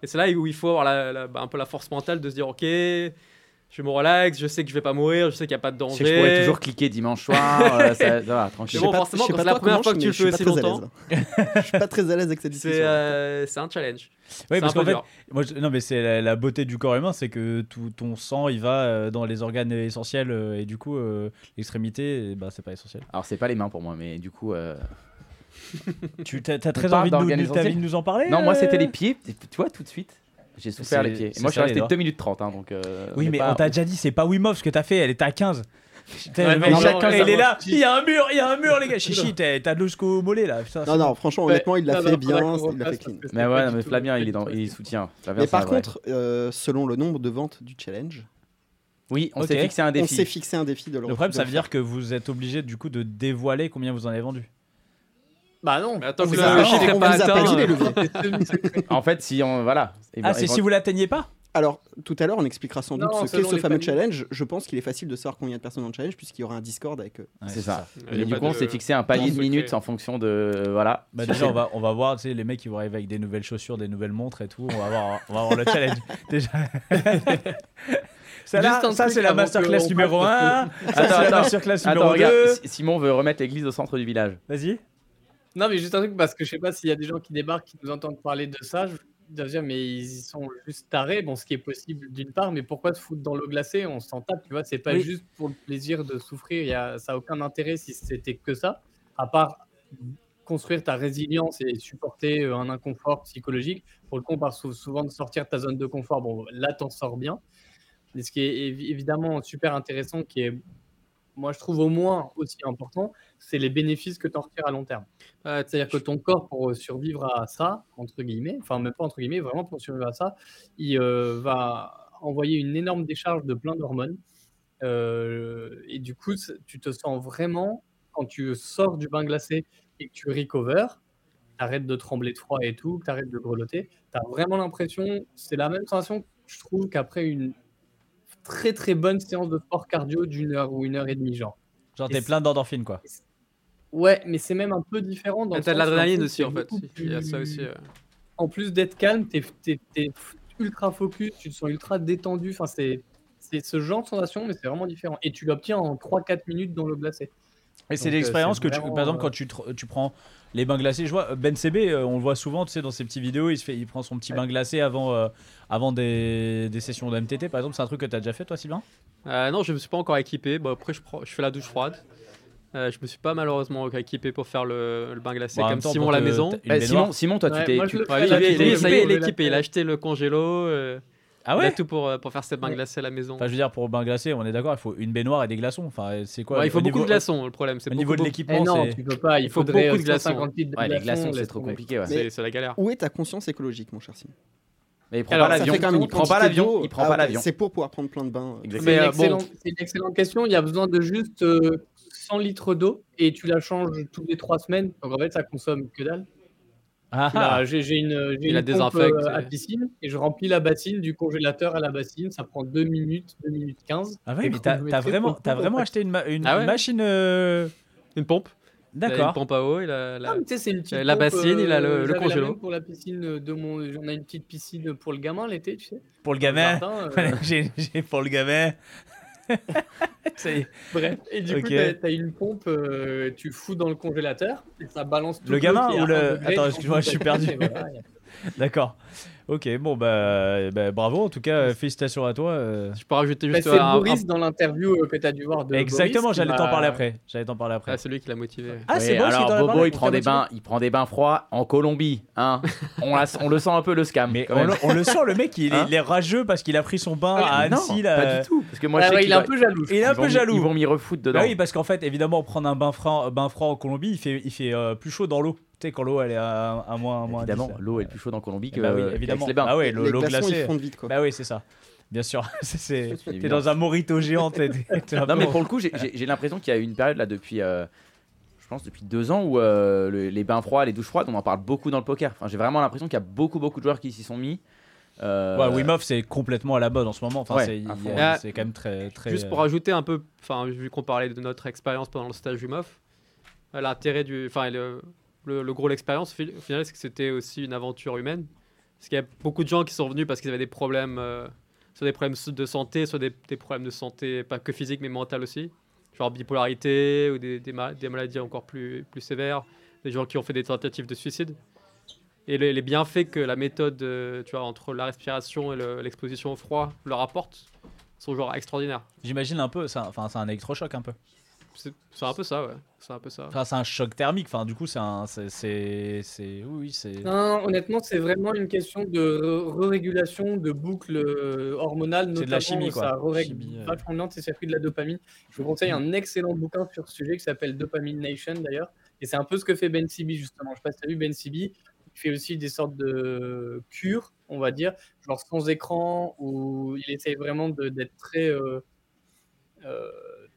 F: Et c'est là où il faut avoir la- la- bah, un peu la force mentale de se dire, ok, je me relaxe, je sais que je vais pas mourir, je sais qu'il n'y a pas de
D: Je
F: danger.
D: sais que je pourrais toujours cliquer dimanche soir, euh, ça, ça va,
F: Mais
D: tranquille.
F: bon,
E: Je sais pas-
F: forcément,
E: je sais
F: quand
E: pas
F: c'est la
E: toi,
F: première
E: comment
F: fois que tu le
E: je-
F: fais
E: je suis pas
F: aussi
E: très à l'aise. Je suis pas très à l'aise avec cette discussion.
F: C'est euh, c'est un challenge.
C: Oui,
F: C'est
C: parce
F: un
C: qu'en
F: peu
C: fait,
F: dur.
C: moi, je- non, mais c'est la, la beauté du corps humain, c'est que tout ton sang, il va euh, dans les organes essentiels euh, et du coup, euh, l'extrémité, eh ben, c'est pas essentiel.
D: Alors, c'est pas les mains pour moi, mais du coup. euh,
C: Tu as, très
D: parle
C: envie de, nous,
D: d'organes
C: t'as envie
D: essentiels.
C: de nous en parler
D: Non, moi,
C: euh
D: c'était les pieds, tu tu vois, tout de suite. J'ai souffert
C: C'est-
D: les pieds. Et
C: c'est
D: moi, je suis
C: ça, les
D: resté
C: doigts.
D: 2 minutes 30, hein, donc. euh,
C: Oui,
D: est
C: mais
D: pas-
C: on t'a déjà dit, c'est pas Wimov ce que t'as fait, elle était à 15. Putain,
G: Ouais,
C: le
G: mais
C: mec,
E: non, mais
D: Ah,
C: il est
G: chacun
C: là,
G: sa-
C: il y a un mur, il y a un mur, les gars. Chichi, t'as t'as de l'eau jusqu'au mollet là. putain,
E: Non, non, franchement, honnêtement, il l'a
G: Ouais,
E: fait
G: non,
E: bien,
G: d'accord,
E: il l'a fait
G: parce
E: clean.
G: que c'est
D: Mais
G: pas
D: ouais,
G: du
D: non, mais
G: tout-
D: Flavien, il, est dans... il soutient. Flavien,
E: Mais
D: c'est
E: par
D: un vrai.
E: contre, euh, selon le nombre de ventes du challenge,
D: oui, on
C: Ok.
D: s'est fixé un
E: on s'est
D: défi.
E: fixé un défi de le
C: Le problème,
E: de
C: ça
E: le
C: veut
E: faire.
C: dire que vous êtes obligé du coup de dévoiler combien vous en avez vendu.
G: Bah non.
F: Mais attends,
E: On
F: que
E: vous a-
F: le chiffre
E: on
F: est pas
E: vous a pas
F: atteint. euh,
E: dit les leviers.
D: En fait, si on. Voilà. bah,
C: Ah, c'est si vous l'atteignez pas
E: Alors, tout à l'heure, on expliquera sans
G: Non,
E: doute ce qu'est
G: selon
E: ce
G: les
E: fameux
G: familles.
E: challenge. Je pense qu'il est facile de savoir combien de personnes dans le challenge, puisqu'il y aura un Discord avec euh, eux.
C: Ouais,
D: C'est ça.
F: Il y
D: Et
F: a
D: du
F: pas
D: coup, on
F: de-
D: s'est fixé un palier
F: temps
D: de
F: secret.
D: minutes en fonction de. Voilà.
C: Bah déjà, on va, on va voir, tu sais, les mecs, ils vont arriver avec des nouvelles chaussures, des nouvelles montres et tout. On va voir, on va voir le challenge. Déjà. ça, là,
G: Juste un
C: ça
G: truc
C: c'est la
G: avant
C: masterclass
G: qu'on
C: numéro 1. Ça,
D: Attends,
C: c'est la
D: attends.
C: masterclass
D: Attends,
C: numéro
D: regarde,
C: 2.
D: Si- Simon veut remettre l'église au centre du village.
C: Vas-y.
G: Non, mais juste un truc, parce que je sais pas s'il y a des gens qui débarquent, qui nous entendent parler de ça. Je dois dire, mais ils y sont juste tarés. Bon, ce qui est possible d'une part, mais pourquoi se foutre dans l'eau glacée On s'en tape, tu vois. C'est pas
C: Oui.
G: juste pour le plaisir de souffrir. il Y a, ça a aucun intérêt si c'était que ça, à part construire ta résilience et supporter euh, un inconfort psychologique. Pour le coup, on parle sou- souvent de sortir de ta zone de confort. Bon, là, t'en sors bien. Mais ce qui est évi- évidemment super intéressant, qui est, moi, je trouve au moins aussi important, c'est les bénéfices que tu en retires à long terme. Euh, C'est-à-dire que ton corps, pour euh, survivre à ça, entre guillemets, enfin même pas entre guillemets, vraiment pour survivre à ça, il euh, va envoyer une énorme décharge de plein d'hormones. Euh, et du coup, c- tu te sens vraiment, quand tu sors du bain glacé et que tu recover, t'arrêtes de trembler de froid et tout, que t'arrêtes de grelotter, t'as vraiment l'impression, c'est la même sensation, je trouve, qu'après une très très bonne séance de sport cardio d'une heure ou une heure et demie, genre.
C: Genre,
G: Et
C: t'es
G: c'est-
C: plein d'endorphines, quoi.
G: Ouais, mais c'est même un peu différent. dans le
F: T'as de
G: sens où, en
F: l'adrénaline
G: fait,
F: aussi,
G: c'est
F: en fait.
G: beaucoup
F: Il y a ça
G: plus-
F: aussi. euh.
G: en plus d'être calme, t'es es, ultra focus, tu te sens ultra détendu. Enfin, c'est c'est ce genre de sensation, mais c'est vraiment différent. Et tu l'obtiens en 3-4 minutes dans le glacé.
C: Et c'est
G: Donc,
C: l'expérience
G: euh,
C: que
G: c'est
C: tu.
G: vraiment,
C: Par exemple,
G: euh,
C: quand tu, te- tu prends les bains glacés, je vois euh, Ben CB, euh, on le voit souvent, tu sais, dans ses petites vidéos, il, se fait, il prend son petit bain glacé avant, euh, avant des, des sessions d'MTT, par exemple. C'est un truc que t'as déjà fait, toi, Sylvain
F: Euh, non, je me suis pas encore équipé. Bon, après, je, prends- je fais la douche froide. Euh, je me suis pas malheureusement équipé pour faire le, le bain glacé
C: Bon, Bah, en même
F: comme
C: temps,
F: Simon
C: pour
F: à la
C: te-
F: maison.
C: t'as une
D: Eh,
C: baignoire.
D: Simon, Simon, toi, tu
G: Ouais,
D: t'es.
G: moi, je
D: tu-
G: le
F: Ouais,
G: fais,
F: lui,
G: là,
F: il est-
G: j'ai
F: lui, ça y est, il est
G: trouvé la
F: équipé. Il a acheté le congélo. euh,
C: Ah
F: il a
C: ouais
F: tout pour, euh, pour faire ses bains
G: Ouais.
F: glacés à la maison.
C: Enfin, je veux dire, pour bain glacé, on est d'accord, il faut une baignoire et des glaçons. Enfin, c'est quoi
F: Ouais, il
C: au
F: faut beaucoup
C: niveau-
F: de glaçons, le problème. C'est
C: Au
F: beaucoup,
C: niveau de
F: beaucoup-
G: Eh
C: l'équipement,
G: non,
C: c'est.
G: tu peux pas. Il
F: Il faut
G: faudrait
F: beaucoup
G: euh,
F: de glaçons.
G: 150 litres de
D: Ouais, les
G: glaçons, euh,
D: glaçons, c'est
G: laisse
D: trop
G: tomber.
D: compliqué, ouais.
F: C'est c'est la galère.
E: Où est ta conscience écologique, mon cher Simon
D: Mais il prend
F: Alors,
D: pas
F: ça
D: l'avion.
E: fait quand même
D: Il
E: une
D: prend pas
E: quantité
D: l'avion.
E: d'eau.
D: Il prend
E: Ah
D: pas
E: ouais,
D: l'avion.
E: C'est pour pouvoir prendre plein de bains. euh.
D: Exactement.
G: C'est
F: Mais,
G: une,
F: euh,
G: excellente-
F: bon.
G: c'est une excellente question. Il y a besoin de juste euh, 100 litres d'eau et tu la changes tous les 3 semaines. Donc en fait, ça consomme que dalle.
C: Ah,
G: Tu
C: ah.
G: la- J'ai j'ai une, j'ai
F: Il
G: une
F: la
G: pompe,
F: désinfecte
G: euh, à
F: et-
G: piscine et je remplis la bassine du congélateur à la bassine. Ça prend 2 minutes, 2 minutes 15.
C: Ah ouais,
G: Et
C: mais t'as
G: chronométré
C: t'as vraiment,
G: pour le
C: t'as
G: coup,
C: vraiment
G: en fait.
C: acheté une, ma- une,
F: Ah
C: une
F: ouais.
C: machine. euh,
F: Une pompe. il a Une
C: D'accord. Ah.
F: pompe à eau. Il a, la-
G: Non, Ah, mais tu sais, c'est une petite
C: Euh,
F: La
G: pompe, euh,
F: bassine, il a le- le
G: j'avais la
F: congélo.
G: même pour la piscine euh, de mon, on a une petite piscine pour le gamin l'été, tu sais. dans
C: Pour le
G: le
C: gamin.
G: jardin, euh,
C: J'ai j'ai pour le gamin. Ça y est.
G: bref. Et du
C: Ok.
G: coup, t'as- t'as une pompe, euh, tu fous dans le congélateur et ça balance tout
C: Le gamin
G: qui est
C: ou
G: à
C: le-
G: un degré,
C: Attends,
G: et
C: excuse-moi,
G: ensuite,
C: je suis
G: t'as-
C: perdu.
G: et voilà, y a-
C: D'accord. Ok, bon, bah, euh, bah, bravo. En tout cas, euh, félicitations à toi. euh.
F: Je peux rajouter
G: Bah,
F: juste
G: c'est
F: un- un-
G: Boris dans l'interview euh, que t'as dû voir de
C: Exactement,
G: Boris qui
C: j'allais t'en
G: m'a-
C: parler après. J'allais t'en parler après.
F: Ah, c'est lui qui l'a motivé.
C: Ah,
D: Oui,
C: c'est bon,
D: alors,
C: c'est dans la
D: Bobo,
C: barre,
D: il prend,
C: t'as
D: des
C: motivé.
D: bains, il prend des bains froids en Colombie. Hein. on, la- on le sent un peu le scam.
C: Mais
D: quand
C: on
D: même.
C: le, on le sent, le mec, il, est-
D: Hein
C: il est rageux parce qu'il a pris son bain
G: Ah oui,
C: à Annecy.
D: non,
C: là.
D: pas du tout. Parce que moi, je
G: Ah
D: sais
G: ouais, il
D: qu'il
G: est un
D: va-
G: peu jaloux.
C: Il est un
D: ils vont
C: peu
D: m'y-
C: jaloux.
D: Ils vont m'y refoutre dedans.
C: Bah oui, parce qu'en fait, évidemment, prendre un bain froid, bain froid en Colombie, il fait, il fait euh, plus chaud dans l'eau. Tu sais, quand l'eau, elle est à, à moins, à moins 10,
D: Évidemment,
C: là.
D: l'eau est plus chaude en Colombie que
C: Bah oui,
D: qu'avec
C: évidemment.
D: les bains.
C: Ah ouais, l'eau
E: Les
C: l'eau
E: glaçons, ils
C: glacée.
E: fondent vite, quoi.
C: Bah oui, c'est ça. Bien sûr. C'est- c'est-
D: C'est
C: T'es
D: évident.
C: dans un morito géant. t'es- t'es- t'es un
D: Non,
C: peu
D: mais
C: en-
D: pour le coup, j'ai- j'ai j'ai l'impression qu'il y a eu une période là depuis, euh, je pense, depuis deux ans où euh, le- les bains froids, les douches froides, on en parle beaucoup dans le poker. Enfin, j'ai vraiment l'impression qu'il y a beaucoup, beaucoup de joueurs qui s'y sont mis. Euh,
C: Ouais, Wim Hof, c'est complètement à la mode en ce moment. Enfin,
D: Ouais,
C: c'est
D: à
C: il-
D: fond. Ah,
C: euh, c'est quand même très. très
F: Juste pour
C: euh,
F: ajouter un peu, enfin, vu qu'on parlait de notre expérience pendant le stage UMOF, euh, l'intérêt du, enfin, le, le, le gros de l'expérience, fi- au final, c'est que c'était aussi une aventure humaine. Parce qu'il y a beaucoup de gens qui sont venus parce qu'ils avaient des problèmes euh, soit des problèmes de santé, soit des, des problèmes de santé, pas que physique, mais mentale aussi. Genre bipolarité ou des, des, ma- des maladies encore plus, plus sévères, des gens qui ont fait des tentatives de suicide. Et les, les bienfaits que la méthode, euh, tu vois, entre la respiration et le- l'exposition au froid leur apporte sont genre extraordinaires.
C: J'imagine un peu, c'est un- enfin c'est un électrochoc un peu.
F: C'est c'est un peu ça, ouais. C'est un peu ça.
C: Enfin c'est un choc thermique. Enfin du coup c'est un, c'est, c'est, c'est- oui oui, c'est.
G: Non, honnêtement, c'est vraiment une question de re- régulation de boucle euh,
C: C'est
G: hormonale.
C: de la
G: notamment,
C: chimie, quoi.
G: Ça règle
C: Chimie, euh.
G: vachement bien ces circuits de la dopamine. Je vous conseille un excellent bouquin sur ce sujet qui s'appelle Dopamine Nation, d'ailleurs. Et c'est un peu ce que fait Ben Sibi, justement. Je ne sais pas si tu as vu Ben Sibi. Il fait aussi des sortes de cures, on va dire, genre sans écran, où il essaye vraiment de- d'être très, euh, euh,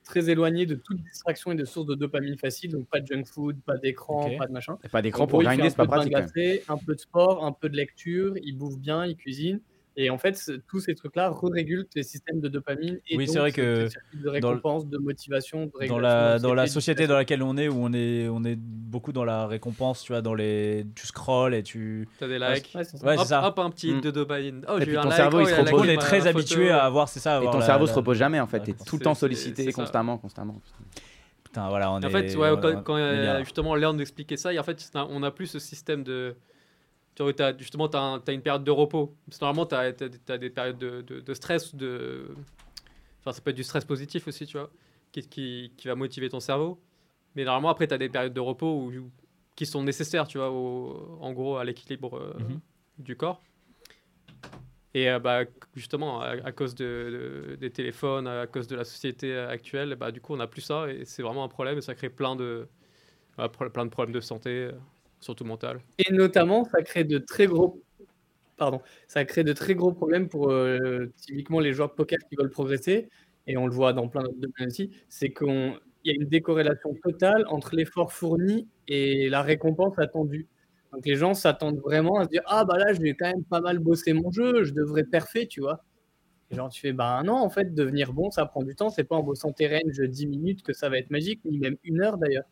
G: très éloigné de toute distraction et de sources de dopamine facile. Donc pas de junk food, pas d'écran,
C: Ok.
G: pas de machin.
D: Et pas d'écran
G: En
D: pour
G: gros, il fait
D: grinder,
G: un
D: c'est pas
G: peu de pain
D: pratique. hein. quand même.
G: glacé, Un peu de sport, un peu de lecture, il bouffe bien, il cuisine. Et en fait, ce- tous ces trucs-là régulent les systèmes de dopamine. Et
C: Oui,
G: donc
C: c'est vrai
G: ces
C: que
G: circuits de
C: dans le-
G: récompense, de motivation, de
C: dans
G: régulation
C: la
G: de
C: dans la
G: anxiété,
C: société dans laquelle on est où on est on est beaucoup dans la récompense tu vois dans les tu scrolls et tu
F: T'as des
C: Ouais,
F: likes.
G: Ouais, c'est ça.
C: ouais c'est
F: hop,
C: ça
F: hop, un petit hit
D: Mm.
F: de dopamine. Oh,
D: Et
F: j'ai
D: puis
F: eu un
D: ton
F: like,
D: cerveau,
F: oh,
D: il se
F: a la
D: repose.
C: on
F: like,
C: est
F: ma-
C: très
F: ma photo.
C: habitué à avoir c'est ça
D: Et
C: avoir
D: ton
C: la-
D: cerveau
C: la-
D: se repose jamais en fait,
F: Ouais,
D: t'es
C: Ah,
F: c'est-
D: tout le temps
F: c'est-
D: sollicité
F: c'est ça.
D: constamment, constamment.
C: putain voilà on
F: En
C: est
F: fait, ouais,
C: on-
F: quand,
C: on-
F: quand,
C: on est
F: euh,
C: bien, là.
F: justement Léon nous expliquait ça, et en fait, c'est un- on n'a plus ce système de. Tu vois, t'as- justement, tu as, une période de repos. Parce que normalement, tu as, des périodes de, de- de stress, de... enfin, ça peut être du stress positif aussi, tu vois, qui, qui, qui va motiver ton cerveau. Mais normalement, après, tu as des périodes de repos où- qui sont nécessaires, tu vois, au- en gros, à l'équilibre euh,
C: Mhm.
F: du corps. Et euh, bah, justement, à, à cause de, de- des téléphones, à cause de la société actuelle, bah, du coup, on n'a plus ça et c'est vraiment un problème et ça crée plein de, bah, pro- plein de problèmes de santé, euh, surtout mental.
G: Et notamment, ça crée de très gros. Pardon, ça crée de très gros problèmes pour euh, typiquement les joueurs de poker qui veulent progresser, et on le voit dans plein d'autres domaines aussi, c'est qu'il y a une décorrélation totale entre l'effort fourni et la récompense attendue. Donc les gens s'attendent vraiment à se dire Ah bah là, j'ai quand même pas mal bossé mon jeu, je devrais parfait, tu vois. Et genre, tu fais Bah non, en fait, devenir bon, ça prend du temps, c'est pas en bossant tes ranges 10 minutes que ça va être magique, ni même une heure d'ailleurs.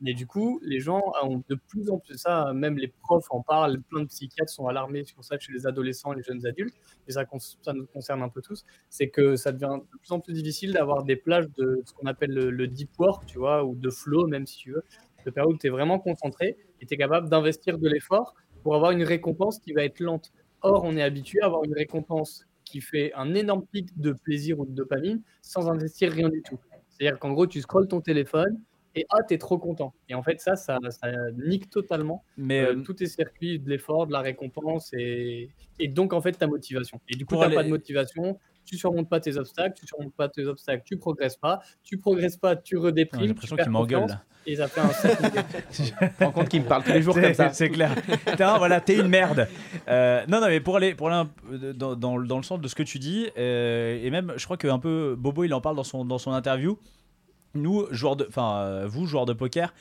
G: Mais du coup, les gens ah, ont de plus en plus ça, même les profs en parlent, plein de psychiatres sont alarmés sur ça chez les adolescents et les jeunes adultes, et ça, cons- ça nous concerne un peu tous, c'est que ça devient de plus en plus difficile d'avoir des plages de ce qu'on appelle le, le deep work, tu vois, ou de flow même si tu veux, de période où tu es vraiment concentré et tu es capable d'investir de l'effort pour avoir une récompense qui va être lente. Or, on est habitué à avoir une récompense qui fait un énorme pic de plaisir ou de dopamine sans investir rien du tout. C'est-à-dire qu'en gros, tu scrolles ton téléphone, et ah, t'es trop content. Et en fait, ça, ça, ça nique totalement
C: mais
G: euh,
C: euh,
G: tous tes circuits de l'effort, de la récompense et, et donc en fait ta motivation. Et du coup,
C: Pour
G: t'as
C: aller-
G: pas de motivation, tu surmontes pas tes obstacles, tu surmontes pas tes obstacles, tu progresses pas, tu progresses pas, tu redéprimes.
C: j'ai
G: tu
C: l'impression
G: perds
C: qu'il m'engueule
G: confiance,
C: là.
G: Et ça fait un cercle.
D: Prends compte qu'il me parle tous les jours
C: C'est-
D: comme ça.
C: C'est clair. Putain, voilà, t'es une merde. Euh, non, non, mais pour aller, pour aller un peu dans, dans le- dans le sens de ce que tu dis, euh, et même, je crois que un peu Bobo, il en parle dans son, dans son interview. Nous, joueurs de, enfin, euh, vous, joueurs de poker,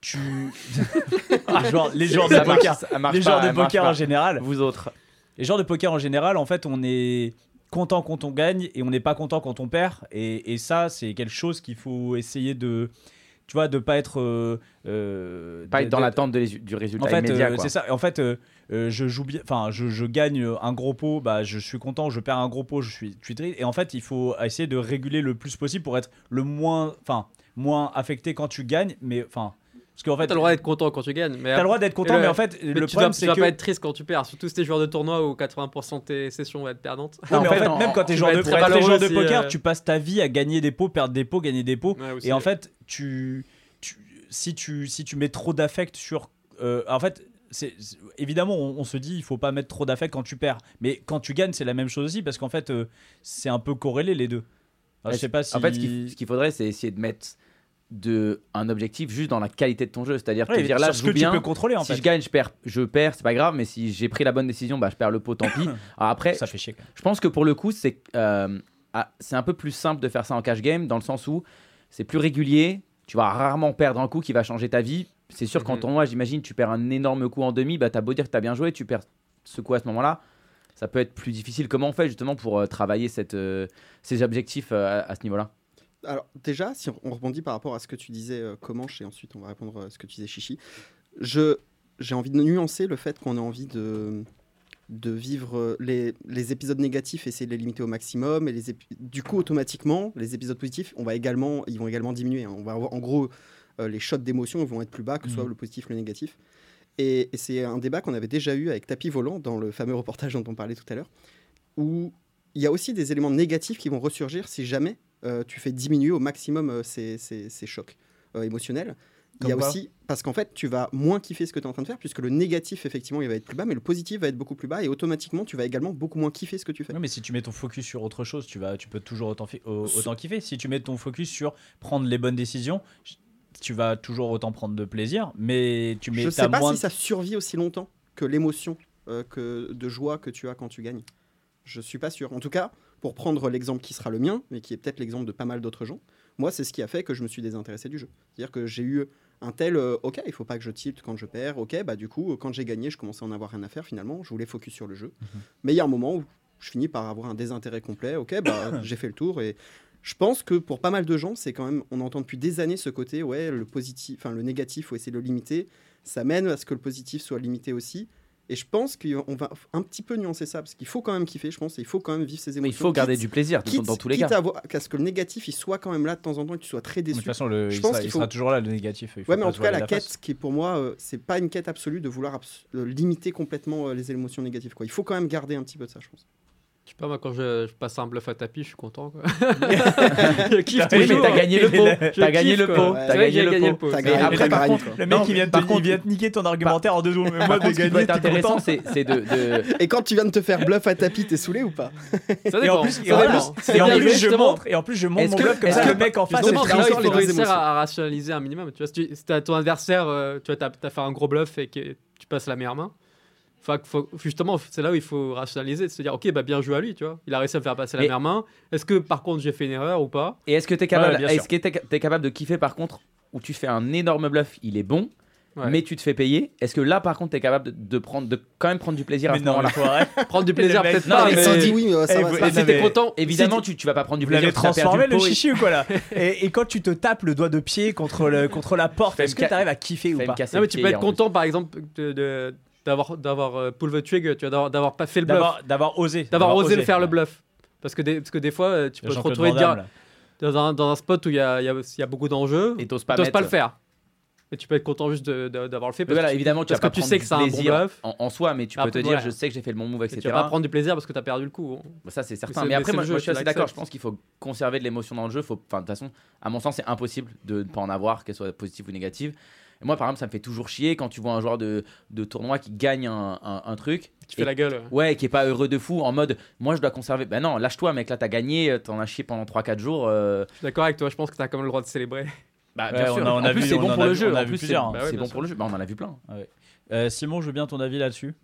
C: tu, les joueurs, les joueurs de
D: Ça marche-
C: poker,
D: ça marche
C: les joueurs
D: pas,
C: de
D: ça marche
C: poker
D: pas.
C: en général,
D: Vous autres.
C: les joueurs de poker en général, en fait, on est content quand on gagne et on n'est pas content quand on perd. Et, et ça, c'est quelque chose qu'il faut essayer de, tu vois, de pas être, euh, euh,
D: Pas
C: de-
D: être dans
C: de-
D: l'attente de les- du
C: en
D: résultat
C: fait,
D: immédiat.
C: euh,
D: quoi.
C: c'est ça. En fait, euh, euh, je joue bien. Enfin, je, je gagne euh, un gros pot, bah, je suis content. Je perds un gros pot, je suis, je suis triste. Et en fait, il faut essayer de réguler le plus possible pour être le moins, enfin, moins affecté quand tu gagnes. Mais enfin, parce qu'en
F: En fait,
C: fait,
F: tu as le droit d'être content quand tu gagnes, mais,
C: t'as le droit d'être content,
F: Et le-
C: mais en fait,
F: mais
C: le
F: tu ne
C: problème c'est
F: vas
C: que
F: pas être triste quand tu perds, surtout si t'es joueur de tournoi où 80% de tes sessions vont être perdantes.
C: Non, mais
D: Non,
C: en
D: en
C: fait,
D: fait,
C: même quand t'es
F: tu
C: joueur
F: vas
C: de,
F: être
C: quand
F: très
C: t'es joueur de
F: malheureux si,
C: poker,
F: euh,
C: tu passes ta vie à gagner des pots, perdre des pots, gagner des pots.
F: Ouais, aussi,
C: Et en
F: ouais.
C: fait, tu, tu, si, tu, si tu mets trop d'affect sur. euh, en fait, c'est c'est- évidemment, on, on se dit il faut pas mettre trop d'affect quand tu perds. Mais quand tu gagnes, c'est la même chose aussi, parce qu'en fait, euh, c'est un peu corrélé les deux. Enfin, je sais pas si.
D: En fait, ce qu'il ce qu'il faudrait, c'est essayer de mettre de, un objectif juste dans la qualité de ton jeu. C'est-à-dire
C: Ouais,
D: te dire là,
C: sur
D: je
C: ce que
D: joue bien.
C: tu peux contrôler, en
D: si
C: fait.
D: je gagne, je perds, je perds, c'est pas grave, mais si j'ai pris la bonne décision, bah, je perds le pot, tant pis. Alors après,
C: Ça fait chier. quand même.
D: je pense que pour le coup, c'est euh, ah, c'est un peu plus simple de faire ça en cash game, dans le sens où c'est plus régulier, tu vas rarement perdre un coup qui va changer ta vie. C'est sûr qu'en
F: Mhm.
D: tournoi, j'imagine, tu perds un énorme coup en demi, bah, t'as beau dire que t'as bien joué, tu perds ce coup à ce moment-là. Ça peut être plus difficile. Comment on fait justement pour euh, travailler cette, euh, ces objectifs euh, à, à ce niveau-là
E: Alors déjà, si on- on rebondit par rapport à ce que tu disais euh, Comanche et ensuite on va euh, répondre à ce que tu disais Chichi, je j'ai envie de nuancer le fait qu'on a envie de de vivre euh, les, les épisodes négatifs, essayer de les limiter au maximum. Et les épi- du coup, automatiquement, les épisodes positifs, on va également, ils vont également diminuer. hein. On va avoir, en gros, euh, les shots d'émotion vont être plus bas, que ce soit
C: Mhm.
E: le positif, le négatif. Et, et c'est un débat qu'on avait déjà eu avec Tapis Volant dans le fameux reportage dont on parlait tout à l'heure, où il y a aussi des éléments négatifs qui vont ressurgir si jamais euh, tu fais diminuer au maximum euh, ces, ces- ces chocs euh, émotionnels. Il y a
C: Comme quoi
E: aussi parce qu'en fait, tu vas moins kiffer ce que tu es en train de faire, puisque le négatif, effectivement, il va être plus bas, mais le positif va être beaucoup plus bas, et automatiquement, tu vas également beaucoup moins kiffer ce que tu fais.
C: Non, mais si tu mets ton focus sur autre chose, tu, vas, tu peux toujours autant, fi- au- autant kiffer. Si tu mets ton focus sur prendre les bonnes décisions, j- tu vas toujours autant prendre de plaisir, mais tu mets
E: Je
C: t'as
E: sais pas
C: moins...
E: si ça survit aussi longtemps que l'émotion euh, que de joie que tu as quand tu gagnes. Je suis pas sûr. En tout cas, pour prendre l'exemple qui sera le mien, mais qui est peut-être l'exemple de pas mal d'autres gens, moi, c'est ce qui a fait que je me suis désintéressé du jeu. C'est-à-dire que j'ai eu un tel euh, OK, il faut pas que je tilte quand je perds. OK, bah du coup, quand j'ai gagné, je commençais à en avoir rien à faire finalement. Je voulais focus sur le jeu.
D: Mhm.
E: Mais il y a un moment où je finis par avoir un désintérêt complet. OK, bah j'ai fait le tour et je pense que pour pas mal de gens, c'est quand même on entend depuis des années ce côté ouais, le positif, enfin le négatif, faut essayer de le limiter. Ça mène à ce que le positif soit limité aussi. Et je pense qu'on va un petit peu nuancer ça parce qu'il faut quand même kiffer, je pense, et il faut quand même vivre ses
D: Mais
E: émotions.
D: il faut garder
E: quitte-
D: du plaisir dans-
E: quitte,
D: dans tous les
E: quitte
D: cas.
E: à avoir- qu'à ce que le négatif il soit quand même là de temps en temps et que tu sois très
C: Mais De
E: déçu.
C: toute façon, le-
E: Je
C: il,
E: pense
C: sera,
E: qu'il
C: il
E: faut-
C: sera toujours là, le négatif. il faut
E: Ouais, mais
C: pas
E: en
C: se
E: tout cas,
C: voiler
E: la,
C: face.
E: quête qui est pour moi, euh, c'est pas une quête absolue de vouloir abs- euh, limiter complètement euh, les émotions négatives. Quoi. Il faut quand même garder un petit peu de ça, je pense.
F: Je sais pas, moi, quand je, je passe un bluff à tapis, je suis content. Quoi.
C: je kiffe
D: Oui, mais
C: toujours.
D: t'as gagné le pot.
F: Je
D: T'as gagné
F: kiffe,
D: le
F: quoi.
D: pot.
E: Ouais,
D: T'as
F: C'est vrai que
D: gagné
F: j'ai
D: le pot.
F: pot,
E: T'as
F: c'est
D: gagné
F: vrai.
D: le pot.
C: Après,
D: Après,
C: par
D: par
C: contre, le mec,
D: Non,
C: il vient de,
D: par
C: te- il
D: contre-
C: vient de niquer ton argumentaire en deux secondes. Mais moi,
D: Par contre,
C: de
D: ce qui peut
C: gagner,
D: être
C: t'es
D: intéressant,
C: content.
D: c'est c'est de- de,
E: Et quand tu viens de te faire bluff à tapis, t'es saoulé ou pas
F: Ça
C: Et en
F: dépend.
C: plus-
F: ça
C: et en
F: dépend.
C: plus-
F: Ça
C: Et en
F: dépend,
C: plus, je
F: justement.
C: montre, et en plus, je montre
D: Est-ce
C: mon
D: que-
C: bluff comme
D: est-ce
C: ça,
D: que-
C: le mec en face.
F: Justement,
E: c'est
C: il
F: là,
E: ressort
F: il
E: les
F: faut
E: vraies
F: réussir
E: émotions.
F: à, à rationaliser un minimum. Tu vois, si, tu, si t'as ton adversaire, euh, tu vois, t'as, t'as fait un gros bluff et que tu passes la meilleure main. Faut, que- faut- justement, c'est là où il faut rationaliser, de se dire, ok, bah bien joué à lui, tu vois. Il a réussi à me faire passer la
D: Mais-
F: meilleure main. Est-ce que par contre j'ai fait une erreur ou pas
D: Et est-ce que t'es capable,
C: Ouais, bien sûr.
D: est-ce que t'es, t'es capable de kiffer par contre où tu fais un énorme bluff, il est bon,
F: Ouais.
D: mais tu te fais payer Est-ce que là par contre t'es capable de, de prendre, de quand même prendre du plaisir à
C: Mais
D: ce
C: non,
D: moment-là
C: mais faut arrêter.
F: Prendre du plaisir,
C: Le mec-
F: peut-être
D: Non,
F: pas.
D: Ah, mais
F: mais-
E: Ça dit oui, mais, euh, ça
C: Eh,
E: va,
C: vous-
E: ça va.
C: eh,
D: Si
C: non,
D: t'es
C: mais-
D: content, évidemment tu, tu vas pas prendre du
C: Vous
D: plaisir.
C: l'avez
D: tu as perdu
C: transformé
D: pot
C: le
D: et-
C: chichi ou quoi là et, et quand tu te tapes le doigt de pied contre, le, contre la porte,
D: Fais
C: est-ce
D: me
C: que
D: ca-
C: tu arrives à kiffer
D: Fais
C: ou
D: me
C: pas
D: casser
F: Non, mais
D: le
F: tu
D: pied,
F: peux être
D: en plus.
F: content, par exemple, de- de- d'avoir, d'avoir euh, pull the trigger, tu vois, d'avoir, d'avoir pas fait le bluff.
C: D'avoir d'avoir osé.
F: D'avoir osé le faire le bluff. Parce que, des, parce que des fois, euh, tu peux te
C: Jean-Claude
F: retrouver
C: Van
F: dire,
C: Damme,
F: dans, un, dans un spot où il y a, il y a- il y a beaucoup d'enjeux.
D: Et t'oses pas,
F: t'oses
D: mettre-
F: pas le faire. Et tu peux être content juste de- de- d'avoir le fait.
D: Mais
F: Parce
D: voilà,
F: que,
D: évidemment, tu
F: parce
D: vas
F: que
D: pas
F: tu
D: prendre
F: sais
D: du
F: que c'est un bon
D: plaisir
F: bluff. Ah,
D: en, en soi, mais tu peux
F: Après,
D: te dire,
F: voilà.
D: je sais que j'ai fait le bon move,
F: et
D: etc.
F: tu vas pas prendre du plaisir parce que t'as perdu le coup.
D: Bah, ça c'est certain.
F: Mais c'est-
D: Mais,
F: mais c'est
D: après,
F: le
D: moi,
F: jeu,
D: moi, je suis
F: tu
D: assez d'accord. Je
F: l'acceptes.
D: pense qu'il faut conserver de l'émotion dans le jeu. Faut, enfin, de toute façon, à mon sens, c'est impossible de ne pas en avoir, qu'elle soit positive ou négative. Et moi, par exemple, ça me fait toujours chier quand tu vois un joueur de, de tournoi qui gagne un, un- un truc.
F: Tu fais
D: et-
F: la gueule.
D: Ouais, et qui est pas heureux de fou, en mode, moi, je dois conserver. Ben non, lâche-toi, mec. Là, t'as gagné, euh, t'en as chié pendant 3-4 jours. euh,
F: Je suis d'accord avec toi, je pense que t'as quand même le droit de célébrer.
D: Bah,
C: Ouais,
D: bien
C: on
D: sûr.
C: a- on
D: en
C: a
D: plus,
C: vu-
D: c'est
C: on en
D: bon
C: a
D: pour le
C: vu-
D: jeu.
C: on a
D: en
C: vu
D: plus, c'est
C: plusieurs, hein.
F: Bah ouais,
D: c'est
F: bien
D: bon
F: sûr.
D: pour le jeu. Bah, on en a vu plein.
C: euh, Simon, je veux bien ton avis là-dessus.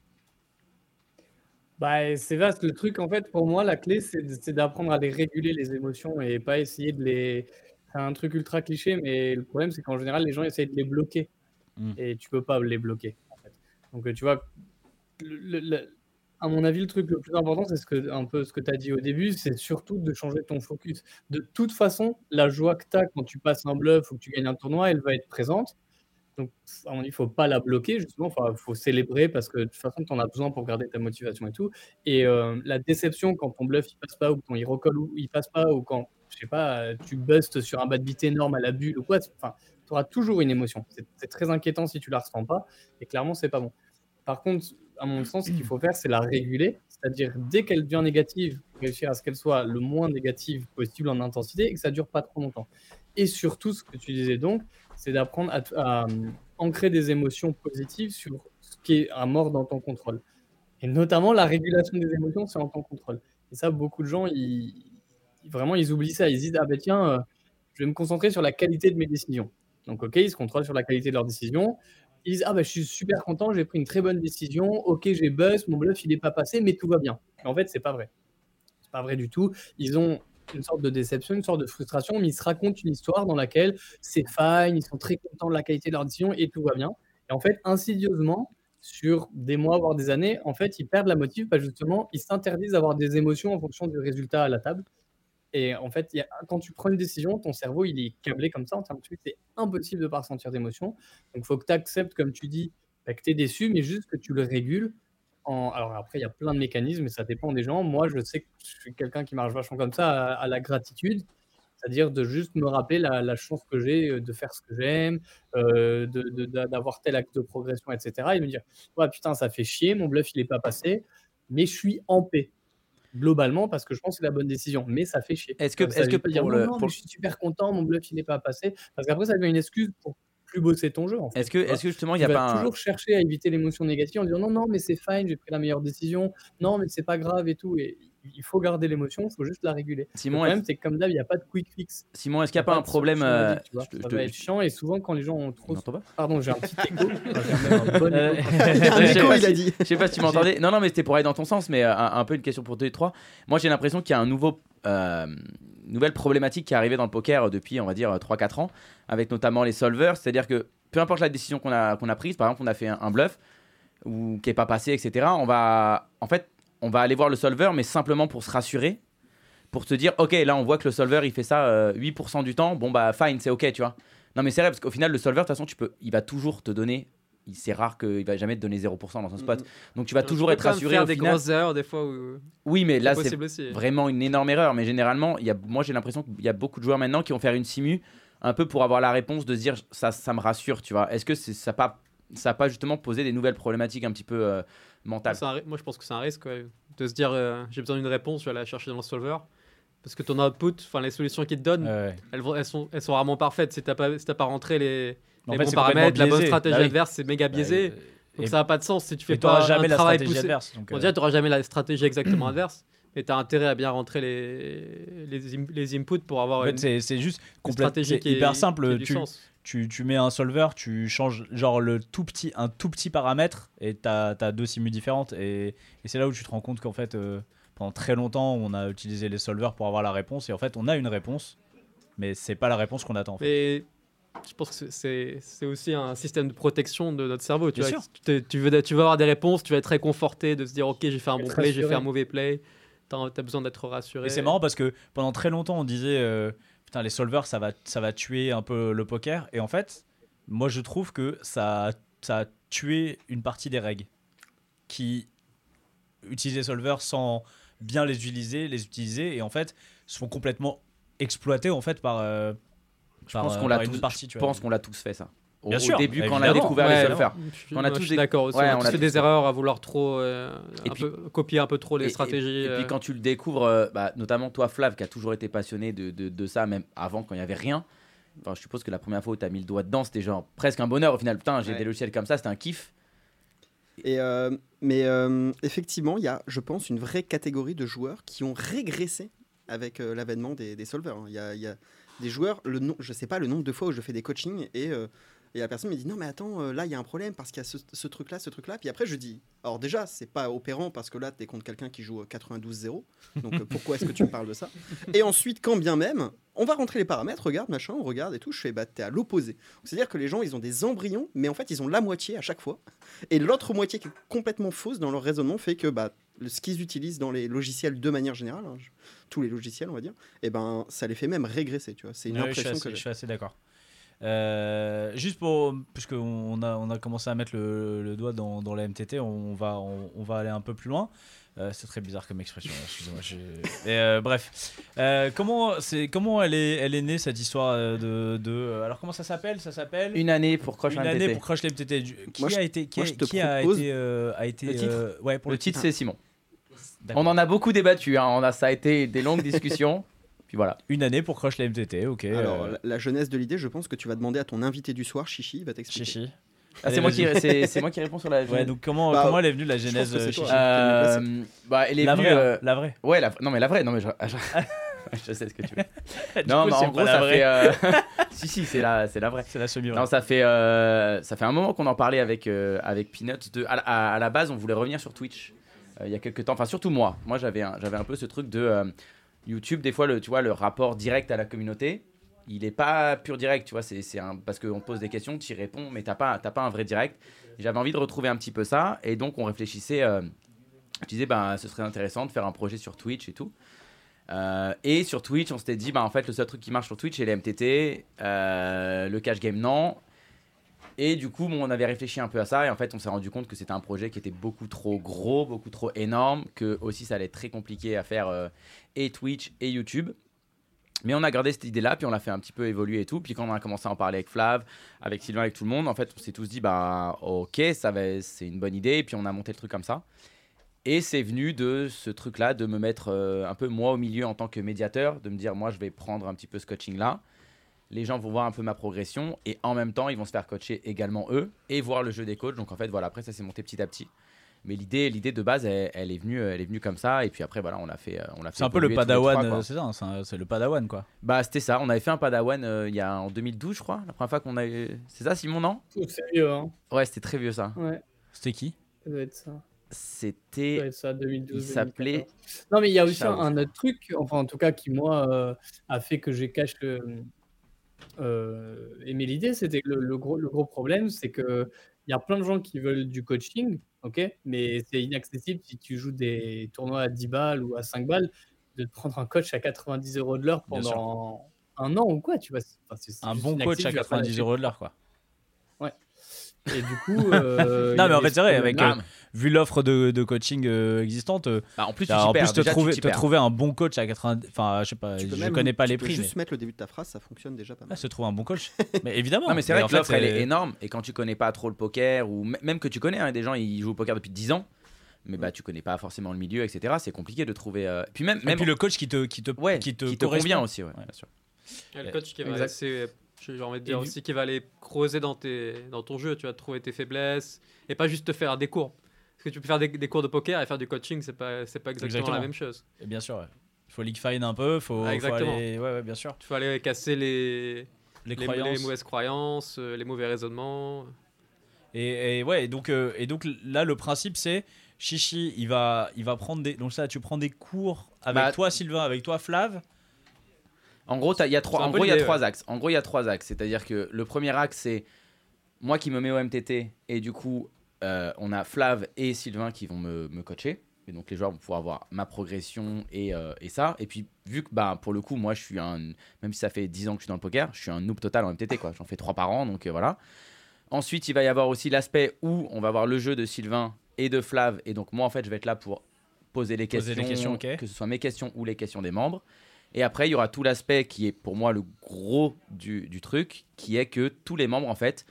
G: Bah, c'est vaste le truc. En fait, pour moi, la clé, c'est de- c'est d'apprendre à les réguler, les émotions, et pas essayer de les. C'est un truc ultra cliché, mais le problème, c'est qu'en général, les gens essayent de les bloquer.
C: Mm.
G: Et tu peux pas les bloquer. en fait. Donc, euh, tu vois, le- le- le- à mon avis, le truc le plus important, c'est ce que, un peu ce que tu as dit au début, c'est surtout de changer ton focus. De toute façon, la joie que tu as quand tu passes un bluff ou que tu gagnes un tournoi, elle va être présente. Donc, à mon avis, il faut pas la bloquer, justement. Il faut célébrer parce que de toute façon, tu en as besoin pour garder ta motivation et tout. Et euh, la déception quand ton bluff il passe pas, ou quand il recolle ou il passe pas, ou quand, je sais pas, euh, tu bustes sur un bas de bite énorme à la bulle ou quoi, c'est- enfin, tu auras toujours une émotion. C'est- C'est très inquiétant si tu la ressens pas, et clairement, c'est pas bon. Par contre, à mon sens, ce qu'il faut faire, c'est la réguler, c'est-à-dire dès qu'elle devient négative, réussir à ce qu'elle soit le moins négative possible en intensité et que ça dure pas trop longtemps. Et surtout, ce que tu disais donc, c'est d'apprendre à, t- à, euh, ancrer des émotions positives sur ce qui est à mort dans ton contrôle. Et notamment, la régulation des émotions, c'est en temps de contrôle. Et ça, beaucoup de gens, ils, ils- vraiment, ils oublient ça. Ils se disent, ah ben tiens, euh, je vais me concentrer sur la qualité de mes décisions. Donc, OK, ils se contrôlent sur la qualité de leurs décisions. Ils disent, ah ben je suis super content, j'ai pris une très bonne décision. OK, j'ai buzz, mon bluff, il n'est pas passé, mais tout va bien. Mais en fait, c'est pas vrai. C'est pas vrai du tout. Ils ont une sorte de déception, une sorte de frustration, mais ils se racontent une histoire dans laquelle c'est fine, ils sont très contents de la qualité de leur décision et tout va bien. Et en fait, insidieusement, sur des mois, voire des années, en fait, ils perdent la motive parce que justement, ils s'interdisent d'avoir des émotions en fonction du résultat à la table. Et en fait, il y a- quand tu prends une décision, ton cerveau, il est câblé comme ça en termes de trucs. C'est impossible de ne pas ressentir d'émotion. Donc, il faut que tu acceptes, comme tu dis, bah, que tu es déçu, mais juste que tu le régules en- Alors après, il y a plein de mécanismes et ça dépend des gens. Moi, je sais que je suis quelqu'un qui marche vachement comme ça à, à la gratitude, c'est-à-dire de juste me rappeler la, la chance que j'ai euh, de faire ce que j'aime, euh, de- de- d'a- d'avoir tel acte de progression, etc. Et me dire, ouais, putain, ça fait chier, mon bluff, il n'est pas passé, mais je suis en paix. Globalement, parce que je pense que c'est la bonne décision, mais ça fait chier.
D: Est-ce que-
G: Ah, Ça
D: est-ce
G: veut
D: que
G: pas dire,
D: pour
G: non,
D: le-
G: non,
D: pour-
G: mais je suis super content, mon bluff il n'est pas passé, parce qu'après ça devient une excuse pour plus bosser ton jeu. En fait.
D: Est-ce que,
G: tu vois.
D: est-ce que justement, il
G: Il
D: n'y a
G: va
D: pas un.
G: toujours chercher à éviter l'émotion négative en disant non, non, mais c'est fine, j'ai pris la meilleure décision, non, mais c'est pas grave et tout. Et il faut garder l'émotion, il faut juste la réguler. Le
D: Simon,
G: problème,
D: est-ce
G: c'est que comme d'hab, il n'y a pas de quick fix.
D: Simon, est-ce
G: Il
D: qu'il n'y a pas un
G: de
D: problème.
G: solution
D: euh,
G: magique, tu vois.
D: je te-
G: Ça
D: je
G: va
D: te-
G: être chiant et souvent, quand les gens ont
D: Tu
G: trop.
D: m'entends pas
G: Pardon, j'ai un petit écho. Enfin, j'ai même un bon
D: Euh,
G: écho.
E: Il y a un
D: Je sais
E: écho,
D: pas
E: il a
D: si-
E: dit.
D: Je sais pas si tu m'entendais. Non, non, mais c'était pour aller dans ton sens, mais euh, un, un peu une question pour tous les trois. Moi, j'ai l'impression qu'il y a un nouveau, euh, nouvelle problématique qui est arrivée dans le poker euh, depuis, on va dire, 3-4 ans, avec notamment les solvers. C'est-à-dire que peu importe la décision qu'on a, qu'on a prise, par exemple, on a fait un, un bluff ou qui n'est pas passé, etc., on va, en fait, on va aller voir le solver, mais simplement pour se rassurer, pour te dire, ok, là, on voit que le solver, il fait ça euh, 8% du temps, bon, bah, fine, c'est ok, tu vois. Non, mais c'est vrai, parce qu'au final, le solver, de toute façon, tu peux, il va toujours te donner. il- C'est rare qu'il va jamais te donner 0% dans un spot. Donc tu vas toujours
F: Mhm. Tu peux
D: être
F: quand même
D: rassuré
F: faire
D: au
F: des
D: final.
F: grosses erreurs des fois où
D: Oui, mais là,
F: c'est
D: c'est
F: possible aussi.
D: vraiment une énorme erreur. Mais généralement, il y a, moi, j'ai l'impression qu'il y a beaucoup de joueurs maintenant qui vont faire une simu un peu pour avoir la réponse de se dire ça, ça me rassure, tu vois. Est-ce que c'est- ça n'a pas, ça a pas justement posé des nouvelles problématiques un petit peu euh, mentales
F: C'est un ri- Moi, je pense que c'est un risque ouais, de se dire euh, j'ai besoin d'une réponse, je vais aller la chercher dans le solver. Parce que ton output, enfin les solutions qu'ils te donnent, elles, vont- elles sont, elles sont rarement parfaites. Si t'as pas, si t'as pas rentré les,
C: En
F: les
C: fait,
F: bons
C: c'est
F: paramètres,
C: complètement
F: la bonne
C: biaisé.
F: stratégie
C: Bah oui.
F: adverse, c'est méga biaisé.
C: et-
F: donc ça n'a pas de sens si tu fais
C: Et t'auras
F: pas
C: jamais
F: un
C: la
F: travail
C: stratégie
F: poussé.
C: adverse. donc,
F: On
C: euh,
F: dirait que tu n'auras jamais la stratégie exactement adverse, mais tu as intérêt à bien rentrer les, les, im- les inputs pour avoir
C: En fait,
F: une,
C: c'est- c'est juste
F: une
C: complète-
F: stratégie
C: c'est
F: qui est-
C: hyper
F: qui a
C: simple.
F: du
C: Tu,
F: sens.
C: tu, tu mets un solver, tu changes genre le tout petit, un tout petit paramètre et t'as as deux simus différentes. Et, et c'est là où tu te rends compte qu'en fait, euh, pendant très longtemps, on a utilisé les solvers pour avoir la réponse. Et en fait, on a une réponse, mais c'est pas la réponse qu'on attend. en fait.
F: Mais je pense que c'est- c'est c'est aussi un système de protection de notre cerveau. Tu,
C: Bien
F: vois.
C: sûr.
F: Tu te- tu veux, tu vas avoir des réponses, tu vas être réconforté de se dire ok, j'ai fait un bon
G: Être
F: play, j'ai fait un
G: rassuré.
F: mauvais play. Tu as besoin d'être rassuré.
C: Et c'est marrant parce que pendant très longtemps, on disait euh, putain, les solvers, ça va, ça va tuer un peu le poker. Et en fait, moi, je trouve que ça, a- ça a tué une partie des règles qui utilisaient solvers sans bien les utiliser, les utiliser, et en fait, se font complètement exploiter en fait par. euh,
D: Je
C: par,
D: pense
C: euh,
D: qu'on l'a
C: par une
D: tous,
C: partie,
D: je
C: tu vois.
D: pense qu'on l'a tous fait ça. Au,
C: Bien
D: au
C: sûr,
D: début, quand on a
C: évidemment.
D: découvert
F: Ouais,
D: les solvers.
F: Je suis-
D: On a
F: moi,
D: tous
F: je
D: des-
F: suis d'accord aussi.
D: Ouais,
F: on a
D: on
F: tous
D: a
F: fait
D: tous
F: des
D: fait.
F: erreurs à vouloir trop euh,
D: Et
F: un
D: puis-
F: peu copier un peu trop les
D: Et- et-
F: stratégies.
D: Et,
F: euh,
D: puis quand tu le découvres, euh, bah, notamment toi, Flav, qui a toujours été passionné de, de- de ça, même avant quand il n'y avait rien. Enfin, je suppose que la première fois où tu as mis le doigt dedans, c'était genre presque un bonheur au final. Putain, j'ai
E: Ouais.
D: des logiciels comme ça, c'était un kiff.
E: Et, euh, mais euh, effectivement, il y a, je pense, une vraie catégorie de joueurs qui ont régressé avec euh, l'avènement des, des solvers. hein. Il y a, il y a des joueurs, le nom, je sais pas le nombre de fois où je fais des coachings et, euh, et la personne me dit non mais attends, euh, là il y a un problème parce qu'il y a ce, ce truc-là, ce truc-là. Puis après je dis, alors déjà c'est pas opérant parce que là tu es contre quelqu'un qui joue euh, 92-0, donc euh, pourquoi est-ce que tu me parles de ça Et ensuite quand bien même, on va rentrer les paramètres, regarde machin, on regarde et tout, je fais bah t'es à l'opposé. C'est-à-dire que les gens ils ont des embryons, mais en fait ils ont la moitié à chaque fois. Et l'autre moitié qui est complètement fausse dans leur raisonnement fait que bah, le- ce qu'ils utilisent dans les logiciels de manière générale, hein, je- tous les logiciels on va dire, et ben ça les fait même régresser. Tu vois, c'est une
C: Ouais, Ah je suis
E: impression
C: assez,
E: que
C: je
E: j'ai.
C: suis assez d'accord. Euh, juste pour, puisque on a, on a commencé à mettre le, le doigt dans, dans la MTT, on va, on, on va aller un peu plus loin. Euh, c'est très bizarre comme expression. hein, Excusez-moi. j'ai- Et, euh, bref, Euh, comment c'est, comment elle est, elle est née cette histoire euh, de, de euh, alors comment ça s'appelle Ça s'appelle
D: Une année pour Crush
C: Une
D: un
C: année
D: MTT.
C: pour Crush les MTT. Du- Qui
E: Moi, je-
C: a été, qui,
E: moi,
C: a,
E: je te
C: qui a
E: propose
C: été, euh, a été,
D: le titre.
C: euh, ouais, pour
D: Le titre, c'est Simon.
C: D'accord.
D: On en a beaucoup débattu. hein. On a, ça a été des longues discussions. Puis voilà.
C: Une année pour Crush les MTT. Ok.
E: Alors
C: euh,
E: la, la jeunesse de l'idée, je pense que tu vas demander à ton invité du soir, Chichi, il va t'expliquer.
C: chichi.
D: Ah,
C: Allez,
D: c'est moi
C: vas-y.
D: qui, c'est, c'est moi qui réponds sur la.
C: Ouais, donc comment,
E: Bah,
C: comment elle est venue la
E: pense
C: genèse
E: que c'est
C: euh,
E: toi.
C: Chichi
D: Euh, bah, elle est
C: La
D: venue,
C: vraie, hein,
D: euh,
C: la vraie.
D: Ouais, la... non mais la vraie, non mais je, je- je sais ce que tu veux.
C: Du
D: non,
C: coup,
D: mais
C: c'est pas
D: en gros,
C: la
D: ça
C: vraie.
D: fait. euh, si si, c'est la, c'est la vraie.
C: C'est la semi
D: Non, ça fait, euh, ça fait un moment qu'on en parlait avec, euh, avec Peanut. De, à, la- à- à la base, on voulait revenir sur Twitch euh, il y a quelques temps. Enfin, surtout moi. Moi, j'avais un, j'avais un peu ce truc de euh, YouTube. Des fois, le, tu vois, le rapport direct à la communauté, il n'est pas pur direct. Tu vois, c'est, c'est un, parce qu'on pose des questions, tu y réponds, mais tu n'as pas, t'as pas un vrai direct. Et J'avais envie de retrouver un petit peu ça. Et donc, on réfléchissait. euh, je disais, ben, ce serait intéressant de faire un projet sur Twitch et tout. Euh, et sur Twitch, on s'était dit, bah, en fait, le seul truc qui marche sur Twitch, c'est les MTT, euh, le cash game, non. Et du coup, bon, on avait réfléchi un peu à ça et en fait, on s'est rendu compte que c'était un projet qui était beaucoup trop gros, beaucoup trop énorme, que aussi ça allait être très compliqué à faire euh, et Twitch et YouTube. Mais on a gardé cette idée-là, puis on l'a fait un petit peu évoluer et tout. Puis quand on a commencé à en parler avec Flav, avec Sylvain, avec tout le monde, en fait, on s'est tous dit, bah ok, ça va, c'est une bonne idée. Et puis on a monté le truc comme ça. Et c'est venu de ce truc-là, de me mettre euh, un peu moi au milieu en tant que médiateur, de me dire, moi, je vais prendre un petit peu ce coaching-là. Les gens vont voir un peu ma progression et en même temps, ils vont se faire coacher également eux et voir le jeu des coachs. Donc en fait, voilà, après, ça s'est monté petit à petit. Mais l'idée, l'idée de base, elle, elle est venue, elle est venue comme ça. Et puis après, voilà, on l'a fait, euh, on l'a fait.
C: C'est un peu le
D: évoluer tous les
C: padawan,
D: trois, quoi.
C: euh, c'est ça, c'est un- c'est le padawan quoi.
D: Bah c'était ça, on avait fait un Padawan euh, il y a en 2012 je crois, la première fois qu'on a eu... C'est ça Simon, non
G: Oh, sérieux, hein.
D: Ouais, c'était très vieux ça.
G: Ouais,
C: C'était qui
G: ça doit être ça. Ça doit
D: C'était...
G: être ça, 2012.
D: Il s'appelait...
G: 2014. Non, mais il y a aussi
D: Charles.
G: un autre truc, enfin, en tout cas, qui, moi, euh, a fait que j'ai cache le. Euh, aimé l'idée, c'était que le, le gros, le gros problème, c'est que il y a plein de gens qui veulent du coaching, ok, mais c'est inaccessible si tu joues des tournois à 10 balles ou à 5 balles, de te prendre un coach à 90 euros de l'heure
C: Bien sûr.
G: pendant un an ou quoi, tu vois. c'est- enfin, c'est- c'est
C: Un
G: juste
C: bon coach à
G: inaccessible, tu vas faire
C: 90
G: des-
C: euros de l'heure quoi.
G: Et du coup. euh, il y
C: Non, mais en fait,
G: avait ce
C: c'est vrai,
G: problème-là.
C: avec, euh, Vu l'offre de, de coaching euh, existante, euh,
D: Bah, en plus tu
C: bah, en
D: t'y perds,
C: plus te
D: déjà, tu
C: trouver,
D: t'y
C: te
D: perds.
C: trouver un bon coach à 80, enfin je sais pas,
E: Tu peux
C: je
E: même-
C: connais pas
E: tu
C: les
E: peux
C: prix, mais
E: juste mettre le début de ta phrase, ça fonctionne déjà pas
C: Ah,
E: mal.
C: se trouver un bon coach. mais évidemment.
D: Non mais c'est vrai
C: en
D: que
C: fait, euh,
D: l'offre elle est
C: c'est-
D: énorme et quand tu connais pas trop le poker ou m- même que tu connais hein, des gens ils jouent au poker depuis 10 ans mais bah tu connais pas forcément le milieu etc c'est compliqué de trouver euh, puis même
C: Et
D: même
C: puis le coach qui te qui te
D: ouais,
C: qui te, correspond.
D: convient aussi ouais,
C: Ouais.
D: bien sûr.
F: Il y a le coach qui va
G: Exact.
F: essayer- j'ai envie de
G: Et
F: dire
G: du-
F: aussi, qui va aller creuser dans, tes, dans ton jeu, tu vas trouver tes faiblesses et pas juste te faire des cours. Parce que tu peux faire des, des cours de poker et faire du coaching, c'est pas, c'est pas exactement,
C: Exactement.
F: la même chose.
C: Et bien sûr. ouais. Faut league fine un peu, faut,
F: Ah,
C: faut
F: exactement.
C: aller ouais, ouais, bien sûr.
F: Tu vas aller casser les,
C: Les,
F: les,
C: croyances.
F: les mauvaises croyances, euh, les mauvais raisonnements.
C: Et, et ouais, et donc, euh, et donc là, le principe, c'est Chichi, il va, il va prendre des. Donc, ça, tu prends des cours avec
D: Bah,
C: toi, Sylvain, avec toi, Flav.
D: En gros, t'as- il y a trois.
F: C'est un
D: En
F: peu
D: gros, il y a
F: l'idée,
D: trois axes. En gros, il y a trois axes. C'est-à-dire que le premier axe, c'est moi qui me mets au MTT et du coup, euh, on a Flav et Sylvain qui vont me, me coacher. Et donc les joueurs vont pouvoir voir ma progression et, euh, et ça. Et puis vu que bah pour le coup, moi je suis un, même si ça fait 10 ans que je suis dans le poker, je suis un noob total en MTT quoi. J'en fais trois par an, donc euh, voilà. Ensuite, il va y avoir aussi l'aspect où on va voir le jeu de Sylvain et de Flav. Et donc moi en fait, je vais être là pour poser les
C: Poser
D: questions,
C: les questions, ok.
D: que ce soit mes questions ou les questions des membres. Et après, il y aura tout l'aspect qui est pour moi le gros du, du truc, qui est que tous les membres, en fait,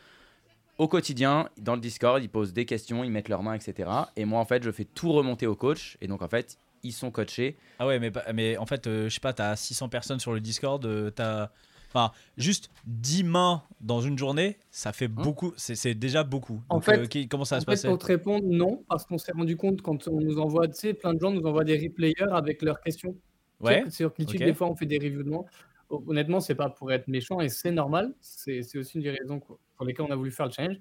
D: au quotidien, dans le Discord, ils posent des questions, ils mettent leurs mains, etc. Et moi, en fait, je fais tout remonter au coach. Et donc, en fait, ils sont coachés.
C: Ah ouais, mais, pas- mais en fait, euh, je sais pas, t'as 600 personnes sur le Discord, euh, t'as. Enfin, juste 10 mains dans une journée, ça fait beaucoup. C'est c'est déjà beaucoup.
G: En
C: Donc,
G: fait-
C: euh, qui- comment ça va
G: En
C: se
G: fait,
C: passer
G: pour te répondre, non, parce qu'on s'est rendu compte quand on nous envoie, tu sais, plein de gens nous envoient des replayers avec leurs questions. Tu sais,
C: Ouais.
G: Sur YouTube,
C: ok.
G: des fois, on fait des reviews de moi. Hon- Honnêtement, c'est pas pour être méchant et c'est normal. C'est c'est aussi une des raisons quoi, pour lesquelles on a voulu faire le challenge.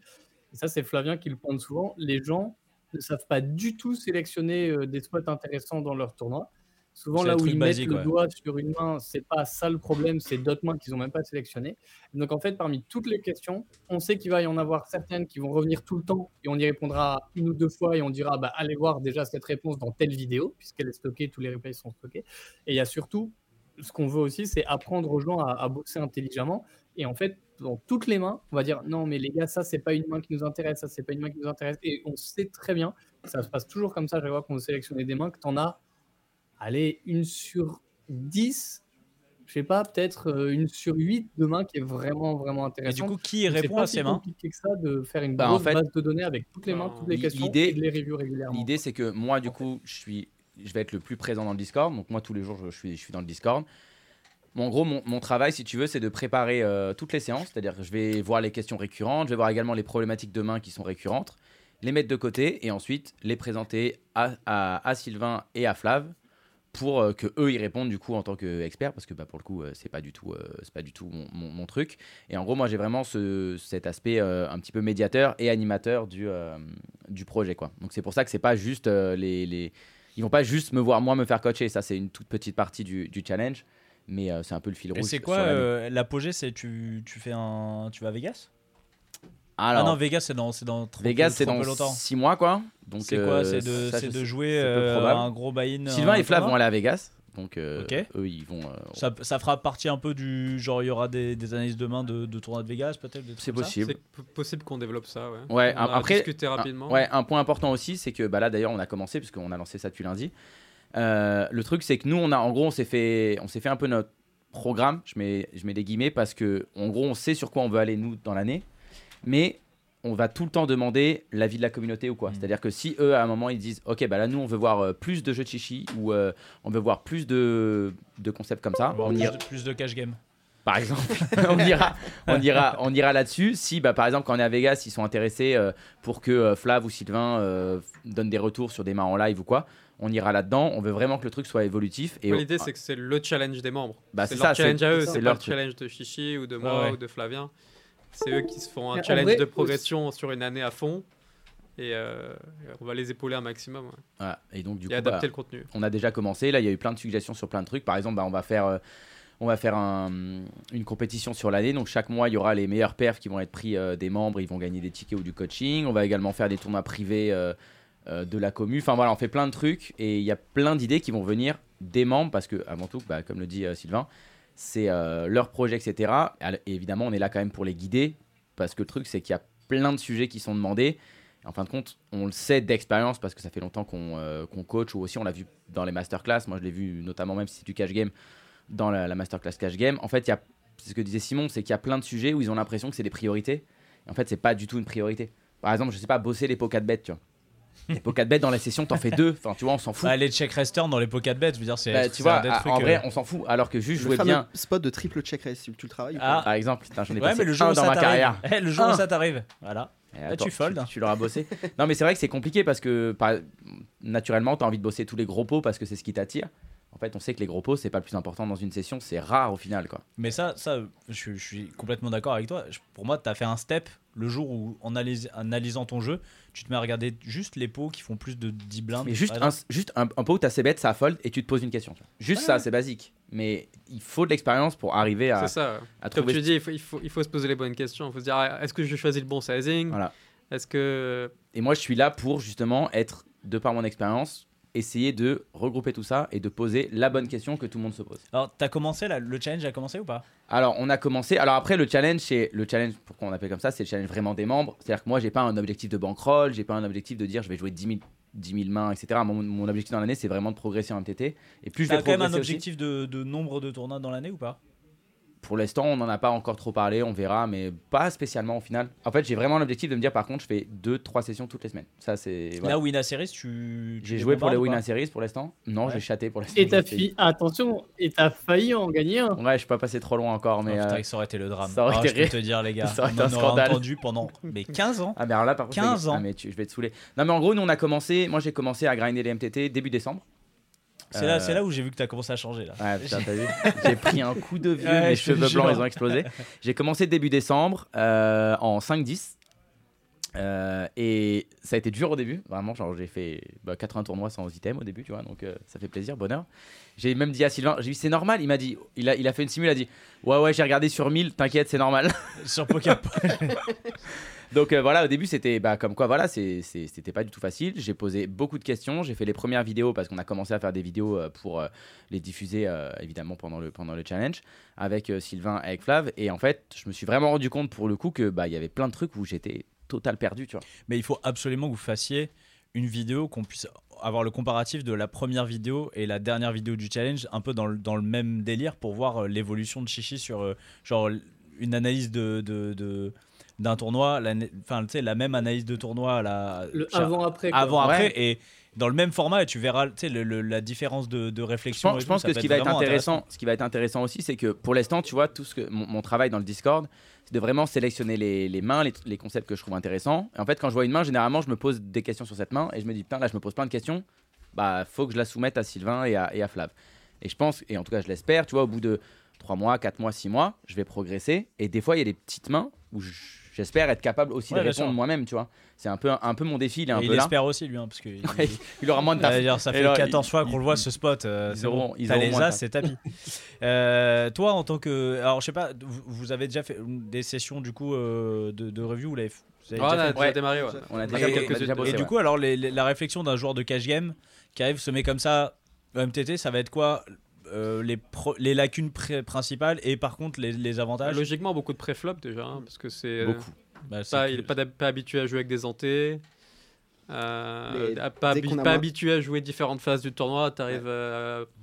G: Et ça, c'est Flavien qui le pointe souvent. Les gens ne savent pas du tout sélectionner euh, des spots intéressants dans leur tournoi. Souvent,
C: C'est
G: là
C: le
G: où
C: truc
G: ils
C: basique,
G: mettent le
C: ouais.
G: doigt sur une main, c'est pas ça le problème, c'est d'autres mains qu'ils ont même pas sélectionnées. Donc, en fait, parmi toutes les questions, on sait qu'il va y en avoir certaines qui vont revenir tout le temps et on y répondra une ou deux fois et on dira bah, allez voir déjà cette réponse dans telle vidéo puisqu'elle est stockée, tous les replays sont stockés. Et il y a surtout ce qu'on veut aussi, c'est apprendre aux gens à, à boxer intelligemment. Et en fait, dans toutes les mains, on va dire non mais les gars ça c'est pas une main qui nous intéresse, ça c'est pas une main qui nous intéresse. Et on sait très bien, ça se passe toujours comme ça. Je vois qu'on sélectionnait des mains que t'en as, allez une sur 10 je sais pas, peut-être euh, une sur 8 de mains qui est vraiment, vraiment
C: Et
G: intéressante.
C: du coup, qui
G: Donc, c'est
C: répond
G: pas
C: à
G: si
C: ces mains
G: compliqué que ça de faire une
D: Bah, en
G: grosse
D: fait,
G: base de données avec toutes les mains, toutes les
D: l'i-
G: questions
D: l'idée-
G: et de les reviews régulièrement.
D: L'idée, c'est que moi, du coup, je suis, je vais être le plus présent dans le Discord. Donc, moi, tous les jours, je, je suis, je suis dans le Discord. Bon, en gros, mon, mon travail, si tu veux, c'est de préparer euh, toutes les séances. C'est-à-dire que je vais voir les questions récurrentes, je vais voir également les problématiques de main qui sont récurrentes, les mettre de côté et ensuite les présenter à, à- à Sylvain et à Flav pour euh, que eux y répondent du coup en tant qu'experts parce que bah, pour le coup euh, c'est pas du tout euh, c'est pas du tout mon, mon- mon truc et en gros moi j'ai vraiment ce, cet aspect euh, un petit peu médiateur et animateur du, euh, du projet quoi. Donc c'est pour ça que c'est pas juste euh, les, les ils vont pas juste me voir moi me faire coacher, ça c'est une toute petite partie du, du challenge mais euh, c'est un peu le fil
C: Et
D: rouge.
C: c'est
D: sur
C: quoi
D: l'année.
C: euh, l'apogée C'est tu, tu fais un. Tu vas à Vegas
D: Alors
C: Ah non, Vegas, c'est dans, c'est dans trop,
D: Vegas
C: trop
D: c'est
C: peu
D: dans
C: longtemps.
D: 6 mois quoi. Donc
C: C'est
D: euh,
C: quoi C'est de,
D: ça,
C: c'est
D: je
C: de
D: sais-
C: jouer
D: c'est peu
C: euh,
D: probable.
C: un gros buy-in.
D: Sylvain
C: euh,
D: et Flav
C: tournoi
D: vont aller à Vegas Donc, euh,
C: Ok.
D: eux, ils vont. euh,
C: Ça, ça fera partie un peu du genre, il y aura des, des analyses de main de, de tournoi de Vegas, peut-être des trucs
D: c'est
C: comme ça
D: possible.
F: C'est p- possible qu'on développe ça, ouais.
D: Ouais,
F: On en a
D: après-
F: discuté
D: Ah,
F: rapidement.
D: ouais, un point important aussi, c'est que bah là d'ailleurs on a commencé parce qu'on a lancé ça depuis lundi. Euh, le truc c'est que nous on a en gros on s'est fait on s'est fait un peu notre programme, je mets je mets des guillemets parce que en gros on sait sur quoi on veut aller nous dans l'année, mais on va tout le temps demander l'avis de la communauté ou quoi.
C: Mm.
D: C'est-à-dire que si eux à un moment ils disent OK bah là nous on veut voir euh, plus de jeux de chichi ou euh, on veut voir plus de, de concepts comme ça,
C: Bon,
D: on
C: plus,
D: ira
C: de, plus de cash game.
D: par exemple. on ira, on ira, on ira là-dessus. Si, bah, par exemple, quand on est à Vegas, ils sont intéressés euh, pour que euh, Flav ou Sylvain euh, donnent des retours sur des mains en live ou quoi. On ira là-dedans. On veut vraiment que le truc soit évolutif. Et ah,
F: Ouais, L'idée, c'est que c'est le challenge des membres.
D: Bah,
F: c'est
D: c'est
F: leur
D: ça,
F: challenge
D: c'est-
F: à eux,
D: c'est
F: c'est pas
D: leur
F: le
D: truc.
F: challenge de Chichi ou de
C: Ah
F: moi
C: ouais.
F: ou de Flavien. C'est eux qui se font
G: Mais
F: un
G: en
F: challenge
G: vrai,
F: de progression sur une année à fond. Et euh, on va les épauler un maximum ouais.
D: Voilà. Et donc du
F: et
D: coup, bah,
F: adapter le contenu.
D: on a déjà commencé. Là, il y a eu plein de suggestions sur plein de trucs. Par exemple, bah, on va faire. euh, on va faire un- une compétition sur l'année. Donc, chaque mois, il y aura les meilleurs perfs qui vont être pris euh, des membres. Ils vont gagner des tickets ou du coaching. On va également faire des tournois privés euh, euh, de la commu. Enfin, voilà, on fait plein de trucs. Et il y a plein d'idées qui vont venir des membres. Parce que, avant tout, bah, comme le dit euh, Sylvain, c'est euh, leur projet, etc. Al- Et évidemment, on est là quand même pour les guider. Parce que le truc, c'est qu'il y a plein de sujets qui sont demandés. En fin de compte, on le sait d'expérience parce que ça fait longtemps qu'on euh, qu'on coach ou aussi on l'a vu dans les masterclass. Moi, je l'ai vu notamment, même si c'est du cash game, dans la, la masterclass cash game. En fait, il y a, c'est ce que disait Simon, c'est qu'il y a plein de sujets où ils ont l'impression que c'est des priorités. Et en fait, c'est pas du tout une priorité. Par exemple, je sais pas, bosser les pots 4 bêtes, tu vois. Les pots 4 bêtes dans la session, t'en fais deux. Enfin, tu vois, on s'en fout.
C: Bah, les check restern dans les pocket bets, je veux dire, c'est
D: Bah,
C: c'est
D: tu vois,
C: un des
D: à-
C: trucs,
D: en
C: euh,
D: vrai, on s'en fout. Alors que juste
E: Le
D: jouer
E: fameux
D: bien,
E: spot de triple check race, tu le travailles ou pas
C: Ah,
D: par exemple, putain, j'en ai
C: Ouais,
D: passé
C: mais le jour
D: un
C: où
D: dans
C: ça
D: ma carrière. Ah.
C: t'arrive, Eh, le jour où
D: Un.
C: ça t'arrive, voilà.
D: Et
C: Là, tu foldes.
D: Tu, leur as bossé. non, mais c'est vrai que c'est compliqué parce que par- naturellement, tu as envie de bosser tous les gros pots parce que c'est ce qui t'attire. En fait, on sait que les gros pots, c'est pas le plus important dans une session, c'est rare au final. quoi.
C: Mais ça, ça je, suis- je suis complètement d'accord avec toi. Je- pour moi, tu as fait un step le jour où, en analys- analysant ton jeu, tu te mets à regarder juste les pots qui font plus de 10 blindes.
D: Mais juste
C: par
D: un,
C: exemple.
D: juste un, un pot où tu assez bête, ça fold et tu te poses une question. tu vois. Juste ça, c'est basique. Mais il faut de l'expérience pour arriver à,
F: C'est ça.
D: à
F: Comme
D: trouver.
F: tu dis, il faut, il, faut, il faut se poser les bonnes questions. Il faut se dire ah, est-ce que je choisis le bon sizing
D: Voilà.
F: Est-ce que.
D: Et moi, je suis là pour justement être, de par mon expérience, essayer de regrouper tout ça et de poser la bonne question que tout le monde se pose.
C: Alors, t'as commencé là, le challenge a commencé ou pas
D: Alors, on a commencé. Alors après, le challenge, c'est le challenge. Pourquoi on appelle comme ça C'est le challenge vraiment des membres. C'est-à-dire que moi, j'ai pas un objectif de bankroll, j'ai pas un objectif de dire je vais jouer 10 000, 10 000 mains, etc. Mon, mon objectif dans l'année, c'est vraiment de progresser en MTT. Et plus je vais
C: T'as quand
D: progresser
C: même un
D: aussi-
C: objectif de, de nombre de tournois dans l'année ou pas
D: pour l'instant, on n'en a pas encore trop parlé, on verra, mais pas spécialement au final. En fait, j'ai vraiment l'objectif de me dire, par contre, je fais 2-3 sessions toutes les semaines. Ça, c'est. voilà.
C: Là, Winna Series, tu. tu
D: J'ai
C: les
D: joué pour les
C: bombardes ou
D: Win
C: pas
D: Series pour l'instant. Non,
C: Ouais.
D: j'ai chaté pour l'instant.
G: Et t'as
D: J'ai fait-
G: fi- attention, et t'as failli en gagner un.
D: Ouais, je suis pas passé trop loin encore, mais.
C: Oh, putain,
D: euh,
C: ça aurait été le drame.
D: ça aurait
C: Ah,
D: été
C: je peux
D: ré-
C: te dire, les gars,
D: ça aurait été
C: on
D: un
C: en aura
D: scandale.
C: entendu pendant mais 15 ans.
D: Ah, mais alors là, par contre,
C: 15
D: je vais-
C: ans.
D: Ah, mais tu- je vais te saouler. Non, mais en gros, nous, on a commencé. Moi, j'ai commencé à grinder les MTT début décembre.
C: C'est là,
D: Euh,
C: c'est là où j'ai vu que t'as commencé à changer là.
D: Ouais, putain, t'as vu J'ai pris un coup de vieux,
C: Ouais,
D: mes
C: je te
D: cheveux blancs,
C: jure.
D: ils ont explosé. J'ai commencé début décembre euh, en 5-10. Euh, et ça a été dur au début, vraiment. Genre, j'ai fait bah, 80 tournois sans item au début, tu vois, donc euh, ça fait plaisir, bonheur. J'ai même dit à Sylvain, j'ai dit c'est normal. Il m'a dit, il a, il a fait une simule, il a dit ouais, ouais, j'ai regardé sur 1000, t'inquiète, c'est normal.
C: Sur Poker.
D: Donc euh, voilà, au début, c'était bah, comme quoi, voilà, c'est- c'est- c'était pas du tout facile. J'ai posé beaucoup de questions. J'ai fait les premières vidéos parce qu'on a commencé à faire des vidéos euh, pour euh, les diffuser euh, évidemment pendant le, pendant le challenge avec euh, Sylvain, avec Flav. Et en fait, je me suis vraiment rendu compte pour le coup que bah, il y avait plein de trucs où j'étais total perdu, tu vois.
C: Mais il faut absolument que vous fassiez une vidéo qu'on puisse avoir le comparatif de la première vidéo et la dernière vidéo du challenge, un peu dans le, dans le même délire pour voir euh, l'évolution de Chichi sur euh, genre l- une analyse de, de, de- d'un tournoi, l'ana- enfin tu sais la même analyse de tournoi la
G: Le
C: cha-
G: avant-après. quoi.
C: avant après
D: Ouais.
C: et dans le même format et tu verras tu sais le- le- la différence de, de
D: Je
C: réflexion.
D: pense,
C: et
D: je
C: tout,
D: pense
C: ça
D: que
C: peut
D: ce qui va être
C: vraiment
D: intéressant, ce qui va être intéressant aussi, c'est que pour l'instant, tu vois, tout ce que mon, mon travail dans le Discord, c'est de vraiment sélectionner les, les mains, les, les concepts que je trouve intéressants. Et en fait, quand je vois une main, généralement, je me pose des questions sur cette main et je me dis putain, là, je me pose plein de questions. Bah, faut que je la soumette à Sylvain et à, et à Flav. Et je pense, et en tout cas, je l'espère, tu vois, au bout de 3 mois, 4 mois, 6 mois, je vais progresser. Et des fois, il y a des petites mains où je- j'espère être capable aussi
C: Ouais,
D: de
C: bien
D: répondre
C: sûr.
D: moi-même, tu vois. C'est un peu, un peu mon défi, il est un
C: Et
D: peu
C: il
D: là.
C: espère aussi lui hein, parce que il-
D: Ouais, Il aura moins de taf.
C: D'ailleurs, ça
D: Et
C: fait
D: là,
C: 14
D: ils-
C: fois qu'on
D: ils-
C: le voit ce spot. euh,
D: ils
C: c'est
D: auront-
C: bon.
D: ils
C: T'as
D: auront
C: les
D: moins
C: as,
D: de temps.
C: c'est tapis. Euh, toi, en tant que. Alors, je sais pas, vous, vous avez déjà fait des sessions du coup euh, de, de review vous l'avez- vous avez
F: Ah, on
C: déjà
F: a
C: fait-
F: déjà
D: Ouais.
F: démarré, ouais.
D: On a
F: Et-
D: déjà, on a
F: quelques-
D: déjà
F: et
D: bossé,
C: Et du
D: ouais.
C: coup, E alors, les- les- la réflexion d'un joueur de cash game qui arrive, se met comme ça au MTT, ça va être quoi euh, les, pro- les lacunes pré- principales et par contre les, les avantages
F: Logiquement, beaucoup de préflop déjà, hein, parce que c'est. euh,
D: Beaucoup.
C: Bah, c'est
F: pas,
C: que-
F: il n'est pas, d'hab- pas habitué à jouer avec des hantés. euh,
E: Les-
F: à- pas
E: dès
F: habi-
E: qu'on a
F: pas
E: moins-
F: habitué à jouer différentes phases du tournoi. Tu arrives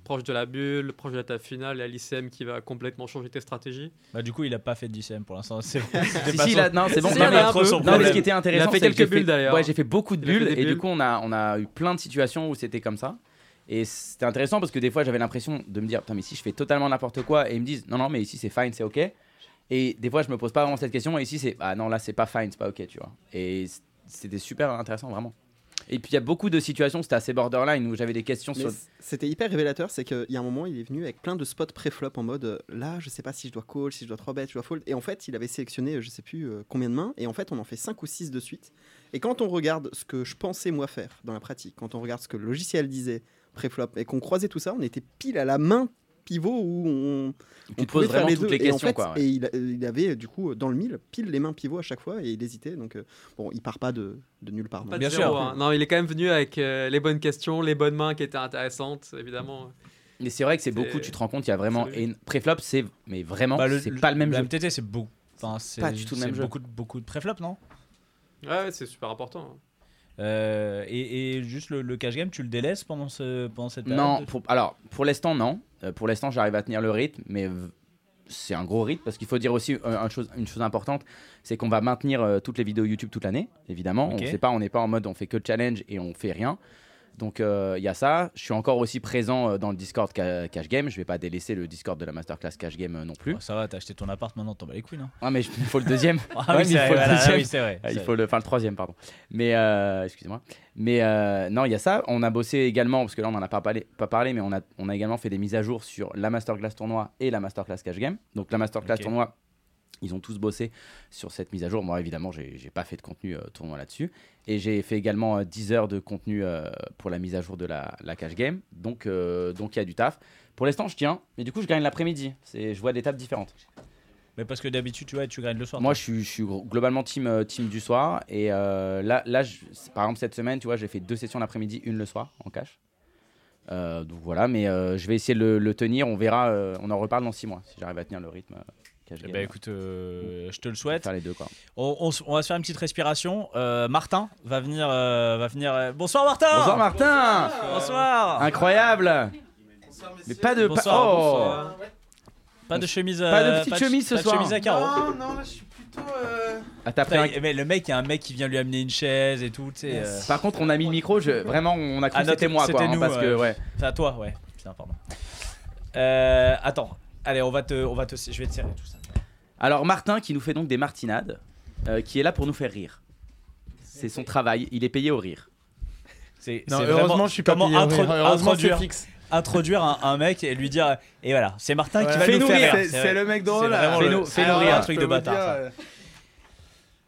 F: proche de la bulle, proche de la table finale. Il y a l'ICM qui va complètement changer tes stratégies.
C: bah, du coup, il a pas fait de DCM pour l'instant. C'est c'était
D: Si,
C: pas
D: Ah, si,
C: son-
D: là, non, c'est bon.
F: Si,
D: Non,
F: il
D: mais-
F: a un peu.
C: son
F: Non,
D: Non, mais
C: problème.
D: ce qui était intéressant, c'est
F: fait
D: que
F: quelques
D: j'ai
F: bulles, d'ailleurs.
D: Ouais, j'ai fait beaucoup de
F: Il a fait
D: bulles
F: des
D: et du
F: bulles.
D: coup on a on a eu plein de situations où c'était comme ça. Et c'était intéressant parce que des fois j'avais l'impression de me dire putain mais si je fais totalement n'importe quoi et ils me disent non non mais ici c'est fine c'est ok. Et des fois je me pose pas vraiment cette question et ici c'est ah non là c'est pas fine c'est pas ok tu vois. Et c- c'était super intéressant vraiment. Et puis il y a beaucoup de situations c'était assez borderline où j'avais des questions
E: Mais
D: sur
E: c- c'était hyper révélateur, c'est qu'il y a un moment, il est venu avec plein de spots pré-flop en mode euh, là, je sais pas si je dois call, si je dois 3 bet, je dois fold. Et en fait, il avait sélectionné euh, je sais plus euh, combien de mains, et en fait, on en fait 5 ou 6 de suite. Et quand on regarde ce que je pensais moi faire dans la pratique, quand on regarde ce que le logiciel disait pré-flop et qu'on croisait tout ça, on était pile à la main pivot où on,
D: tu
E: on
D: te poses
E: pouvait faire
D: vraiment
E: les
D: toutes
E: deux.
D: les
E: et en
D: questions
E: fait,
D: quoi. ouais.
E: Et il, a- il avait du coup dans le mille pile les mains pivots à chaque fois et il hésitait. Donc euh, bon, il part pas de, de nulle part. non.
F: Pas de
C: Bien
F: zéro,
C: sûr.
F: hein. Non, il est quand même venu avec euh, les bonnes questions, les bonnes mains qui étaient intéressantes, évidemment.
D: Mais c'est vrai que c'est
F: c'est-
D: beaucoup tu te rends compte il y a vraiment
F: c'est logique.
D: une- préflop c'est mais vraiment
C: Bah, le-
D: c'est pas le même jeu.
C: MTT, c'est beau. Enfin, c'est
D: Pas du tout le
C: c'est
D: même jeu.
C: beaucoup de, beaucoup de préflop, non
F: Ouais, ouais, c'est super important.
C: Euh, et, et juste le, le cash game, tu le délaisses pendant, ce, pendant cette période
D: Non, pour- alors pour l'instant non. Euh, pour l'instant j'arrive à tenir le rythme, mais v- c'est un gros rythme parce qu'il faut dire aussi euh, un chose- une chose importante, c'est qu'on va maintenir euh, toutes les vidéos YouTube toute l'année, évidemment.
C: Ok.
D: On sait pas, on n'est pas en mode on fait que challenge et on fait rien. Donc euh, il y a ça. Je suis encore aussi présent euh, dans le Discord ca- Cash Game. Je vais pas délaisser le Discord de la masterclass Cash Game euh, non plus.
C: Oh, ça va, t'as acheté ton appart maintenant, t'en bats les couilles, non
D: Ah mais je- il faut le deuxième.
C: Ah
D: Ouais,
C: oui,
D: mais il
C: c'est vrai,
D: faut le
C: voilà,
D: deuxième.
C: ah oui, c'est vrai.
D: Ah,
C: c'est
D: il
C: vrai.
D: faut le, enfin le troisième pardon. Mais euh, excusez-moi. Mais euh, non, il y a ça. On a bossé également parce que là on en a pas parlé, pas parlé, mais on a on a également fait des mises à jour sur la masterclass tournoi et la masterclass cash game. Donc la masterclass
C: Ok.
D: tournoi, ils ont tous bossé sur cette mise à jour. Moi évidemment, j'ai j'ai pas fait de contenu euh, tournoi là-dessus et j'ai fait également euh, 10 heures de contenu euh, pour la mise à jour de la, la cash game. Donc euh, donc il y a du taf. Pour l'instant, je tiens, mais du coup, je gagne l'après-midi. C'est je vois des tables différentes.
C: Mais parce que d'habitude, tu vois, tu graines le soir.
D: Moi, je suis, je suis gro- globalement team, euh, team du soir. Et euh, là, là je- c'est- par exemple, cette semaine, tu vois, j'ai fait deux sessions l'après-midi, une le soir en cash. Euh, donc voilà, mais euh, je vais essayer de le, le tenir. On verra, euh, on en reparle dans six mois si j'arrive à tenir le rythme. euh, cash
C: Eh
D: game.
C: ben, écoute, euh, je te le
D: Je vais
C: souhaite.
D: Faire les deux, quoi.
C: On, on s- on va se faire une petite respiration. Euh, Martin va venir. euh, va venir euh, Bonsoir, Martin
D: Bonsoir Martin
C: Bonsoir.
D: Incroyable Mais pas de. pa-
C: Bonsoir,
D: oh
C: bonsoir. Pas de chemise à
D: Pas de petite chemise ce
C: pas de
D: soir.
C: chemise à carreaux.
H: non, là je suis plutôt. euh,
D: Ah, t'as pris
C: Putain,
D: un-
C: il- Mais le mec, il y a un mec qui vient lui amener une chaise et tout, tu sais. euh,
D: Par contre, on a mis le micro, je... vraiment, on a cru
C: Ah,
D: que
C: non,
D: c'était moi, quoi.
C: c'était
D: hein,
C: nous,
D: parce que,
C: euh,
D: ouais.
C: C'est à toi, ouais. Putain, pardon. Euh, attends, allez, on va te, on va te, je vais te serrer tout ça.
D: Alors Martin qui nous fait donc des martinades, euh, qui est là pour nous faire rire. C'est son travail, il est payé au rire.
C: C'est,
H: Non,
C: c'est
H: heureusement,
C: vraiment
H: je suis pas
C: comment
H: payé,
C: intro-
H: heureusement, c'est
C: introduire,
H: fixe.
C: introduire un, un mec et lui dire, et voilà, c'est Martin qui va
H: Fais-nous
C: nous faire
H: rire,
C: rire.
H: c'est- c'est le mec drôle.
C: c'est
H: là.
C: vraiment le-
H: Fais-nous-
C: c'est
H: fais-nous
C: vraiment un
H: rire,
C: truc
H: je
C: de
H: peux vous
C: bâtard,
H: dire,
C: ça.
H: euh,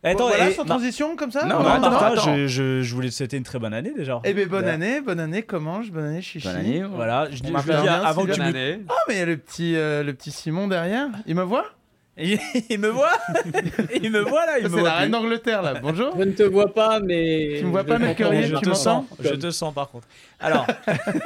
C: Attends,
H: voilà,
C: et
H: sans
C: Mar-
H: transition comme ça
D: Non,
C: Mar-
D: attends,
C: Martin,
D: attends.
C: Je, je, je voulais te souhaiter une très bonne année déjà.
H: Eh ben bonne année, bonne année, comment je Bonne année, chichi.
D: Bonne année. oh. Voilà.
C: Voilà, je, je
H: Martin,
C: veux dire,
H: bien,
C: avant que
H: c'est
C: tu
F: Bonne
H: bien.
C: me...
F: année.
H: Oh, mais il y a le petit, euh, le petit Simon derrière, il me voit
C: il il me voit, il me voit là, il
H: Ça,
C: me
H: C'est
C: voit.
H: la
C: plus.
H: reine d'Angleterre là, bonjour.
G: Je ne te vois pas, mais.
H: Tu me vois pas, Mercurial,
C: je
H: tu
C: te
H: m'entends
C: sens, je te sens par contre. Alors,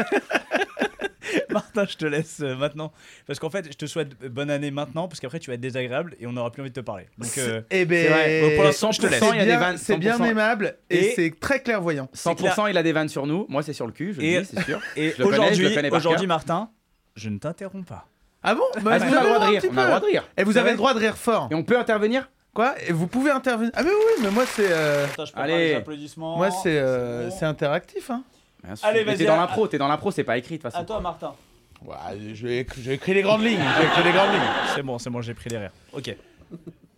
C: Martin, je te laisse euh, maintenant. Parce qu'en fait, je te souhaite bonne année maintenant, parce qu'après, tu vas être désagréable et on n'aura plus envie de te parler. Donc, euh,
D: c'est
H: Eh
D: vrai. Bon,
H: ben.
D: pour l'instant, je te laisse.
H: C'est
D: Il y a des
H: bien,
D: vannes,
H: c'est bien
D: 100%.
H: aimable et
C: Et-
H: c'est très clairvoyant.
D: 100% il a des vannes sur nous, moi c'est sur le cul, je
C: Et-
D: le dis, c'est sûr.
C: et
D: je le connais, je le
C: aujourd'hui,
D: connais par
C: aujourd'hui,
D: cœur.
C: Martin, je ne t'interromps pas.
H: Ah bon Bah,
D: Est-ce qu'on a le droit de
H: un
D: rire
H: petit
D: On a le
H: peu.
D: droit de rire.
H: Et vous avez le droit de rire fort.
D: Et on peut intervenir
H: Quoi Et vous pouvez intervenir. Ah mais oui, mais moi c'est, euh,
C: je
D: prépare Allez. les
C: applaudissements.
H: moi c'est, euh, c'est interactif. Hein.
D: Bien sûr.
C: Allez,
D: Mais
C: vas-y,
D: T'es dans
C: à-
D: l'impro, t'es dans l'impro, c'est pas écrit de toute façon.
C: toi, Martin.
H: Ouais, j'ai j'ai écrit les grandes lignes. J'ai écrit les grandes lignes.
C: C'est bon, c'est bon, j'ai pris les rires. Ok.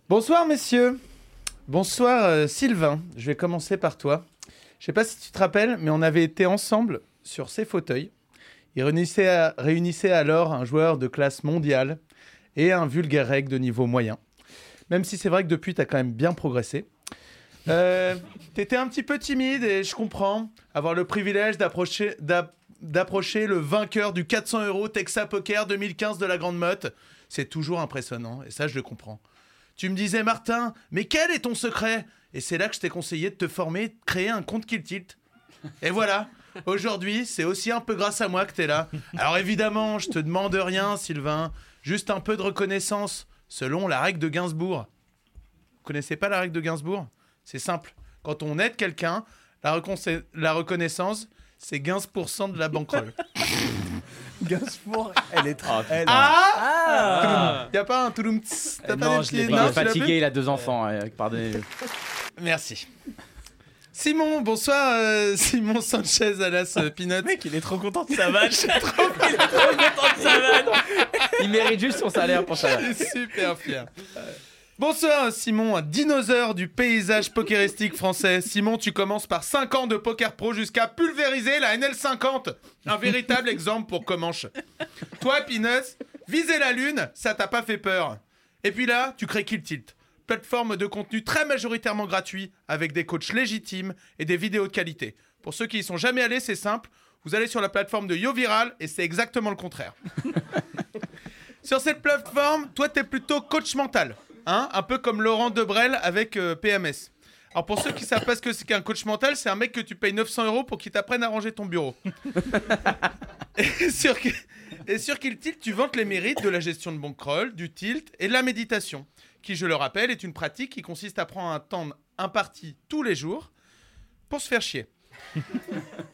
H: Bonsoir messieurs. Bonsoir euh, Sylvain. Je vais commencer par toi. Je sais pas si tu te rappelles, mais on avait été ensemble sur ces fauteuils. Ils réunissaient, à- réunissaient alors un joueur de classe mondiale et un vulgaire reg de niveau moyen. Même si c'est vrai que depuis, tu as quand même bien progressé. Euh, T'étais un petit peu timide et je comprends. Avoir le privilège d'approcher d'ap- d'approcher le vainqueur du 400 euros Texas Poker 2015 de la Grande Motte, c'est toujours impressionnant et ça, je le comprends. Tu me disais, Martin, mais quel est ton secret Et c'est là que je t'ai conseillé de te former, de créer un compte Kill Tilt. Et voilà, Aujourd'hui, c'est aussi un peu grâce à moi que t'es là. Alors évidemment, je te demande rien, Sylvain. Juste un peu de reconnaissance, selon la règle de Gainsbourg. Vous connaissez pas la règle de Gainsbourg C'est simple. Quand on aide quelqu'un, la, recon- la reconnaissance, c'est 15% de la banquerolle.
I: Gainsbourg, elle est très. elle-
H: Ah
C: Ah
H: Y a pas un touloum tss T'as
D: Eh
H: pas
D: non,
H: des
D: je l'ai
H: petits-
D: pas. il est
H: tu l'as
D: fatigué, il a deux enfants. euh, pardonnez.
H: plus Merci. Simon, bonsoir euh, Simon Sanchez alas euh, Pinot.
I: Mec, il est trop content de sa vache.
D: Il mérite juste son salaire pour ça.
H: Je suis super fier. Bonsoir Simon, un dinosaure du paysage pokeristique français. Simon, tu commences par 5 ans de poker pro jusqu'à pulvériser la NL50. Un véritable exemple pour Comanche. Toi, Pinus, viser la lune, ça t'a pas fait peur. Et puis là, tu crées Kill Tilt. Plateforme de contenu très majoritairement gratuit, avec des coachs légitimes et des vidéos de qualité. Pour ceux qui y sont jamais allés, c'est simple. Vous allez sur la plateforme de YoViral et c'est exactement le contraire. Sur cette plateforme, toi, t'es plutôt coach mental. Hein un peu comme Laurent Debrel avec euh, PMS. Alors, pour ceux qui savent pas ce que c'est qu'un coach mental, c'est un mec que tu payes 900 euros pour qu'il t'apprenne à ranger ton bureau. et sur, et sur Kill Tilt, tu vantes les mérites de la gestion de bankroll, du tilt et de la méditation, qui, je le rappelle, est une pratique qui consiste à prendre un temps imparti tous les jours pour se faire chier.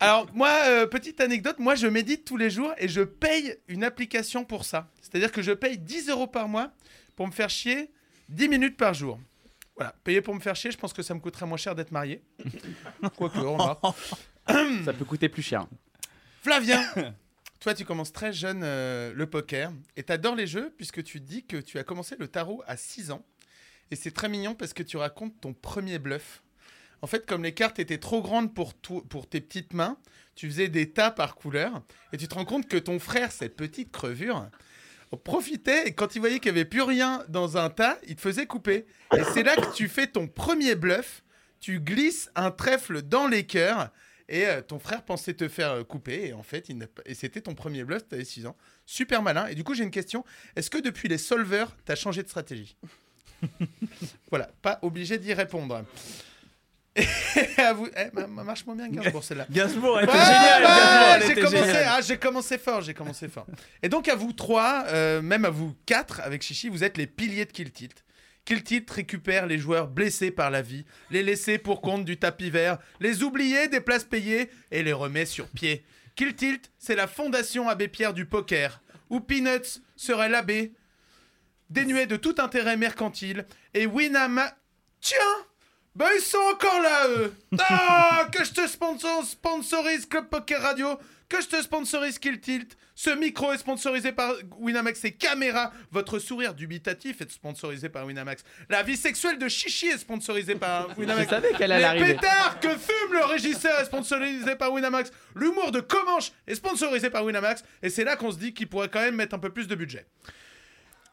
H: Alors, moi, euh, petite anecdote, moi je médite tous les jours et je paye une application pour ça. C'est-à-dire que je paye 10 euros par mois pour me faire chier 10 minutes par jour. Voilà, payer pour me faire chier, je pense que ça me coûterait moins cher d'être marié. Quoique, remarque.
D: Ça peut coûter plus cher.
H: Flavien, toi tu commences très jeune euh, le poker et t'adores les jeux puisque tu dis que tu as commencé le tarot à 6 ans. Et c'est très mignon parce que tu racontes ton premier bluff. En fait, comme les cartes étaient trop grandes pour, to- pour tes petites mains, tu faisais des tas par couleur et tu te rends compte que ton frère, cette petite crevure, en profitait et quand il voyait qu'il n'y avait plus rien dans un tas, il te faisait couper. Et c'est là que tu fais ton premier bluff, tu glisses un trèfle dans les cœurs et euh, ton frère pensait te faire euh, couper et en fait, il n'a pas- et c'était ton premier bluff, tu avais 6 ans. Super malin. Et du coup, j'ai une question. Est-ce que depuis les solveurs, tu as changé de stratégie Voilà, pas obligé d'y répondre. Et à vous... eh, ma- ma- marche moins bien, Gainsbourg, celle-là.
C: Gainsbourg était
H: Ouais,
C: génial,
H: ouais,
C: Gainsbourg, elle
H: j'ai
C: était
H: commencé,
C: géniale.
H: ah, j'ai commencé fort, j'ai commencé fort. Et donc à vous trois, euh, même à vous quatre avec Chichi, vous êtes les piliers de Kill Tilt. Kill Tilt récupère les joueurs blessés par la vie, les laissés pour compte du tapis vert, les oubliés des places payées et les remet sur pied. Kill Tilt, c'est la fondation Abbé Pierre du poker, où Peanuts serait l'abbé, dénué de tout intérêt mercantile, et Winama... Tiens ben ils sont encore là, eux Ah Que je te sponsor- sponsorise Club Poker Radio, que je te sponsorise Kill Tilt. Ce micro est sponsorisé par Winamax et Caméra. Votre sourire dubitatif est sponsorisé par Winamax. La vie sexuelle de Chichi est sponsorisée par
D: Je
H: Winamax.
D: savais qu'elle
H: Les
D: allait arriver.
H: pétards que fume le régisseur est sponsorisé par Winamax. L'humour de Comanche est sponsorisé par Winamax. Et c'est là qu'on se dit qu'il pourrait quand même mettre un peu plus de budget.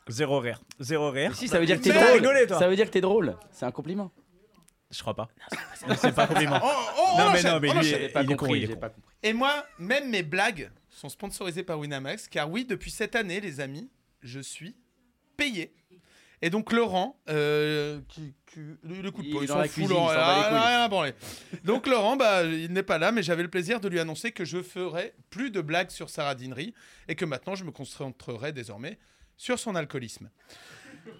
C: Zéro rire. Zéro rire.
D: Si, ça veut dire que t'es
C: Mais t'as
D: drôle.
C: rigolé, toi.
D: Ça veut dire que t'es drôle. C'est un compliment.
C: Je crois pas. C'est pas un compliment.
H: Oh, oh, on
C: Non, mais
H: enchaîne,
C: non, mais
H: on
C: lui,
H: enchaîne.
C: il est con, il est
D: j'ai
C: con.
D: pas compris.
H: Et moi, même mes blagues sont sponsorisées par Winamax, car oui, depuis cette année, les amis, je suis payé. Et donc Laurent, euh, qui, qui- le, le coup de
D: Il
H: poing,
D: est
H: il
D: dans
H: s'en
D: la
H: fout,
D: cuisine,
H: Laurent,
D: il s'en bat les
H: ah,
D: couilles.
H: rien à branler. Donc Laurent, bah, il n'est pas là, mais j'avais le plaisir de lui annoncer que je ferais plus de blagues sur sa radinerie et que maintenant je me concentrerai désormais sur son alcoolisme.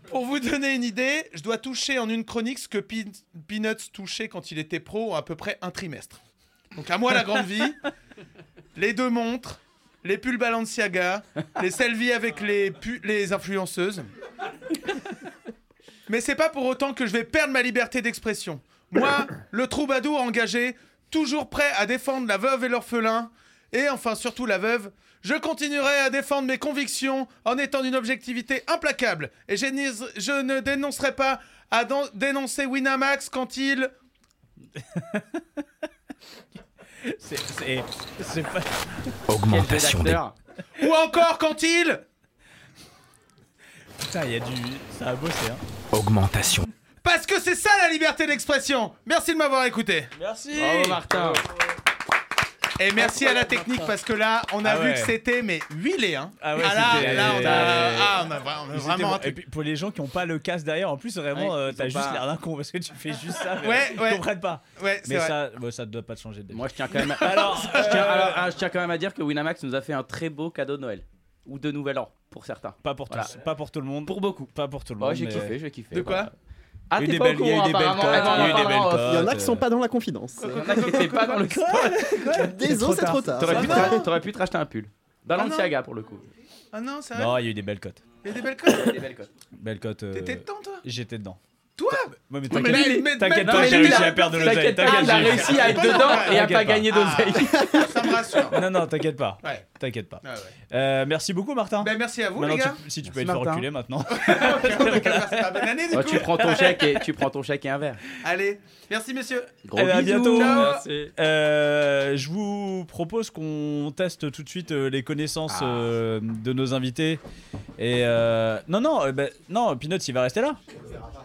H: Pour vous donner une idée, je dois toucher en une chronique ce que Pin- Peanuts touchait quand il était pro à peu près un trimestre. Donc à moi la grande vie, les deux montres, les pulls Balenciaga, les selfies avec les, pu- les influenceuses. Mais c'est pas pour autant que je vais perdre ma liberté d'expression. Moi, le troubadour engagé, toujours prêt à défendre la veuve et l'orphelin, et enfin surtout la veuve, je continuerai à défendre mes convictions en étant d'une objectivité implacable. Et je, n'is- je ne dénoncerai pas à dan- dénoncer Winamax quand il...
C: C'est- C'est c'est pas.
A: Augmentation des
D: Rédacteur.
H: Ou encore quand il...
C: Putain, il y a du. Ça a bossé, hein.
A: augmentation
H: Parce que c'est ça la liberté d'expression Merci de m'avoir écouté
C: Merci
D: Bravo Martin.
H: Et merci à la technique parce que là, on a
C: Ah
H: vu
C: ouais.
H: que c'était mais huilé. Hein.
C: Ah ouais,
H: là,
C: c'était-
H: là, on a,
C: euh,
H: ah, on a vra- on a
C: Ils étaient
H: vraiment
C: bons.
H: un
C: Et
H: truc.
C: puis, pour les gens qui n'ont pas le casque derrière, en plus, vraiment,
H: Ouais,
C: euh,
H: ils
C: t'as
H: ont
C: juste
H: pas-
C: l'air d'un con parce que tu fais juste ça. mais
H: Ouais, ouais.
C: Ils comprennent pas.
H: Ouais, c'est
C: Mais
H: vrai.
C: ça, bon, ça ne doit pas te changer de
D: Moi, je tiens quand même. À...
C: Alors,
D: je, tiens, alors, ah, je tiens quand même à dire que Winamax nous a fait un très beau cadeau de Noël ou de Nouvel An pour certains.
C: pas pour tous,
D: Voilà.
C: pas pour tout le monde. Pour beaucoup. Pas pour tout le monde.
D: Ouais, j'ai
C: mais-
D: kiffé, j'ai kiffé.
H: De quoi
D: voilà. Ah,
C: Il y a eu
D: t'es
C: des
D: pas au
C: belles- il y a eu
D: courant,
C: des belles
D: apparemment.
C: cotes,
D: Ah, non,
C: il y a eu des belles
D: apparemment, off.
C: cotes.
E: Il y en a qui sont pas dans la confidence.
D: Il y en a qui étaient pas dans le spot.
E: Désolé, c'est trop tard.
D: T'aurais pu, te
H: va.
D: ra- t'aurais pu te racheter un pull. Balenciaga pour le coup.
H: Ah non, c'est vrai.
C: Non, il y a eu des belles cotes.
H: Il y a des belles codes.
D: Des belles cotes.
C: Belles cotes. euh,
H: T'étais dedans, toi
C: J'étais dedans.
H: Toi
C: Ouais, mais
H: Non, mais
C: t'inquiète-
H: là, il met-
C: T'inquiète pas,
H: met- non,
C: j'ai
H: mais
C: réussi
H: là-
C: à perdre de l'oseille.
D: T'inquiète pas,
C: T'inquiète,
D: il a
C: j'ai
D: réussi à être dedans et à
C: T'inquiète pas.
D: pas gagner d'oseille.
H: Ça me rassure.
C: Non, non, t'inquiète pas.
H: Ouais.
C: T'inquiète pas.
H: Ah ouais.
C: Euh, merci beaucoup, Martin.
H: Ben, merci à vous,
C: Maintenant,
H: les gars.
C: tu- si tu peux
D: Merci,
C: être
D: Martin.
C: reculé maintenant.
H: Donc, C'est pas bonne année, du
C: Bah,
D: Oh,
H: coup.
D: tu prends ton chèque et tu prends ton chèque et un verre.
H: Allez, merci, messieurs.
D: Gros
C: Eh ben, à
D: bisous.
C: bientôt.
H: Ciao.
F: Merci.
C: Euh, je vous propose qu'on teste tout de suite euh, les connaissances
D: Ah.
C: euh, de nos invités. Et euh, non, non, euh, bah, non, Peanuts, il va rester là.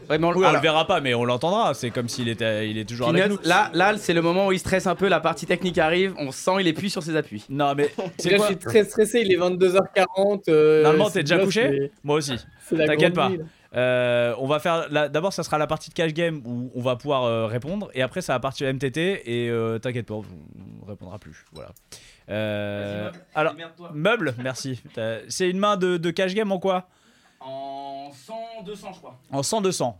D: Ouais, mais on-
C: Oui, on
D: alors,
C: le verra pas, mais on l'entendra. C'est comme s'il était, il est toujours avec
D: Peanuts, là, là c'est le moment où il stresse un peu, la partie technique arrive, on sent il appuie sur ses appuis.
C: nous. Non, mais c'est
G: Là, je
C: quoi
G: suis très stressé, il est 22h40. euh,
C: Normalement, t'es
G: c'est
C: déjà
G: là,
C: couché Moi aussi.
G: c'est- c'est la
C: T'inquiète
G: grande nuit,
C: Euh, on va faire. la- D'abord, ça sera la partie de cash game où on va pouvoir euh, répondre, et après, ça va partir MTT. Et euh, t'inquiète pas, on on répondra plus. Voilà. Euh, alors, meuble, merci. T'as- C'est une main de, de cash game en quoi
D: En 100, 200, je crois.
C: En 100-200.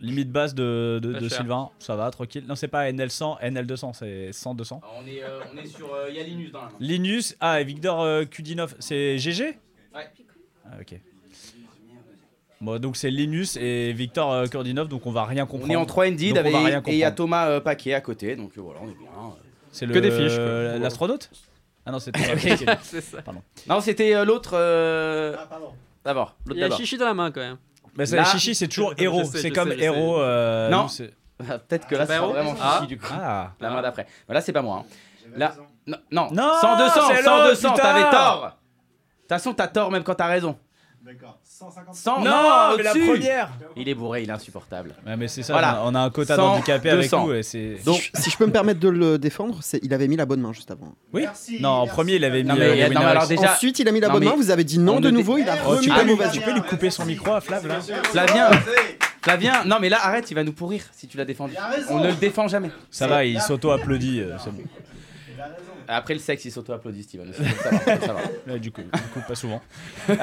C: Limite basse de, de-
F: Pas
C: de
F: cher.
C: Sylvain, ça va, tranquille. Non, c'est pas NL100, NL200, c'est 100-200.
D: On est, euh, on est sur Yalinus dans la main.
C: Linus, ah, et Victor euh, Kudinov, c'est GG
D: Ouais.
C: Ah, ok. Bon, donc c'est Linus et Victor euh, Kudinov, donc on va rien
D: On
C: comprendre.
D: est en 3 indeed
C: Donc, on va rien
D: avec, et il y a
C: comprendre.
D: Thomas euh, Paquet à côté, donc euh, voilà, on est bien.
C: C'est le-
F: Que des fiches,
C: euh,
F: quoi.
C: L'astronaute Ah non, c'était.
F: C'est ça.
D: Non, c'était euh, l'autre. euh, D'abord, l'autre
F: Il y a
D: d'abord.
F: chichi dans la main quand même.
C: Mais c'est
D: Là-
C: Chichi, c'est toujours héros.
F: Je sais,
C: C'est
F: je
C: comme
F: sais, je
C: héros. euh,
D: Non.
C: nous, c'est-
D: Ah, Peut-être que là,
F: Bah,
D: c'est
F: oh.
D: vraiment chichi
F: Ah.
D: du coup.
C: Ah.
D: La main d'après. Mais là, c'est pas moi. hein. Là, non, non.
C: Non,
D: 100, 200,
C: c'est
D: 100,
C: l'autre,
D: 200,
C: putain.
D: t'avais tort. De toute façon, t'as tort même quand t'as raison. D'accord. 100, non,
C: mais la
D: au-dessus.
C: première
D: Il est bourré, il est insupportable.
C: Ouais, Mais c'est ça,
D: Voilà.
C: on a- on a un quota
D: 100,
C: d'handicapés avec
D: 200.
C: nous. et c'est-
D: Donc,
E: Si je peux me permettre de le défendre, c'est il avait mis la bonne main juste avant.
C: Oui Non, en premier, il avait mis.
D: non, mais,
C: euh, les
D: non, mais
C: Winamax.
D: alors déjà,
E: Ensuite, il a mis la
D: non,
E: bonne
D: mais-
E: main, vous avez dit non
D: on
E: de
D: ne dé-
E: nouveau, il a
C: Oh,
E: remis
C: tu,
E: la
C: peux,
E: mauvaise
C: tu
E: main.
C: peux lui couper son micro à Flav là
D: Flavien, Flavien, non, mais là, arrête, il va nous pourrir si tu l'as défendu. On ne le défend jamais.
C: Ça va, il s'auto-applaudit. euh, c'est bon.
D: Après le sexe, il s'auto-applaudit, Steven. Faut le savoir, faut le savoir.
C: Ouais, du, coup, du coup, pas souvent. Euh,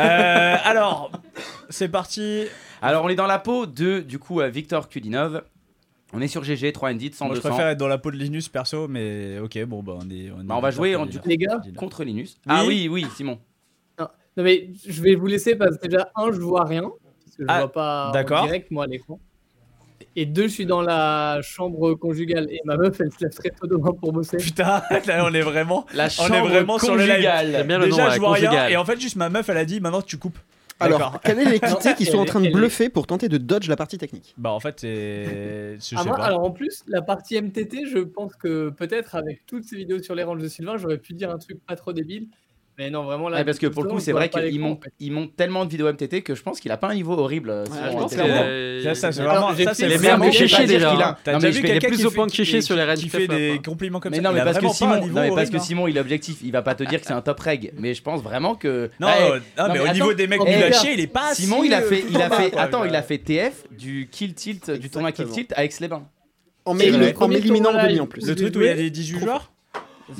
C: alors, c'est parti.
D: Alors, on est dans la peau de, du coup, euh, Victor Kudinov. On est sur GG, 3 indeed, 100,
C: Moi, je
D: 200.
C: préfère être dans la peau de Linus perso, mais ok, bon, bah on est. est
D: Bah, on va jouer, en- du coup, les gars,
C: Kudinov.
D: contre Linus. Ah oui, oui, Simon.
G: Non mais je vais vous laisser parce que déjà un je vois rien parce que je
C: Ah,
G: vois pas
C: d'accord.
G: en direct moi à l'écran. Et deux je suis dans la chambre conjugale et ma meuf elle se lève très tôt demain pour bosser.
C: Putain, là, on est vraiment.
D: La
C: On est vraiment sur le live.
D: conjugale.
F: bien le
C: Déjà,
F: nom,
C: je
F: ouais,
C: vois rien.
F: conjugal.
C: Et en fait, juste ma meuf, elle a dit maintenant tu coupes. D'accord.
E: Alors, quelle est l'équité qui sont en train de
G: Elle est-
E: bluffer pour tenter de dodge la partie technique
C: Bah, en fait, c'est. je
G: Ah,
C: sais
G: moi,
C: pas.
G: alors en plus la partie MTT je pense que peut-être avec toutes ces vidéos sur les ranges de Sylvain j'aurais pu dire un truc pas trop débile mais non vraiment là.
D: Ouais, parce que pour le
G: justement,
D: coup,
G: je
D: c'est
G: vois
D: vrai
G: pas
D: qu'ils
G: l'écran,
D: montent
G: en fait.
D: ils montent tellement de vidéos MTT que je pense qu'il a pas un niveau horrible. euh, Simon,
E: je
D: hein,
E: pense
D: c'est
E: que-
D: vraiment-
C: Ça, ça, c'est
F: euh,
G: Alors,
C: vraiment.
G: j'ai
C: Ça, c'est
G: fait-
D: Les
C: vraiment-
D: meilleurs
F: vraiment
D: clichés,
F: chichi
D: pas
F: déjà,
D: dire qu'il
F: hein.
D: a.
C: T'as
D: Non,
C: déjà
D: mais
C: vu
D: je fais les
C: quelqu'un
D: plus
C: qui
F: au point
C: fait-
F: de chicher
C: qui-
F: sur les
C: Qui
F: Red
C: fait
F: Stuff,
C: des
F: hein.
C: compliments comme
D: Mais
C: ça.
D: non,
C: Il
D: mais
C: a
D: parce que
C: vraiment pas un
D: Simon, non,
C: niveau
D: mais parce
C: horrible,
D: que
C: hein.
D: Simon, il est objectif. Il va pas te dire que c'est un top reg, mais je pense vraiment que.
C: Non,
D: Ouais,
C: euh, non, mais,
D: Eh, mais
C: au
D: attends,
C: niveau des mecs
G: oh,
C: nuls
G: mais
C: à
G: regarde,
C: chier, il est pas.
D: Simon,
C: si,
D: il
C: euh,
D: a fait, il a
C: bas,
D: fait,
C: quoi,
D: attends,
C: je-
D: il a fait TF du kill tilt, du tournoi kill tilt avec Slébin.
E: En
G: Et le
E: m'éli- en
G: premier
E: m'éliminant en
G: tournoi
E: demi
G: live.
E: en plus.
C: Le truc où il y a des 18 joueurs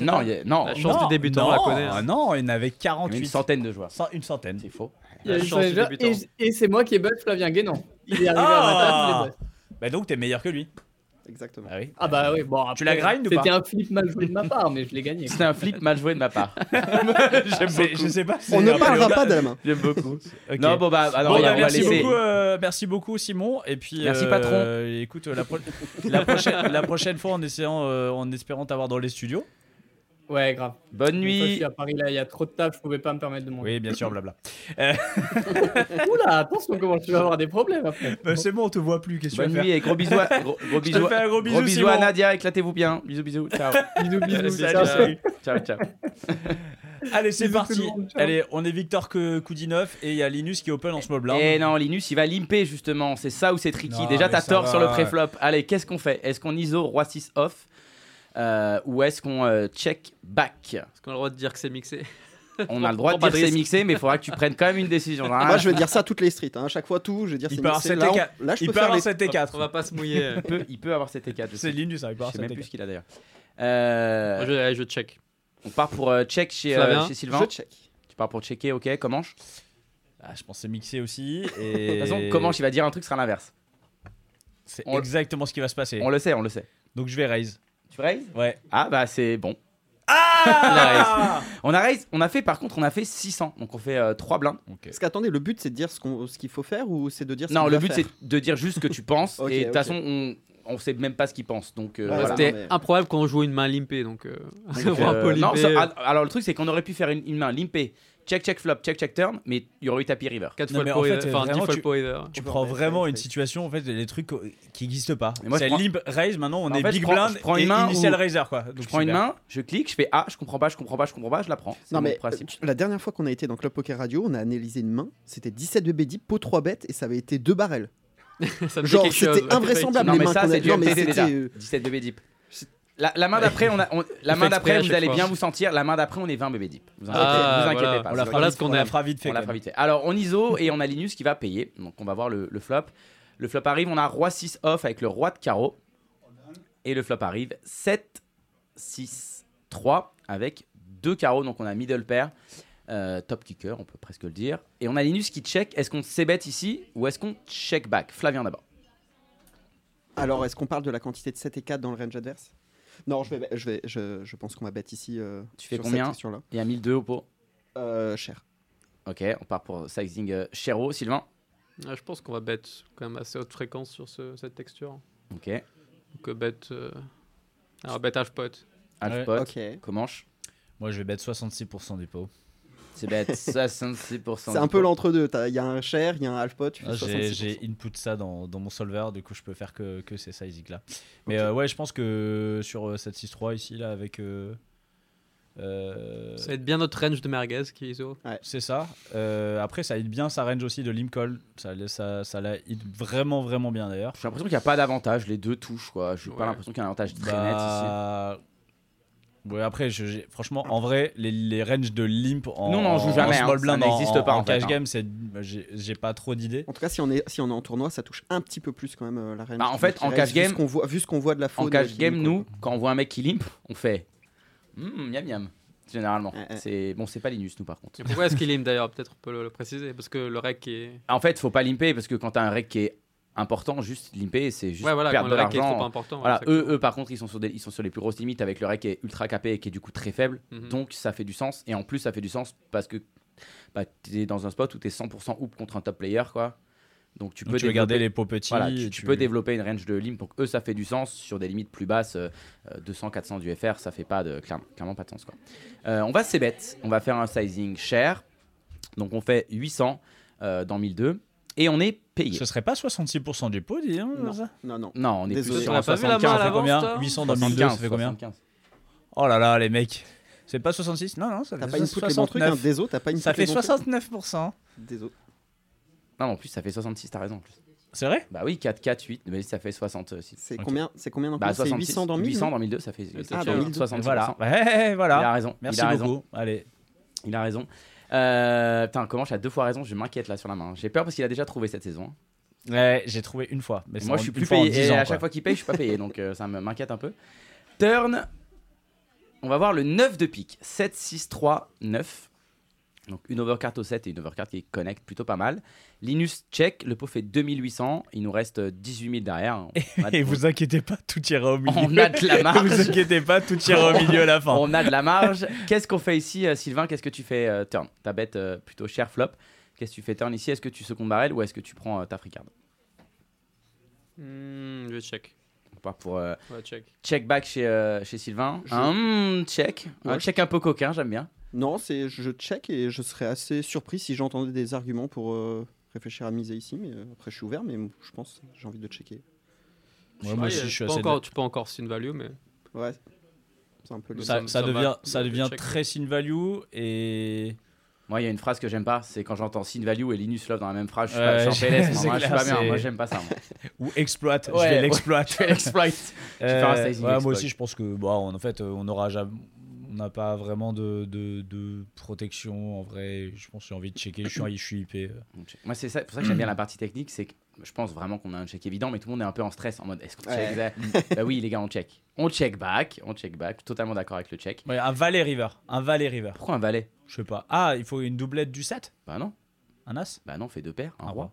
D: Non, il y a- non,
F: La
D: il
F: chance
C: Non,
F: du débutant, on la
C: non, ah
F: connaît. hein.
C: Non, il y en avait
D: y a une
C: 48.
D: centaine de joueurs.
C: Cent- Une centaine.
D: C'est faux.
G: Il y a
F: La
G: une
F: chance du
G: déjà-
F: débutant.
G: Et, et c'est moi qui ai buff Flavien Guénon. Il est arrivé à ma
C: Ah
G: table, je l'ai buff.
C: Bah donc t'es meilleur que lui.
E: Exactement.
C: Ah oui.
G: Ah bah oui, bon.
C: Tu la grindes ou pas
G: C'était un flip mal joué de ma part, mais je l'ai gagné.
D: C'était un flip mal joué de ma part.
C: C'est- Je sais pas. c'est
E: On
C: un
E: ne
C: peu-
E: parlera pas de la main.
D: J'aime beaucoup.
C: Ok.
D: Non, bon bah, alors
C: Bon,
D: on
C: bah,
D: va
C: merci
D: laisser.
C: beaucoup, euh, merci beaucoup Simon. Et puis
D: Merci,
C: euh,
D: patron.
C: Écoute, euh, la, pro- la prochaine, la prochaine fois, en essayant, euh, en espérant t'avoir dans les studios.
G: Ouais, grave.
D: Bonne
G: Une fois, Je
D: nuit.
G: suis à Paris là, il y a trop de taf, je pouvais pas me permettre de monter.
C: Oui, bien sûr, blabla.
G: Oula, attention, comment tu vas avoir des problèmes après.
C: c'est bon, on te voit plus. Qu'est-ce
D: Bonne nuit et gros bisous. à- Gros, gros
C: Je te
D: bisous.
C: fais un gros bisou,
D: Gros bisous
C: Simon.
D: à Nadia, éclatez-vous bien. Bisous, bisous. Ciao.
G: Bisous, bisous,
F: Salut,
G: ciao.
F: salut.
D: ciao, ciao.
C: Allez, c'est
G: Bisous tout le
C: parti.
G: monde, ciao.
C: Allez, on est Victor que Koudinov et il y a Linus qui est open en ce moment.
D: Et Eh non, Linus, il va limper justement. C'est ça où c'est tricky.
C: Non,
D: Déjà,
C: mais
D: t'as
C: ça
D: tort
C: va,
D: sur le
C: ouais.
D: préflop. Allez, qu'est-ce qu'on fait Est-ce qu'on ISO Roi 6 off euh, ou est-ce qu'on euh, check back
F: Est-ce qu'on a le droit de dire que c'est mixé
D: On a le droit de dire
F: Prends pas de
D: c'est
F: risque.
D: mixé, mais il faudra que tu prennes quand même une décision. Hein,
E: Moi, je vais dire ça à toutes les streets. hein. À chaque fois, tout, je vais dire
C: Il
E: c'est
C: peut avoir
E: mixé.
C: 7
E: Là,
C: T4.
E: on- là, je
C: Il peut
E: peux faire
C: avoir
E: les-
C: 7
F: On
C: T4.
F: va pas se mouiller.
D: Il peut, il peut avoir cet T4. Je
C: C'est
D: sais,
C: Linus, ça va
D: je
C: pas
D: sais même plus
C: T4.
D: ce qu'il a d'ailleurs. Euh,
F: Moi, je, allez, je check.
D: On part pour euh, check chez, euh,
F: Flavien,
D: chez Sylvain.
E: Je check.
D: Tu pars pour checker, ok, comment je-
C: Ah, je pense que c'est mixé aussi.
D: De
C: Et...
D: toute façon, comment il va dire un truc sera l'inverse.
C: C'est
D: on-
C: exactement ce qui va se passer.
D: On le sait, on le sait.
C: Donc je vais raise.
D: Tu raises
C: Ouais.
D: Ah bah c'est bon.
C: Ah
D: On a raise, on a fait par contre, on a fait 600, donc on fait 3 blindes.
E: Parce qu'attendez, le but c'est de dire ce qu'on- ce qu'il faut faire ou c'est de dire ce
D: Non,
E: qu'on
D: le
E: va
D: but
E: faire
D: c'est de dire juste ce que tu penses.
E: Ok,
D: et de toute
E: ok. Bah,
D: façon, on, on sait même pas ce qu'il pense. Donc euh,
E: Ouais,
D: voilà.
F: C'était
E: non, mais-
F: improbable quand on jouait une main limpée, donc euh,
D: Donc,
F: avoir un
D: euh,
F: peu
D: non,
F: limpé,
D: ça-
F: euh,
D: ah, alors le truc c'est qu'on aurait pu faire une, une main limpée, check check flop, check check turn, mais il y aurait eu tapis river.
F: quatre
C: Non,
F: fois
C: mais
F: le
C: en
F: pot
C: fait,
F: either,
C: euh,
F: enfin
C: vraiment,
F: 10 fois
C: tu-
F: le pot either.
C: Tu prends vraiment une situation, en fait, des trucs euh, qui n'existent pas.
D: Mais moi, je
C: C'est
D: prends-
C: limp raise, maintenant on
D: En
C: est
D: fait, je
C: big
D: prends-
C: blind
D: je prends
C: et
D: une main
C: initial
D: où-
C: raiser quoi. Donc,
D: Je prends une
C: super.
D: main, je clique, je fais ah, je comprends pas, je comprends pas, je comprends pas, je la prends. C'est
E: Non,
D: mon
E: mais
D: principe.
E: euh, la dernière fois qu'on a été dans Club Poker Radio, on a analysé une main. C'était 17 de BD, pot 3 bêtes et ça avait été 2 barrels.
F: Ça me dit
E: Genre,
F: quelque chose.
E: c'était invraisemblable
D: Non,
E: les
D: mais
E: mains
D: ça,
E: qu'on a-
D: c'est du
E: Non, mais
D: MTD déjà.
E: c'était, euh,
D: 17 bébé deep. La, la main d'après, on a- on- la main
F: Il fait exprès à
D: d'après, vous
F: chaque
D: allez
F: fois.
D: bien vous sentir. La main d'après, on est 20 bébé deep. Vous inquiétez,
F: Ah,
D: vous inquiétez
F: voilà.
D: pas.
C: On la fera
F: Voilà
C: vite-
F: ce qu'on
C: on la
F: aime.
C: fera vite fait.
D: on la
C: quand
D: fera
C: même.
D: vite fait. Alors, on ISO et on a Linus qui va payer. Donc, on va voir le, le flop. Le flop arrive, on a roi 6 off avec le roi de carreau. Et le flop arrive 7, 6, 3 avec deux carreaux. Donc, on a middle pair, euh, top kicker, on peut presque le dire. Et on a Linus qui check. Est-ce qu'on s'ébête ici ou est-ce qu'on check back Flavien d'abord.
E: Alors, est-ce qu'on parle de la quantité de 7 et 4 dans le range adverse Non, je, vais, je, vais, je, je pense qu'on va bet ici. euh,
D: Tu fais
E: sur cette
D: combien
E: question-là.
D: Il y a 1002 au pot.
E: Euh, Cher.
D: Ok, on part pour sizing euh, Chéreau. Sylvain
F: Ah, je pense qu'on va bet quand même assez haute fréquence sur ce- cette texture.
D: Ok.
F: Donc euh, bet. euh, Alors bet half pot.
D: Half
C: Ouais.
D: pot.
E: Ok.
D: Comment
C: Moi je vais bet 66% des pots.
D: C'est bête. 66%.
E: C'est un peu l'entre-deux. t'as- Il y a un cher, il y a un half pot. Tu fais
C: Ah, j'ai-
E: 66%.
C: J'ai input ça dans, dans mon solver, du coup je peux faire que, que ces sizing là. Mais euh, ouais, je pense que sur euh, 7-6-3 ici là avec. euh, euh,
F: Ça va être bien notre range de merguez qui est ISO.
C: c'est ça. Euh, après, ça hit bien sa range aussi de Limcol. Ça, la- ça, ça la hit vraiment, vraiment bien d'ailleurs.
D: J'ai l'impression qu'il n'y a pas d'avantage. Les deux touchent, quoi. J'ai pas
F: Ouais.
D: l'impression qu'il y a un avantage très net ici.
C: Bah, Ouais, après, je- j'ai- franchement, en vrai, les, les ranges de Limp en,
D: Nous, on en joue jamais,
C: small
D: hein. Ça
C: blind, en-
D: n'existe pas,
C: en,
D: en fait,
C: cash
D: hein.
C: game. c'est- J'ai j'ai pas trop d'idées.
E: En tout cas, si on, est, si on est en tournoi, ça touche un petit peu plus quand même euh, la range.
D: Bah, en fait,
E: qui
D: en
E: reste,
D: cash
E: vu
D: game-
E: ce qu'on voit- Vu ce qu'on voit de la faune.
D: En
E: euh,
D: cash
E: qui
D: game,
E: nous-
D: nous, quand on voit un mec qui limp, on fait. Hum, miam miam. Généralement.
E: Ouais, ouais.
D: C'est Bon, c'est pas Linus, nous, par contre.
F: Et pourquoi est-ce qu'il aime d'ailleurs Peut-être on peut le, le préciser. Parce que le rec est.
D: En fait, faut pas limper parce que quand t'as un rec qui est important, juste limper, c'est juste
F: Ouais, voilà, quand
D: perdre de
F: le rec est trop
D: l'argent.
F: important.
D: Voilà,
F: c'est-
D: eux, eux, par contre, ils sont, sur des- ils sont sur les plus grosses limites avec le rec qui est ultra capé et qui est du coup très faible.
C: Mm.
F: Mhm.
D: Donc ça fait du sens. Et en plus, ça fait du sens parce que bah, tu es dans un spot où tu es 100% hoop contre un top player. quoi. Donc tu
C: Tu peux,
D: peux,
C: garder
D: développer-
C: les pots petits.
D: voilà, tu,
C: et
D: tu peux développer une range de limp. Donc eux, ça fait du sens sur des limites plus basses. euh, euh, 200, 400 du FR, ça fait pas de, clair- clairement pas de sens. Quoi. Euh, on va bête On va faire un sizing cher. Donc on fait 800 euh, dans 1002. Et on est payé.
C: Ce serait pas 66% du pot, dis hein, ça
E: Non, non.
D: Non, on est
E: Désolé.
D: plus sur
F: On
D: un
F: a pas vu la main,
D: 75.
F: là.
C: Ça fait
F: Avance,
C: combien
F: toi
C: 800 dans 1002, ça fait combien Oh là là, les mecs. C'est pas 66 Non, non, ça
E: T'as
C: fait
E: pas une les bons trucs, hein.
C: 69.
E: Désolé, t'as pas une
C: Ça fait 69%.
E: Désolé.
D: Non, mais en plus, ça fait 66, t'as raison. en plus.
C: C'est vrai
D: Bah oui, 4, 4, 8, mais ça fait euh, 66.
E: C'est
C: Ok.
E: combien C'est combien dans
D: Bah,
E: C'est
D: 66,
E: 800 dans 1000
D: 800 dans 1002, ça fait
F: Ah,
D: ça
F: dans
D: fait
E: 1002.
D: 66%.
C: Voilà. Ouais,
D: Il
C: voilà.
D: a raison.
C: Merci
D: il a raison.
C: beaucoup. Allez.
D: Il a raison. Euh, putain, comment j'ai deux fois raison, je m'inquiète là sur la main. J'ai peur parce qu'il a déjà trouvé cette saison. hein.
C: Ouais, j'ai trouvé une fois. Mais
D: Et
C: c'est
D: moi,
C: en-
D: je suis
C: une
D: plus
C: fois en
D: payé.
C: 10
D: et
C: ans,
D: à
C: quoi.
D: chaque fois qu'il paye, je suis pas payé, donc euh, ça me- m'inquiète un peu. Turn. On va voir le 9 de pique. 7, 6, 3, 9. Donc une overcard au 7 et une overcard qui connecte plutôt pas mal. Linus check, le pot fait 2800, il nous reste euh, 18 000 derrière. On a de-
C: Et vous inquiétez pas, tout ira au milieu.
D: On a de la marge.
C: vous inquiétez pas, tout ira au milieu à la fin.
D: On a de la marge. Qu'est-ce qu'on fait ici, euh, Sylvain Qu'est-ce que tu fais euh, turn Ta bête euh, plutôt cher flop. Qu'est-ce que tu fais turn ici Est-ce que tu secondes barrel ou est-ce que tu prends euh, ta free card
F: Hmm, je check.
D: On part pour euh,
F: Ouais, check.
D: check back chez, euh, chez Sylvain.
E: Je-
D: Un hmm, check. un
E: Ouais,
D: check un peu coquin, j'aime bien.
E: Non, c'est je check et je serais assez surpris si j'entendais des arguments pour euh, réfléchir à miser ici. Mais euh, après, je suis ouvert, mais bon, je pense j'ai envie de checker.
C: Ouais, moi
F: Ouais,
C: aussi, je
F: tu
C: suis
F: peux
C: assez.
F: encore, Tu peux encore c'est une value, mais.
E: Ouais, c'est un peu le.
C: Ça,
F: Ça-
C: ça
F: ça
C: devient,
F: va.
C: ça devient
F: Check.
C: très sin value et
D: Moi, il y a une phrase que j'aime pas, c'est quand j'entends Sin Value et Linus Love dans la même phrase, je suis,
C: Ouais,
D: pas, je suis en PLS, moi,
C: c'est
D: moi, je suis
C: clair,
D: pas bien,
C: c'est-
D: moi j'aime pas ça. moi.
C: Ou exploite, je
D: Ouais,
C: vais
D: ouais,
C: l'exploit.
D: je vais l'exploit. Je vais faire un
C: Euh,
D: sizing
C: ouais, moi
D: exploit.
C: aussi, je pense que, bon, en fait, euh, on aura jamais- on n'a pas vraiment de, de, de protection en vrai. Je pense que j'ai envie de checker. Je suis, en- je suis IP. euh.
D: Donc, Moi, c'est ça, pour ça que j'aime bien la partie technique, c'est que je pense vraiment qu'on a un check évident, mais tout le monde est un peu en stress en mode est-ce qu'on
E: Ouais.
D: check that Bah oui, les gars, on check. On check back, on check back, totalement d'accord avec le check.
C: Ouais, un valet river. Un valet river.
D: Pourquoi un valet
C: Je sais pas. Ah, il faut une doublette du 7
D: Bah non,
C: Un as
D: bah non, on fait deux paires, un, roi.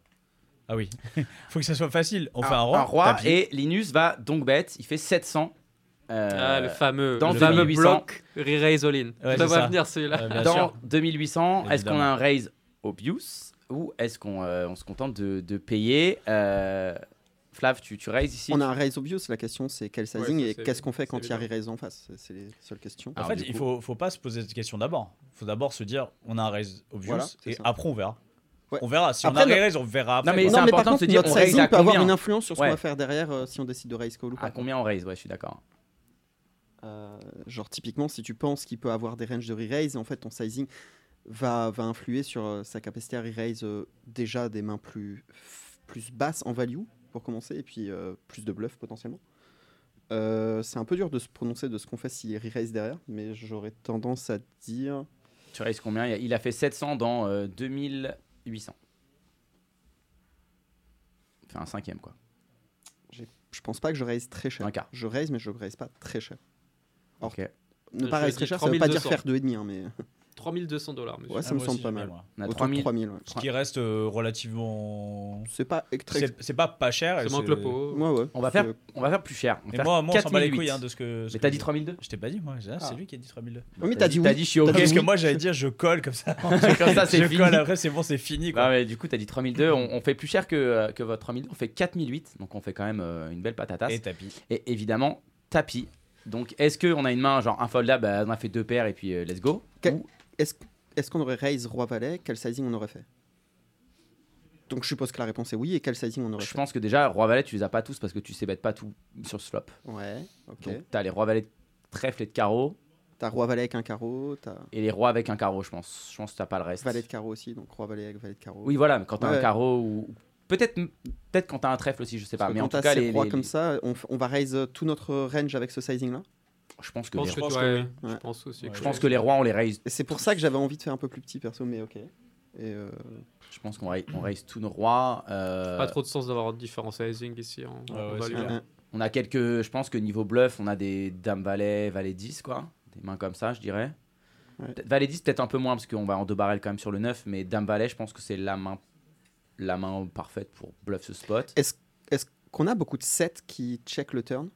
C: Ah oui. faut que ça soit facile. On fait un roi.
D: Un roi
C: tapis.
D: et Linus va donc bête, il fait 700. euh,
F: Ah, le fameux,
D: dans
F: le fameux
D: 2800.
F: bloc Rira Isolin.
C: Ouais, c'est
F: ça va
C: ça.
F: venir celui-là.
C: Ouais, bien
D: dans
C: sûr.
D: 2800, est-ce qu'on a
C: Évidemment.
D: un raise obvious ou est-ce qu'on euh, on se contente de, de payer euh, Flav, tu, tu raises ici
E: On a un raise obvious, la question c'est quel sizing
F: Ouais, ça,
E: et
F: c'est-
E: qu'est-ce qu'on fait quand
F: c'est Ah,
E: il y a
F: évident.
E: raise en face C'est- C'est les seules questions.
C: En
D: Alors,
C: fait,
D: du
C: il
D: coup-
C: faut, faut pas se poser cette question d'abord. faut d'abord se dire on a un raise obvious
E: Voilà, c'est
C: et
E: ça.
C: après on verra.
E: Ouais.
C: On verra. Si
E: Après,
C: on a
E: le-
C: raise, on verra après.
D: Non, mais
C: quoi.
D: c'est
E: non, mais par
D: important de
E: contre,
D: se dire,
E: notre
D: on raise
E: sizing
D: à
E: peut avoir
D: combien
E: une influence sur ce
D: Ouais.
E: qu'on va faire derrière euh, si on décide de raise call ou pas.
D: À combien on raise Ouais, je suis d'accord.
E: Euh, genre typiquement si tu penses qu'il peut avoir des ranges de re-raise en fait ton sizing va, va influer sur euh, sa capacité à re-raise euh, déjà des mains plus, plus basses en value pour commencer et puis euh, plus de bluff potentiellement Euh, c'est un peu dur de se prononcer de ce qu'on fait s'il re-raise derrière mais j'aurais tendance à dire
D: Tu raises combien Il a- Il a fait 700 dans euh, 2800. Fait un cinquième, quoi.
E: je pense pas que je raise très cher
D: Un quart.
E: je raise mais je raise pas très cher Alors,
D: Ok.
E: ne
F: Je
E: pas raise
F: raise
E: très cher ça veut pas
F: 3200.
E: dire faire 2,5 hein, mais
F: 3200 dollars, monsieur.
E: ouais
C: Ah,
E: ça me
C: moi
E: semble
C: aussi,
E: pas
C: j'ai
E: mal
C: moi.
D: On a
E: autour de
D: 3000.
E: 3000 ouais.
C: Ce qui reste euh, relativement.
E: c'est pas très
C: C'est c'est pas pas cher. et
F: Ça manque
C: c'est-
F: le pot.
E: Ouais, ouais.
D: On va faire, on va faire plus cher. On va
C: Mais
D: faire
C: moi, moi on s'en bat les
D: 4008.
C: couilles hein, de ce que. ce
D: Mais
C: que
D: t'as
C: je-
D: dit 3002
C: Je t'ai pas dit, moi. j'ai- ah, C'est
D: Ah.
C: lui qui a dit 3002.
E: Oui, mais t'as dit
D: T'as
E: oui.
D: dit, je suis ok.
C: Parce que moi, j'allais dire, je colle comme ça.
D: Comme ça,
C: je
D: c'est fini.
C: colle, après, c'est bon, c'est fini.
D: Non,
C: Quoi.
D: mais du coup, t'as dit 3002. On, on fait plus cher que, euh, que votre 3002. On fait 4008. Donc, on fait quand même euh, une belle patatasse.
C: Et
D: Et,
C: tapis.
D: évidemment, tapis. Donc, est-ce qu'on a une main, genre un fold-up bah, On a fait deux paires et puis euh, let's go.
E: Que- Est-ce est-ce qu'on aurait raise roi valet Quel sizing on aurait fait Donc je suppose que la réponse est oui. Et quel sizing on aurait
D: Je
E: fait
D: pense que déjà, roi-valet, tu les as pas tous parce que tu sais bête pas tout sur ce flop.
E: Ouais, ok.
D: Donc, t'as les rois-valets de trèfle et de carreau.
E: T'as roi valet avec un carreau, t'as
D: Et les rois avec un carreau, je pense. Je pense que t'as pas le reste.
E: valet de carreau aussi. Donc roi valet avec valet de carreau.
D: Oui, voilà, mais quand t'as
E: Ouais.
D: un carreau ou. Peut-être peut quand t'as un trèfle aussi, je sais pas.
E: Parce que
D: mais en
E: quand
D: tout
E: t'as
D: cas,
E: ces
D: les,
E: rois
D: les-
E: comme ça, on, f- on va raise euh, tout notre range avec ce sizing là.
D: je pense
F: Je
D: que, les,
F: pense
D: je
F: que,
C: pense
F: tu-
C: que
F: ouais,
C: oui.
F: je
E: Ouais.
F: pense aussi.
C: Ouais.
F: que-
C: Je
D: pense que les rois, on les raise.
E: Et c'est pour ça que j'avais envie de faire un peu plus petit perso, mais ok. Et euh,
D: Je pense qu'on raise, on raise tous nos rois. euh,
F: Pas trop de sens d'avoir différents sizing ici. en-
C: Ouais,
F: en
C: ouais,
F: value.
C: c'est clair.
D: On a quelques. Je pense que niveau bluff, on a des dames valet, valet 10, quoi. Des mains comme ça, je dirais.
E: Ouais.
D: Peut-être Valet 10, peut-être un peu moins, parce qu'on va en deux barrels quand même sur le 9. Mais dame valet, je pense que c'est la main, la main parfaite pour bluff ce spot.
E: est-ce qu'on a beaucoup de sets qui check le turn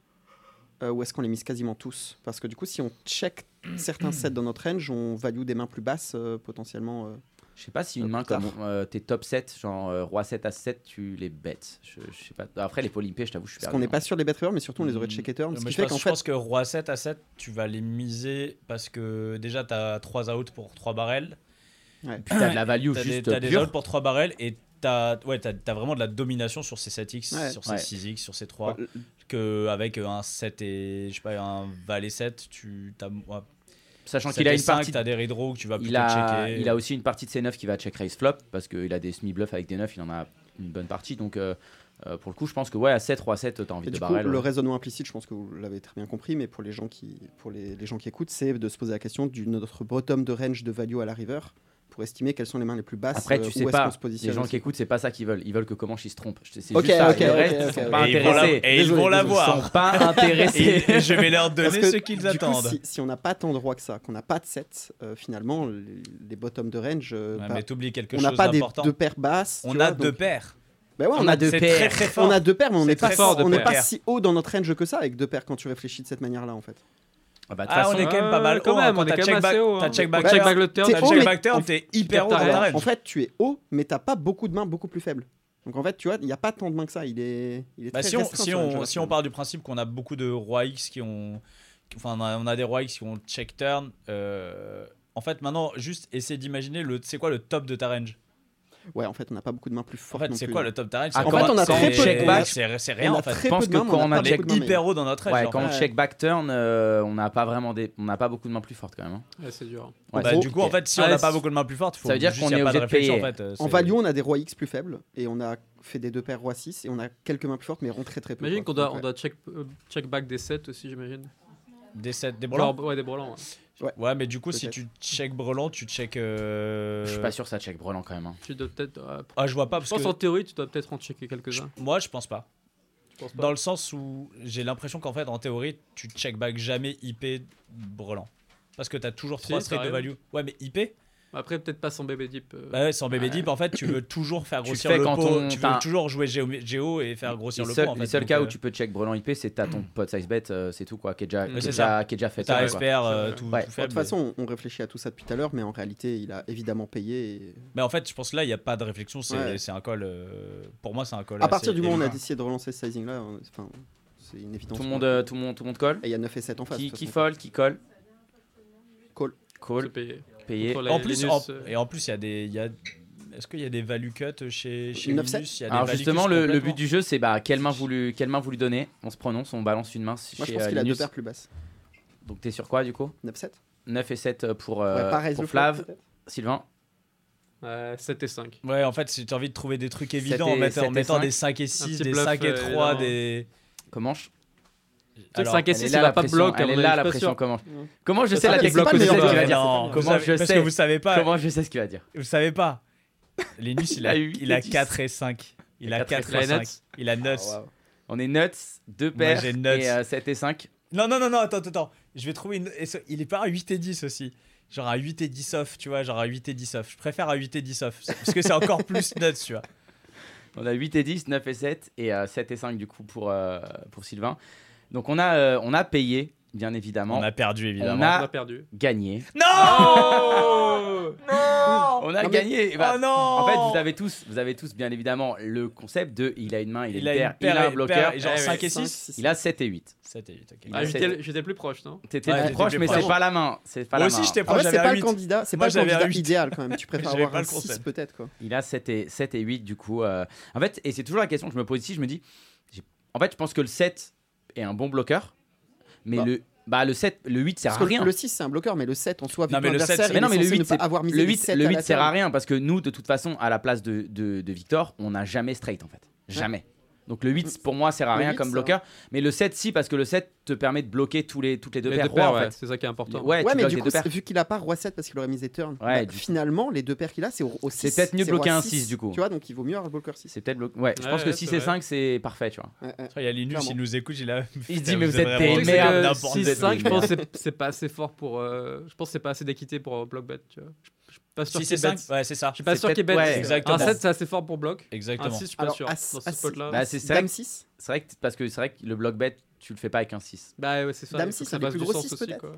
E: Euh, ou est-ce qu'on les mise quasiment tous Parce que du coup, si on check certains sets dans notre range, on value des mains plus basses euh, potentiellement. euh,
D: Je sais pas si
E: Euh,
D: une main
E: plus
D: comme euh, tes top 7, genre euh, roi 7 à 7, tu les bêtes. Je, je sais pas. Après, les polimpés, je t'avoue, je suis
E: Parce qu'on n'est
D: perdu,
E: pas sûr des bêtes faveurs, mais surtout on les aurait
C: Mm.
E: checké turn. Ce
C: Mais
E: qui
C: je
E: fait
C: pense,
E: qu'en
C: je
E: fait,
C: pense que roi 7 à 7, tu vas les miser parce que déjà, t'as 3 out pour 3 barrels.
E: ouais.
D: hein. Puis t'as de la value
C: T'as des,
D: juste
C: t'as des
D: pure.
C: outs pour 3 barrels et t'as ouais, t'as- t'as vraiment de la domination sur ces 7x,
E: Ouais.
C: sur ces
D: Ouais.
C: 6x, sur ces 3.
E: Ouais,
C: Que avec un 7 et je sais pas, un valet 7, tu t'as. ouais,
D: Sachant
C: 7
D: qu'il a
C: et
D: une
C: 5,
D: partie.
C: T'as des redraws que tu vas plutôt
D: Il a,
C: checker.
D: il a aussi une partie de ses 9 qui va check raise flop parce qu'il a des semi-bluffs avec des 9, il en a une bonne partie. Donc euh, euh, pour le coup, je pense que ouais, à 7, roi 7, t'as envie
E: Et
D: de
E: du coup,
D: barrel.
E: le
D: ouais.
E: raisonnement implicite, je pense que vous l'avez très bien compris, mais pour les gens qui, pour les, les gens qui écoutent, c'est de se poser la question du notre bottom de range de value à la river pour estimer quelles sont les mains les plus basses.
D: Après,
E: euh,
D: tu
E: où
D: sais
E: est-ce
D: pas,
E: qu'on se positionne
D: les gens
E: aussi.
D: qui écoutent, c'est pas ça qu'ils veulent. Ils veulent que comment ils se trompent. C'est c'est
E: Ok,
D: juste ça.
E: ok,
D: le
E: ok,
D: reste,
E: ok,
D: ils sont
E: ok.
D: pas
C: Et ils vont la-
D: intéressés.
C: et ils vont la
D: Ils
C: voir.
D: sont pas
C: Et
D: intéressés.
C: je vais leur
E: Parce
C: donner
E: que,
C: ce qu'ils
E: du coup,
C: attendent.
E: si, si on n'a pas tant de rois que ça, qu'on n'a pas de 7, finalement, les, les bottoms de range, euh,
C: Ouais,
E: bah,
C: mais t'oublies quelque
E: on n'a
C: chose
E: pas des,
C: d'important.
E: deux paires basses.
C: On
E: tu
C: a
E: vois,
C: deux
E: donc-
C: paires.
E: Bah ouais, on,
D: On
E: a,
D: a deux
C: C'est
D: paires.
C: très très fort.
E: on a deux paires, mais on
C: C'est
E: n'est pas,
C: très fort de
E: on n'est
C: paires.
E: pas si haut dans notre range que ça avec deux paires quand tu réfléchis de cette manière-là, en fait.
D: Ah bah, de
C: Ah,
D: toute
C: on est
D: façon,
C: quand même pas mal
F: quand
C: haut, hein,
F: même,
C: quand
F: on est
C: t'as
F: quand
C: check
F: même
C: back-
F: assez haut.
C: t'as
F: hein.
C: check
F: On
C: back
F: check
C: turn.
F: back le turn.
C: T'as
E: haut,
C: check
E: mais-
C: back turn,
E: en-
C: t'es hyper haut dans
F: t'as
C: ta
E: Alors,
C: range.
E: en fait, tu es haut, mais t'as pas beaucoup de mains beaucoup plus faibles. Donc en fait, tu vois, il n'y a pas tant de mains que ça. Il est, il est
C: Bah,
E: très
C: si on,
E: restreint,
C: si,
E: ce range-là,
C: on, si on
E: finalement.
C: part du principe qu'on a beaucoup de rois X qui ont. qui- Enfin, on a, on a des rois X qui ont check turn. euh, en fait, maintenant, juste essayer d'imaginer le, c'est quoi le top de ta range.
E: Ouais, en fait, on n'a pas beaucoup de mains plus fortes.
C: En fait,
E: non
C: c'est
E: plus.
C: quoi le top target
D: Ah,
C: c'est
D: en
C: quoi
D: fait, on a
C: C'est-
D: très peu de
C: c'est-
D: matchs.
C: C'est c'est rien
E: On
C: en
E: a
C: fait.
E: très
D: Je pense
E: peu de
D: que
E: mains, mais
D: quand
E: on
D: on
E: a
D: a
E: pas
D: check
E: beaucoup de mains, mais-
C: Hyper haut dans notre
D: Ouais,
C: edge.
D: quand on check back turn, euh, on n'a pas vraiment des, on n'a pas beaucoup de mains plus fortes quand même. hein.
F: Ouais, c'est dur.
D: Ouais,
C: Bah,
D: c'est
C: du coup, en
D: compliqué.
C: fait, si
F: Ah,
C: on n'a
F: c'est-
C: pas beaucoup de mains plus fortes, faut
D: Ça veut dire
C: juste
D: qu'on
C: y a
D: est
C: pas
D: obligé de
C: réflexion,
D: payer.
C: En, fait, euh,
E: En
C: c'est-
E: value, on a des rois X plus faibles et on a fait des deux paires rois 6 et on a quelques mains plus fortes, mais on très très peu.
F: Imagine
E: quoi.
F: qu'on doit,
E: Donc,
F: on doit check, euh, check back des 7 aussi, j'imagine.
C: Des 7, des brelans.
F: Genre, Ouais, des brelans. ouais.
C: Ouais, mais du coup, si
E: Peut-être.
C: tu check brelan, tu check. euh,
D: Je suis pas sûr que ça check Brelan quand même. hein.
F: Tu dois peut-être. euh, pr-
C: Ah, je vois pas
F: je
C: parce
F: pense
C: que.
F: en théorie, tu dois peut-être en checker quelques-uns.
C: Moi, je pense pas.
F: Je pense pas.
C: Dans le sens où j'ai l'impression qu'en fait, en théorie, tu check back jamais IP brelan. Parce que t'as toujours
F: Si,
C: 3
F: ça
C: streets de value.
F: arrive.
C: Ouais, mais IP,
F: Après, peut-être pas sans bébé deep. euh,
C: bah ouais, sans bébé deep, en fait, tu veux toujours faire
D: Tu
C: grossir
D: fais
C: le
D: quand
C: pot.
D: on-
C: Tu veux
D: t'as-
C: toujours jouer géo, géo et faire
D: Les,
C: grossir le
D: seuls-
C: pot. en fait.
D: les seuls
C: Donc,
D: cas
C: euh, Mm.
D: où tu peux check Brelan IP, c'est t'as ton pote size bet, euh, c'est tout quoi, qui est déjà,
F: Mm.
D: qui est
C: C'est
D: déjà, qui est déjà fait.
C: T'as SPR
D: quoi.
F: Ouais.
C: euh, tout,
D: Ouais.
C: tout
E: De
C: faible.
E: toute façon, on on réfléchit à tout ça depuis tout à l'heure, mais en réalité, il a évidemment payé. et-
C: Mais en fait, je pense que là, il n'y a pas de réflexion. C'est
E: Ouais.
C: c'est un call. euh, pour moi, c'est un call.
E: À partir du moment où on a
C: dit
E: décidé de relancer ce sizing là, enfin, c'est une évidence.
D: Tout le monde, euh, tout le monde, tout le monde colle.
E: Et il y a 9 et 7 en face.
D: Qui,
E: de toute
D: qui
E: façon.
D: fold, qui colle.
E: Call.
F: se
D: Call.
F: payer.
D: Payé.
F: Contre la-
C: En
F: les
C: plus,
F: Linus,
C: en-
F: euh,
C: et en plus, il y a des. il y a- Est-ce qu'il y a des value cuts chez, chez
E: 9-7?
C: Linus Il y a des
D: Alors
C: value
D: justement,
C: cuts
D: le, le
C: complètement.
D: but du jeu, c'est bah quelle main vous lui, quelle main vous lui donnez. On se prononce, on balance une main
E: Moi, je
D: chez
E: pense
D: euh,
E: qu'il a deux
D: Linus.
E: paires plus basses.
D: Donc t'es sur quoi du coup
E: 9-7
D: 9 et 7 pour,
E: Ouais,
D: euh,
E: pas raise
D: pour
E: le flop,
D: Flav.
E: peut-être
D: Sylvain.
F: Ouais, 7 et 5.
C: Ouais, en fait, si tu as envie de trouver des trucs évidents
D: et-
C: en mettant, en
D: sept et
C: mettant
D: cinq.
C: des 5 et
F: Un
C: 6,
F: petit
C: des
F: bluff,
C: 5 et
F: euh,
C: 3,
F: évidemment.
C: des.
D: Comment je-
C: Alors,
F: 5 et
D: Elle est
F: 6,
D: là la
F: il va pas
D: pression,
F: bloquer.
D: elle est là la pression. Comment comment je
E: Ça,
D: sais
C: Ah,
E: c'est
D: la
E: pas
D: question
E: le
D: que
E: meilleur
D: tu vas
E: joueur.
D: dire
C: Non,
D: Comment
C: vous savez-
D: je
C: parce
D: sais
C: que vous savez pas.
D: Comment je sais ce qu'il va dire
C: Vous savez pas. Linus, il a,
D: Il a eu-
C: il a
D: dix.
C: 4 et 5. Il a 4
D: et
C: et
D: cinq.
C: 5. Il a 9.
D: Ah, waouh. On est nuts, 2 paires
C: j'ai nuts.
D: et 7 et 5.
C: Non, non, non, non, attends, attends, attends. Je vais trouver une. et ce- Il est pas à 8 et 10 aussi. Genre à 8 et 10 off, tu vois. Genre à 8 et 10 off. Je préfère à 8 et 10 off. Parce que c'est encore plus nuts, tu vois.
D: On a 8 et 10, 9 et 7 et 7 et 5 du coup pour, euh, pour Sylvain. Donc on a, euh, on a payé, bien évidemment.
C: On a perdu, évidemment.
D: On a-
F: On a perdu.
D: gagné.
C: Non
D: On a
E: Non, mais-
D: gagné. Et bah,
C: Oh non
D: En fait, vous avez, tous, vous avez tous, bien évidemment, le concept de il a une main, il,
C: Il
D: a
C: a
D: une
C: une
D: paire, il a un
C: paire,
D: bloqueur.
C: et genre
D: Eh
C: cinq
D: ouais.
C: et six.
D: Il a 7 et 8.
C: 7 et 8, ok.
D: Il a
F: Ah,
D: sept-
F: j'étais j'étais plus proche, non
D: T'étais
C: Ouais,
D: plus
C: j'étais
D: proche,
C: plus
D: mais c'est
C: proche.
D: pas la main. C'est pas
C: Moi
D: la
C: aussi,
D: main.
C: j'étais
E: Ah
C: proche,
E: ouais, c'est
C: j'avais
E: pas
C: un
E: le
C: 8.
E: candidat, c'est
C: Moi,
E: pas le
C: j'avais un
E: candidat
C: huit.
E: idéal quand même. Tu préfères
C: J'avais
E: avoir
C: pas
E: un
C: le concept.
E: 6 peut-être quoi.
D: Il a 7 et, 7 et 8 du coup. euh, En fait, et c'est toujours la question que je me pose ici, je me dis, j'ai- en fait, je pense que le 7 est un bon bloqueur, mais
E: Bah.
D: le, bah, le, 7, le 8 sert
E: Parce
D: à
E: que
D: rien.
E: le 6 c'est un bloqueur, mais le 7 en soi,
C: Non, mais le sept, c'est-
D: Mais non, mais le huit, c'est-
E: avoir misé
D: Le
E: les
D: 8,
E: sept
D: le
E: à
D: 8
E: la
D: sert à
E: table.
D: rien parce que nous, de toute façon, à la place de, de, de Victor, on n'a jamais straight en fait. Jamais. Donc le 8 pour moi sert à
E: Le
D: rien
E: huit,
D: comme
E: ça.
D: bloqueur, mais le 7 si parce que le 7 te permet de bloquer tous les, toutes les deux
F: Les
D: paires
F: deux paires,
D: rois,
F: ouais,
D: en fait.
F: c'est ça qui est important.
D: Ouais, tu
E: Ouais, mais
D: bloques
E: du
D: les
E: coup,
D: deux paires.
E: vu qu'il a pas roi 7 parce qu'il aurait misé turn,
D: Ouais,
E: bah,
D: du-
E: finalement les deux paires qu'il a c'est au, au 6.
D: C'est peut-être mieux de bloquer
E: roi
D: un six, du coup.
E: Tu vois, donc il vaut mieux avoir le bloqueur 6.
D: C'est peut-être bloqué. Ouais, je
F: Ouais,
D: pense que
F: ouais,
D: 6
F: c'est
D: et
F: vrai.
D: 5 c'est parfait, tu vois.
C: Il y a Linus,
E: Clairement.
C: il nous écoute, il a.
D: Il se
C: Putain,
D: dit, mais vous êtes
C: vraiment
D: des
F: C'est
D: merdes,
F: que
D: n'importe
F: 6,
D: quoi.
F: 5, je pense que c'est- c'est pas assez fort pour. euh, je pense que c'est pas assez d'équité pour euh, block bet. Tu vois. Je je suis pas sûr
C: Si
F: qu'il
C: c'est
F: bet.
C: 5, ouais, c'est ça.
F: Je suis pas
D: C'est
F: sûr qu'il
D: peut-être-
F: bet.
D: ouais,
C: exactement.
F: Un 7, c'est assez fort pour block. Un
D: Ah,
C: Exactement.
F: 6, je suis pas sûr. Dans ce
D: Bah,
F: spot-là.
D: c'est ça.
E: Dame 6
D: C'est vrai que parce que c'est vrai que le block bet tu le fais pas avec un 6.
F: Bah ouais, c'est ça.
E: Dame
F: il faut
E: six,
F: que ça
E: c'est des
F: fasse
E: plus
F: du
E: gros
F: sens
E: six,
F: aussi,
E: peut-être.
F: quoi.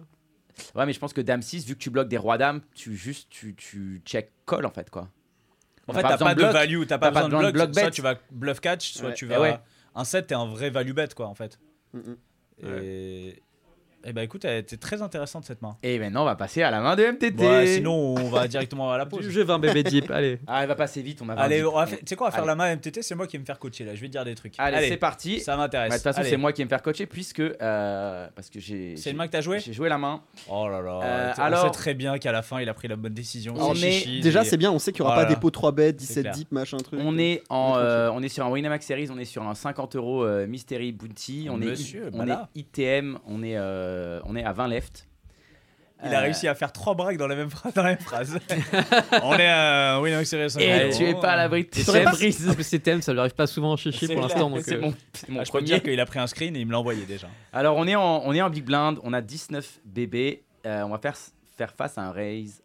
D: Ouais, mais je pense que dame 6 vu que tu bloques des rois dames, tu juste tu tu check call en fait quoi.
C: En
D: T'as
C: fait,
D: pas
C: t'as
D: besoin
C: pas
D: de
C: de
D: bloc.
C: value, t'as pas besoin de bloc. Soit
D: bet.
C: tu vas bluff catch, soit
E: Ouais.
C: tu
D: Eh ouais. Mm,
C: vas. Un 7, t'es un vrai value bet, quoi, en fait.
E: Mhm.
C: Et. Eh bah écoute, elle était très intéressante cette main.
D: Et maintenant Eh ben on va passer à la main de MTT.
C: Ouais, sinon, on va directement à la
F: Du
C: pause.
F: jeu 20 bébé deep, allez.
D: Ah, elle va passer vite, on a
C: Allez,
D: vingt
C: on va
D: minutes.
C: faire- tu sais quoi, on va faire
D: Allez.
C: la main MTT, c'est moi qui vais me faire coacher là, je vais te dire des trucs.
D: Allez, c'est parti.
C: ça
D: Bah,
C: m'intéresse.
D: De toute façon,
C: Allez.
D: c'est moi qui vais me faire coacher puisque euh, parce que j'ai
C: C'est
D: j'ai-
C: le main que t'as joué
D: j'ai joué la main.
C: Oh là là,
D: Euh,
C: on
D: alors-
C: sait très bien qu'à la fin il a pris la bonne décision.
D: On
C: c'est
D: est-
C: chichi,
E: Déjà, c'est bien, on sait qu'il n'y aura
C: Voilà.
E: pas des pots 3 bêtes,
C: C'est
E: 17
C: clair.
E: deep, machin truc.
D: On est en
E: tranquille.
D: euh, on est sur un Winamax Series, on est sur un 50 euros euh, Mystery Bounty, on
C: Monsieur,
D: est on
C: voilà.
D: est ITM, on est euh, on est à 20 left.
C: Il a
D: Euh,
C: réussi à faire trois braques dans la même phrase. Dans la même phrase. on est euh, à Winamax Series. on
D: Euh, Et
C: est-
D: tu es pas à l'abri de tes
F: T'aurais pas-
D: surprises.
F: En plus, c'est thème, ça lui arrive pas souvent en chichi
C: C'est
F: pour l'instant. donc,
D: C'est
F: euh,
D: mon, c'est mon
C: Ah, je peux te
D: premier.
C: dire qu'il a pris un screen et il me l'a envoyé déjà.
D: Alors, on est, en, on est en big blind, on a 19 bébés. Euh, on va faire, faire face à un raise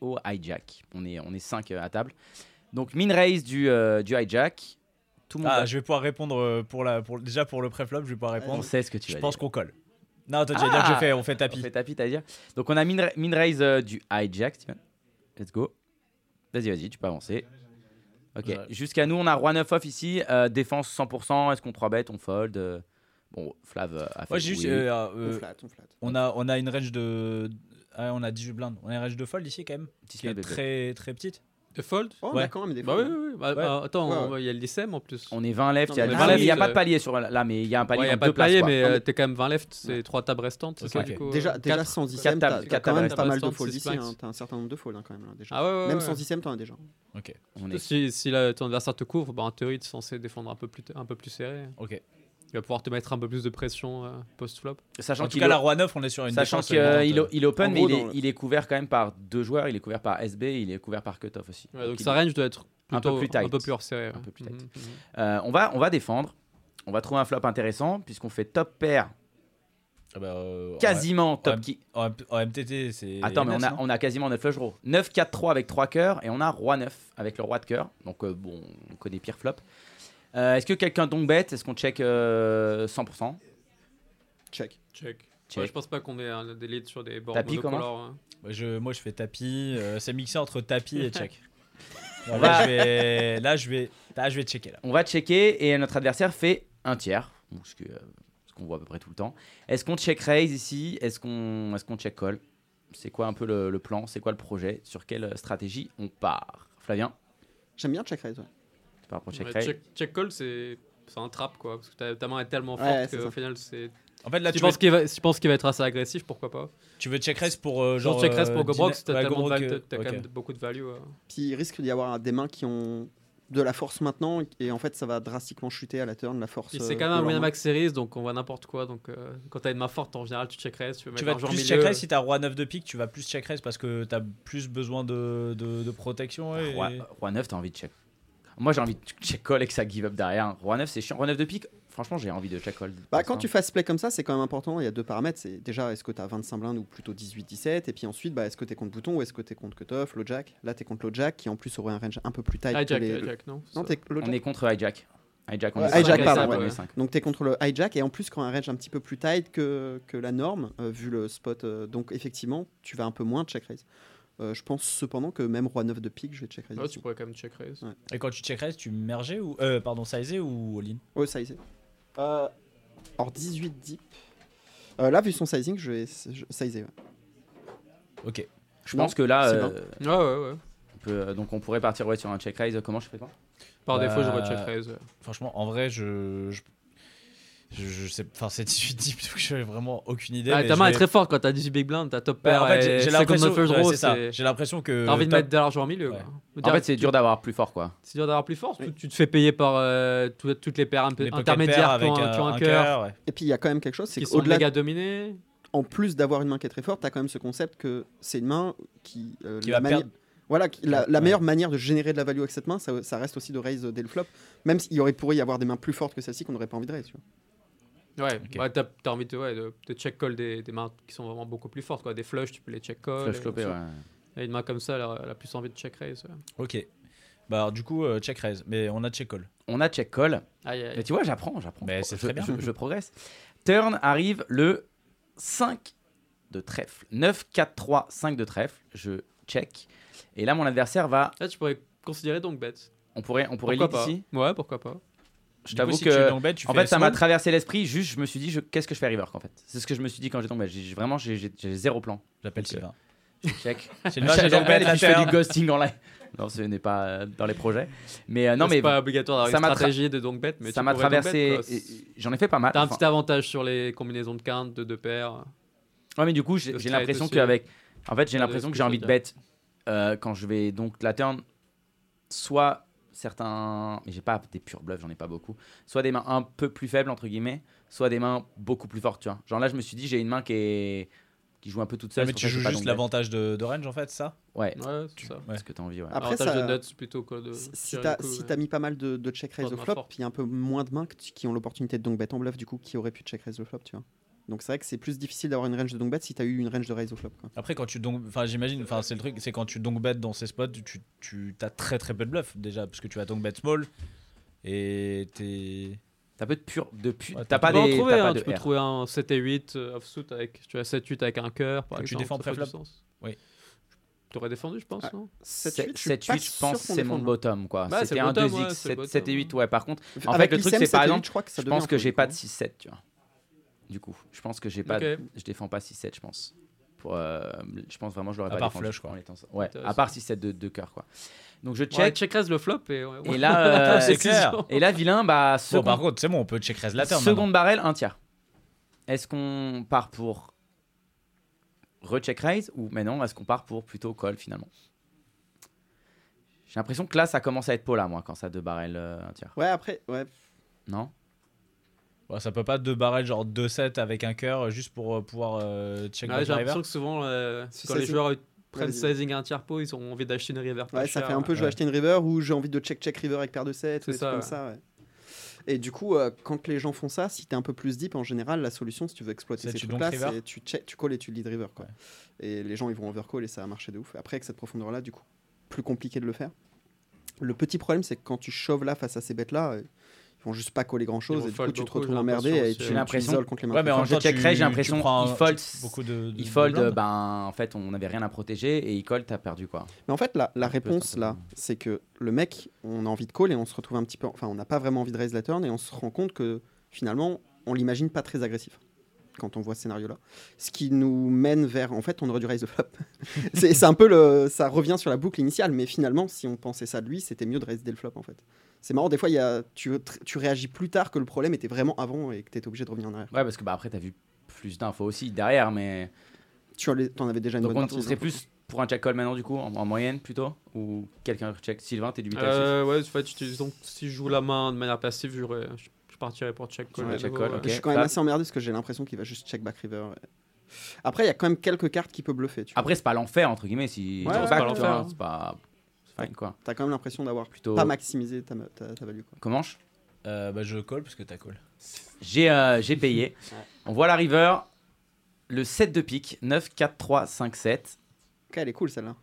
D: au hijack. On est, on est 5 à table. Donc, min raise du, euh, du hijack. Tout le monde.
C: Ah,
D: a-
C: je vais pouvoir répondre euh, pour la, pour, déjà pour le pré-flop, je vais pouvoir
D: On
C: répondre.
D: sait ce que Ah, tu
C: Je
D: vas
C: pense
D: dire.
C: qu'on colle. Non, toi, tu vas dire que je
D: Ah
C: fais, on fait
D: On
C: tapis.
D: fait tapis, t'as à dire. Donc, on a min, ra- min raise euh, du hijack, Steven. Let's go. Vas-y, vas-y, tu peux avancer. Ok,
C: Ouais.
D: jusqu'à nous, on a roi 9 off ici. Euh, défense 100%. Est-ce qu'on 3 bet On fold euh, Bon, Flav euh, a fait.
C: Moi, j'ai juste.
D: oui.
C: euh,
E: On
C: euh,
E: flat, on flat.
C: on, a, on a une range de. Ah, on a 18 blindes. On a une range de fold ici quand même, qui
D: 19
C: est
D: bébés.
C: très, très petite.
F: The Fold
E: Oh,
C: Ouais.
E: on a quand même des
F: Bah oui,
E: fois.
F: oui, oui. Bah,
C: Ouais.
F: bah, attends,
E: Ouais,
F: on va- il y a le DSM en plus.
D: On est 20 left.
E: Non,
D: Il y a,
E: mais
D: des
E: vingt
D: left,
E: left,
D: il y a pas
F: euh,
D: de palier sur la- là, mais il y a un
F: Il
D: palier.
F: n'y a
D: en
F: pas
D: deux
F: de palier,
D: places, quoi.
F: mais
E: Non,
F: euh,
E: mais-
F: t'es quand même 20 left, c'est 3 tables restantes, c'est
C: Ok,
F: ça
C: ok.
F: du coup euh,
E: Déjà, déjà sans
D: quatre
E: ICM,
D: tables,
E: t'as t'as
D: quatre
E: quand même
D: tables,
E: pas mal de
F: restant,
E: folds
F: six
E: ici.
F: max.
E: hein, T'as un certain nombre de folds hein, quand même. là, déjà.
F: Ah ouais, ouais,
E: même
F: ouais.
E: sans ICM, t'en as déjà. hein.
D: On
F: Surtout
D: est-
F: Si, si là, ton adversaire te couvre, bah, en théorie, tu es censé défendre un peu plus, un peu plus serré.
C: Ok.
F: Il va pouvoir te mettre un peu plus de pression euh, post-flop.
D: Sachant
C: En tout
D: qu'il
C: cas, la
D: est-
C: Roi 9, on est sur une
D: Sachant
C: défense
D: qu'il euh, il,
C: évidente.
D: il open,
E: En
D: mais
E: gros,
D: il est,
E: dans le-
D: il est couvert quand même par deux joueurs. Il est couvert par SB, il est couvert par cutoff aussi.
F: Ouais, donc
D: il-
F: sa range doit être
D: Un peu
F: plutôt-
D: plus tight.
F: un peu plus hors serré. ouais.
D: peu plus
F: Mhm,
D: tight.
F: mhm.
D: Euh, on, va, on va défendre. On va trouver un flop intéressant puisqu'on fait top pair,
C: Ah bah, euh,
D: quasiment top
C: ouais.
D: qui.
C: En, en- en MTT, c'est.
D: Attends, mais on a,
C: non
D: on a quasiment 9 flush draw. 9-4-3 avec 3 cœurs et on a roi 9 avec le roi de cœur. Donc euh, bon, on connaît pire flop. Euh, Est-ce que quelqu'un donc bête Est-ce qu'on check euh, 100%
E: Check.
F: Check.
D: Check.
F: Ouais, je pense pas qu'on ait un- des leads sur des bords
D: Tapis,
F: monocolores. hein.
C: Moi, je, moi, je fais tapis. euh, c'est mixé entre tapis et check. Non, là,
D: Va.
C: je vais, là, je vais, là, je vais checker là.
D: On va checker et notre adversaire fait un tiers. Bon, ce que, euh, ce qu'on voit à peu près tout le temps. Est-ce qu'on check raise ici Est-ce qu'on est qu'on check call C'est quoi un peu le, le plan C'est quoi le projet Sur quelle euh, stratégie on part Flavien,
E: J'aime bien check raise. Ouais.
D: tu pars pour check
F: Ouais,
D: raise
F: check, check call, c'est c'est un trap quoi. Parce que ta, ta main est tellement
E: Ouais,
F: forte
E: c'est
F: qu'au
E: ça.
F: final, c'est.
C: En fait, là,
F: Si
C: tu,
F: tu
C: veux,
F: penses qu'il va, si tu penses qu'il va être assez agressif, pourquoi pas
C: tu veux check raise pour euh,
F: Genre,
C: genre.
F: check raise pour
C: euh,
F: Gobrock,
C: dîner-
F: t'as
C: ouais,
F: tellement de
C: Gobrock,
F: val- t'as-
C: euh,
F: t'as quand
C: ok.
F: même beaucoup de value. euh.
E: Puis il risque d'y avoir des mains qui ont de la force maintenant et en fait ça va drastiquement chuter à la turn la force.
F: Puis
E: euh,
F: C'est quand
E: de
F: même un
E: leur main.
F: Winamax Series, donc on voit n'importe quoi. Donc euh, quand t'as une main forte, en général, tu check raise, tu veux
C: Tu vas
F: mettre un joueur
C: plus
F: milieu.
C: check raise si t'as roi 9 de pique, tu vas plus check raise parce que t'as plus besoin de, de, de protection. ouais,
D: Roi,
C: et-
D: Roi 9, t'as envie de check. Moi, j'ai envie de check call et que ça give up derrière. Roi 9, c'est chiant. Roi 9 de pique, franchement, j'ai envie de check call.
E: Bah, quand tu fasses play comme ça, c'est quand même important. Il y a deux paramètres. C'est déjà, est-ce que t'as 25 blindes ou plutôt 18-17 Et puis ensuite, bah, est-ce que t'es contre bouton ou est-ce que t'es contre cutoff, low jack Là, t'es contre low jack qui en plus aurait un range un peu plus tight. que
F: Hijack,
E: les-
F: hijack, non
E: Non, t'es low
D: On
E: jack.
D: est contre hijack. Hijack, on
E: Ouais,
D: est cinq.
E: hijack, pardon,
D: On est
E: ouais.
D: cinq.
E: Donc t'es contre le hijack et en plus quand un range un petit peu plus tight que, que la norme, euh, vu le spot, euh, donc effectivement tu vas un peu moins check raise. Euh, je pense cependant que même roi 9 de pique, je vais check raise.
D: Ah,
F: Ouais,
E: aussi.
F: Ah, tu pourrais quand même check raise.
C: Et quand tu check raise, tu mergais ou. Euh, pardon, sizé ou all-in
E: Ouais, sizé. Euh, or 18 deep. Euh, là vu son sizing, je vais je- sizer. ouais.
C: Ok.
D: Je
E: Non,
D: pense que là,
E: c'est
D: euh,
F: Ouais, ouais, ouais.
D: on peut- euh, donc on pourrait partir ouais, sur un check raise. Comment je fais pas
F: Par
C: Bah,
F: défaut, j'aurais check raise. ouais.
C: Franchement, en vrai, je. Je, je, je sais. Enfin, c'est 18 deep, donc j'avais vraiment aucune idée.
F: Ah,
C: mais
F: ta
C: je
F: main
C: vais-
F: est très forte quand t'as 18 big blind, t'as top
C: Ouais,
F: pair.
C: en fait, j'ai-
F: et
C: j'ai
F: 50
C: l'impression,
F: first
C: ouais,
F: draw,
C: c'est ça.
F: c'est- Euh,
C: J'ai l'impression que.
F: T'as envie de
C: top-
F: mettre de l'argent au milieu.
C: Ouais.
F: quoi.
D: En fait, c'est dur d'avoir plus fort, quoi.
F: C'est dur d'avoir plus fort, surtout que tu te fais payer par euh, tout- toutes les paires un peu
C: les pocket
F: intermédiaires
C: pairs
F: qui ont un-
C: avec
F: qui ont un cœur,
C: cœur. ouais.
E: Et puis il y a quand même quelque chose, c'est
F: qui sont
E: qu'au-delà
F: méga dominés.
E: en plus d'avoir une main qui est très forte, tu as quand même ce concept que c'est une main qui, euh,
C: Qui
E: la
C: va
E: mani-
C: perdre.
E: Voilà, qui- la,
C: Ouais.
E: la meilleure manière de générer de la value avec cette main, ça, ça reste aussi de raise euh, dès le flop. Même s'il y aurait pourrait y avoir des mains plus fortes que celle-ci qu'on n'aurait pas envie de raise. tu vois.
F: Ouais,
C: Ok.
F: ouais, t'as t'as envie de, ouais, de, de check call des, des mains qui sont vraiment beaucoup plus fortes. Quoi. Des flush, tu peux les check call.
D: Flush
F: et-
D: clopé, ouais.
F: et une main comme ça, elle a, elle a plus envie de check raise. ouais.
C: Ok. Bah, alors, du coup, euh, check raise. Mais on a check call.
D: On a check call.
F: Aïe, aïe.
D: Mais tu vois, j'apprends, j'apprends.
C: Mais c'est
D: Je-
C: très bien.
D: Je, je progresse. Turn arrive le 5 de trèfle. 9, 4, 3, 5 de trèfle. Je check. Et là, mon adversaire va.
F: Là, Ah, tu pourrais considérer donc bête.
D: On pourrait, on pourrait
F: pourquoi
D: lead
F: pas
D: ici.
F: Ouais, pourquoi pas.
D: Je
C: Du
D: t'avoue
C: coup, si
D: que.
C: tu es dans bet, tu
D: En
C: fais
D: fait, ça m'a
C: small.
D: traversé l'esprit. Juste, je me suis dit, je- qu'est-ce que je fais à river en fait C'est ce que je me suis dit quand j'ai tombé. J'ai- j'ai- Vraiment, j'ai- j'ai j'ai zéro plan.
C: J'appelle Sylvain.
D: Check.
F: Bah,
C: Sylvain, j'ai dans bet
D: J'appelle et
C: la
D: puis je fais du
C: turn.
D: ghosting en live. Non, ce n'est pas euh, dans les projets. Mais euh, non,
F: C'est
D: mais
F: pas obligatoire
D: ça
F: d'avoir
D: m'a
F: une
D: tra-
F: stratégie de donc bête. Mais
D: ça
F: tu
D: m'a
F: pourrais donc
D: traversé.
F: bête, quoi.
D: et- et J'en ai fait pas mal.
F: T'as un
D: Enfin,
F: petit avantage sur les combinaisons de quinte, de deux paires.
D: Ouais, mais du coup, j'ai
F: Le
D: j'ai
F: straight
D: l'impression
F: aussi.
D: qu'avec. En fait, j'ai
F: Ouais,
D: l'impression que
F: ce que
D: j'ai
F: je
D: envie de
F: veux
D: bet euh, quand je vais donc la turn. Soit certains. Mais j'ai pas des purs bluffs, j'en ai pas beaucoup. Soit des mains un peu plus faibles, entre guillemets. Soit des mains beaucoup plus fortes, tu vois. Genre là, je me suis dit, j'ai une main qui est. qui joue un peu toute
C: Ah,
D: seule.
C: mais
D: c'est
C: tu
D: pour ça que
C: joues
D: j'ai pas
C: juste
D: donc bet.
C: l'avantage de, de range en fait, ça
D: Ouais,
F: Ouais, c'est ça.
C: Ouais.
D: ce que t'as envie, ouais.
E: Après,
F: Avantage
E: ça-
F: de nuts plutôt que de.
E: si
F: tirer
E: t'as
F: le coup,
E: si
F: Euh, ouais.
E: t'as mis pas mal de, de check raise au
F: Pas de main
E: flop,
F: forte.
E: puis il y a un peu moins de mains que tu- qui ont l'opportunité de donc bet en bluff, du coup, qui auraient pu check raise au flop, tu vois. Donc c'est vrai que c'est plus difficile d'avoir une range de donc bet si t'as eu une range de raise au flop. quoi.
C: Après, quand tu donc. Enfin, j'imagine, enfin, c'est le truc, c'est quand tu donc bet dans ces spots, tu, tu as très très peu de bluff déjà, parce que tu vas donc bet small et t'es.
D: T'as peu de pur. De pu...
C: Ouais,
D: t'as
F: Tu
D: pas
F: peux en
D: des.
F: trouver,
D: t'as pas
F: hein, tu
D: de
F: peux
D: R.
F: trouver un 7 et 8 euh, offsuit avec tu as 7 8 avec un cœur par
C: Que tu
F: exemple.
C: défends
F: ça ferait du
C: préflop.
F: sens.
C: Oui.
F: Tu aurais défendu je pense,
E: Ah,
F: non
E: 7-8,
D: 7-8,
E: je suis pas
D: je
E: sûr
D: pense,
E: qu'on
D: c'est mon
E: défende.
D: bottom, quoi.
F: Bah, c'est
D: C'était
F: le
D: un
F: bottom,
D: 2x,
F: ouais, c'est le
D: 7, 7 et
F: bottom.
D: 8, ouais. Par contre, en
E: Avec
D: fait, le truc,
E: ICM,
D: c'est par
E: 7-8,
D: exemple,
E: je, crois que ça
D: je pense
E: devient
D: que
E: un
D: j'ai
E: peu
D: pas
E: con.
D: de 6-7, tu vois. Du coup, je pense que j'ai pas.
F: Ok.
D: Je défends pas 6-7, je pense. Pour, euh, je pense vraiment que je l'aurais
C: À
D: pas
C: part
D: défendu
C: flush, quoi.
D: en étant ça. Ouais,
F: Intéressant.
D: à part 6-7 de, de cœur, quoi. Donc je
F: Check.
D: check.
F: check raise le flop et. ouais, ouais.
D: et là, euh,
C: C'est clair.
D: et là, vilain, bah,
C: Bon,
D: seconde,
C: par contre, c'est bon, on peut check raise la turn.
D: seconde barrel, un tiers. Est-ce qu'on part pour recheck raise ou mais non, est-ce qu'on part pour plutôt call finalement J'ai l'impression que là, ça commence à être Paula, moi, quand ça deux barrels, euh, un tiers.
E: Ouais, après, ouais.
D: Non
C: maintenant. Ouais, ça peut pas deux barrels, genre 2-7 avec un cœur, euh, juste pour euh, pouvoir euh, check
F: Ouais,
D: Ah
C: back
F: Ah, J'ai
C: river.
F: l'impression que souvent, euh,
E: Si
F: quand
E: ça,
F: les
E: c'est-
F: joueurs euh, prennent
E: vas-y.
F: sizing à un tiers pot, ils ont envie d'acheter une river. pas
E: Ouais, ça
F: chère.
E: fait un peu je veux
C: ouais.
E: acheter une river ou j'ai envie de check check river avec paire de 7
F: C'est
E: ou des
F: ça,
E: trucs comme ça.
F: ouais.
E: ouais. Et du coup, euh, quand les gens font ça, si t'es un peu plus deep, en général, la solution, si tu veux exploiter
C: C'est
E: ces
C: tu donk
E: trucs-là,
C: river
E: c'est tu, check- tu call et tu lead river. Quoi. Et les gens, ils vont overcall et ça a marché de ouf. Après, avec cette profondeur-là, du coup, plus compliqué de le faire. Le petit problème, c'est que quand tu chauves là face à ces bêtes-là, euh, ils vont juste pas coller
F: Ils
E: grand-chose
F: vont
E: et du
F: fold
E: coup, tu te
F: beaucoup,
E: retrouves
F: j'ai
E: emmerdé
F: l'impression
E: et
F: aussi,
E: tu,
D: J'ai
F: ouais.
E: tu
D: l'impression-
E: isoles contre les mains.
C: Ouais, mais
D: Quand
C: en
D: je check raise, j'ai l'impression
C: qu'il
D: il fold.
C: Beaucoup de, de-
D: Il
C: de
D: fold,
C: blindes.
D: ben en fait on n'avait rien à protéger et il colle, t'as perdu quoi.
E: Mais en fait, la, la
D: Un peu,
E: réponse là,
D: certainement.
E: c'est que le mec, on a envie de call et on se retrouve un petit peu. Enfin, on n'a pas vraiment envie de raise la turn et on se rend compte que finalement, on l'imagine pas très agressif quand on voit ce scénario là. Ce qui nous mène vers. En fait, on aurait dû raise the flop. c'est c'est un peu le. Ça revient sur la boucle initiale, mais finalement, si on pensait ça de lui, c'était mieux de raise dès le flop en fait. C'est marrant, des fois, il y a, tu, tu réagis plus tard que le problème était vraiment avant et que tu étais obligé de revenir en arrière.
D: Ouais, parce que bah, après, t'as vu plus d'infos aussi derrière, mais.
E: Tu en les- t'en avais déjà une
D: Donc,
E: bonne
D: on,
E: partie.
D: on serait
E: donc.
D: plus pour un check call maintenant, du coup, en, en moyenne plutôt Ou quelqu'un check Sylvain, t'es du 8 à
F: Euh, ouais, en fait, tu- disons, que si je joue la main de manière passive, j'aurais- je je partirais pour check euh, call.
D: Ouais,
F: à
D: check
F: nouveau,
D: call,
F: ouais.
D: ok.
E: Je suis quand même
D: Fab.
E: assez emmerdé parce que j'ai l'impression qu'il va juste check back river. Après, il y a quand même quelques cartes qui peut bluffer. Tu vois.
D: Après, c'est pas l'enfer, entre guillemets, si.
E: Ouais,
D: tu back,
E: ouais, bah, c'est pas
D: tu
F: l'enfer,
D: vois,
F: hein.
D: C'est pas. C'est fine, quoi.
E: T'as quand même l'impression d'avoir
D: Plutôt.
E: pas maximisé ta, ma- ta, ta value. Quoi.
D: Comment je-
C: Euh, bah, je colle parce que t'as call.
D: J'ai euh, j'ai payé. On voit la river. Le 7 de pique, 9, 4, 3, 5, 7.
E: Ok, elle est cool celle-là.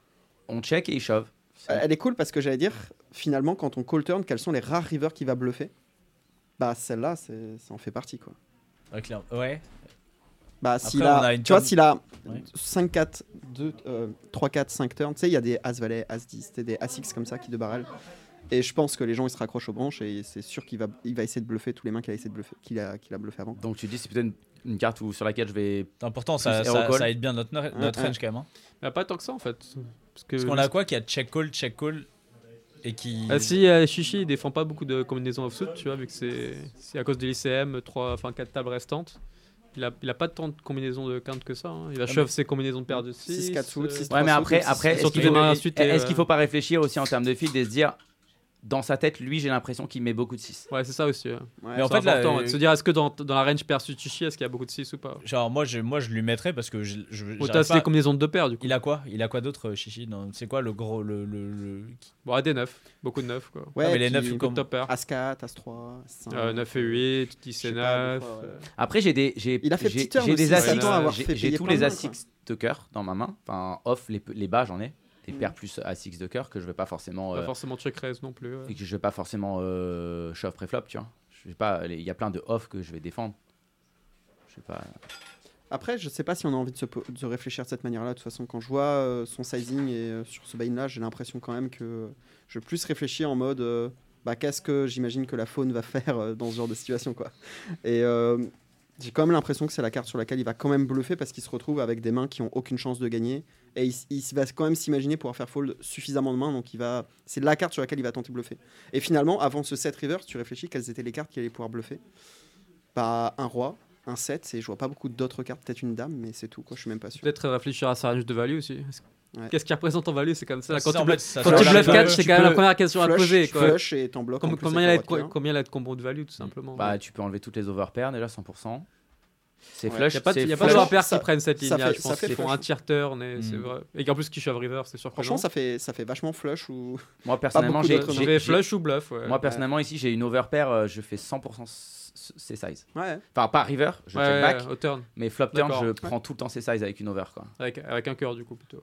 D: On check et il shove. C'est-
E: Euh, Elle est cool parce que j'allais dire, finalement, quand on call turn, quels sont les rares rivers qui va bluffer Bah, celle-là, c'est- ça en fait partie quoi.
C: Ouais, clair. Ouais.
E: Bah, s'il
C: Après, on
E: a,
C: a une
E: tu vois,
C: turn-
E: s'il a
C: Ouais.
E: 5, 4, 2, 3, 4, 5 turns, tu sais, il y a des As Valet, As 10, t'es des As 6 comme ça qui de barrel. Et je pense que les gens ils se raccrochent aux branches et c'est sûr qu'il va, il va essayer de bluffer tous les mains qu'il a essayé de bluffer, qu'il a, qu'il a bluffé avant.
D: Donc, tu dis, c'est peut-être une, une carte où, sur laquelle je vais.
C: C'est important, ça,
D: Plus
C: ça,
D: hero call.
C: ça aide bien notre, notre
E: Ouais, ouais.
C: range quand même. hein.
F: Mais pas tant que ça, en fait. Parce que.
C: Parce qu'on a quoi qui a check call, check call et qui.
F: Ah, si euh, Chichi il défend pas beaucoup de combinaisons offsuit, tu vois, vu que c'est c'est à cause de l'ICM, 3, enfin 4 tables restantes. Il a, il a pas tant de combinaisons de quinte que ça. hein. Il
C: Ah,
F: va
C: mais-
F: shove ses combinaisons de paires de euh, 6.
E: 6, 4 foot, 6,
D: Ouais, mais après, après est-ce
F: Surtout
D: qu'il
F: des mains
D: faut,
F: ensuite, et,
D: est-ce qu'il
F: euh,
D: faut pas réfléchir aussi en termes de fil et se dire, dans sa tête, lui, j'ai l'impression qu'il met beaucoup de 6
F: Ouais, c'est ça aussi. ouais.
C: Mais en
F: C'est
C: fait, là,
F: important, ouais, de
C: euh,
F: se dire, est-ce que dans, dans la range perçue de Chichi, est-ce qu'il y a beaucoup de 6 ou pas
C: Genre, moi je, moi, je lui mettrais parce que je. je-
F: Ou
C: j'arrive
F: Oh, t'as
C: pas-
F: des combinaisons de deux paires, du coup.
C: Il a quoi Il a quoi d'autre, euh, Chichi Non, C'est quoi le gros. Le, le, le- qui-
F: Bon, à des 9, beaucoup de 9, quoi.
C: Ah, mais les
E: puis-
C: neuf, ils
F: Beaucoup de top paires.
E: As 4, As 3, As
C: Ah.
E: 5.
F: Euh, 9 et 8, 10
E: je
F: et
E: sais pas,
F: 9.
E: des fois, ouais.
F: euh,
D: Après, j'ai des, j'ai,
E: Il a fait
D: j'ai,
E: petit turn
D: j'ai des
E: aussi,
D: As-Six,
F: sans avoir
D: j'ai,
E: fait
D: j'ai
E: payer
D: tous
E: plein
D: les
E: de
D: as
E: monde, quoi.
D: de cœur dans ma main, enfin off les, les bas j'en ai, les paires plus as de cœur que je vais pas forcément
F: Mm. Pas
D: euh,
F: forcément check raise non plus. ouais.
D: et que je vais pas forcément euh, shove préflop, tu vois. Je sais pas, il y a plein de off que je vais défendre. Je sais pas.
E: Après, je sais pas si on a envie de se, po- de se réfléchir de cette manière-là. De toute façon, quand je vois euh, son sizing et euh, sur ce buy-in-là, j'ai l'impression quand même que je vais plus réfléchir en mode euh, bah, qu'est-ce que j'imagine que la faune va faire euh, dans ce genre de situation. quoi. Et euh, j'ai quand même l'impression que c'est la carte sur laquelle il va quand même bluffer parce qu'il se retrouve avec des mains qui ont aucune chance de gagner. Et il, s- il s- va quand même s'imaginer pouvoir faire fold suffisamment de mains. Donc il va... c'est la carte sur laquelle il va tenter de bluffer. Et finalement, avant ce set river, tu réfléchis quelles étaient les cartes qu'il allait pouvoir bluffer. Bah, un roi, un 7 et je vois pas beaucoup d'autres cartes, peut-être une dame, mais c'est tout quoi, je suis même pas sûr.
F: Peut-être euh, réfléchir à sa range de value aussi. Est-ce-
E: Ouais.
F: Qu'est-ce qui représente en value C'est comme ça. là,
C: C'est
F: Quand
C: ça,
F: tu
C: en
F: bluffes
C: fait, ça
F: quand
C: change
F: tu
C: la
F: bluffes
C: valeur.
F: 4, c'est
E: tu
F: quand même la
E: peux
F: première question à te
E: Flush,
F: poser. quoi.
E: flush et t'en bloques. en
F: Comme-
E: plus
F: Combien il
E: avec
F: y a
E: le
F: de
E: roi
F: co-
E: de cœur.
F: combien il y a de combos de value, tout simplement
D: Bah
F: ouais.
D: tu peux enlever toutes les overpairs déjà 100%. C'est
E: Ouais,
D: flush,
F: Y a pas de-
D: c'est
F: y a pas
D: flush.
F: de
E: flush,
F: repères qui
E: ça-
F: prennent cette
E: ça
F: ligne-là,
E: fait-
F: je
E: ça
F: pense.
E: fait
F: C'est pour
E: flush. Hmm.
F: un tier turn, et c'est
C: Mm.
F: vrai. Et en plus, qui shove river, c'est sûr que
E: Franchement,
F: non.
E: ça fait, ça fait vachement flush ou.
D: Moi personnellement,
E: beaucoup
D: j'ai,
E: d'autres
D: j'ai-
F: Je vais
D: j'ai-
F: flush ou bluff. ouais.
D: moi personnellement ici, j'ai une overpair, euh, je fais 100% s- s- ses size.
E: Ouais.
D: Enfin pas river, je
F: Ouais,
D: check
F: ouais,
D: back,
F: au turn,
D: mais flop turn,
F: D'accord.
D: je prends tout le temps ses size avec une over quoi.
F: avec, avec un cœur du coup plutôt.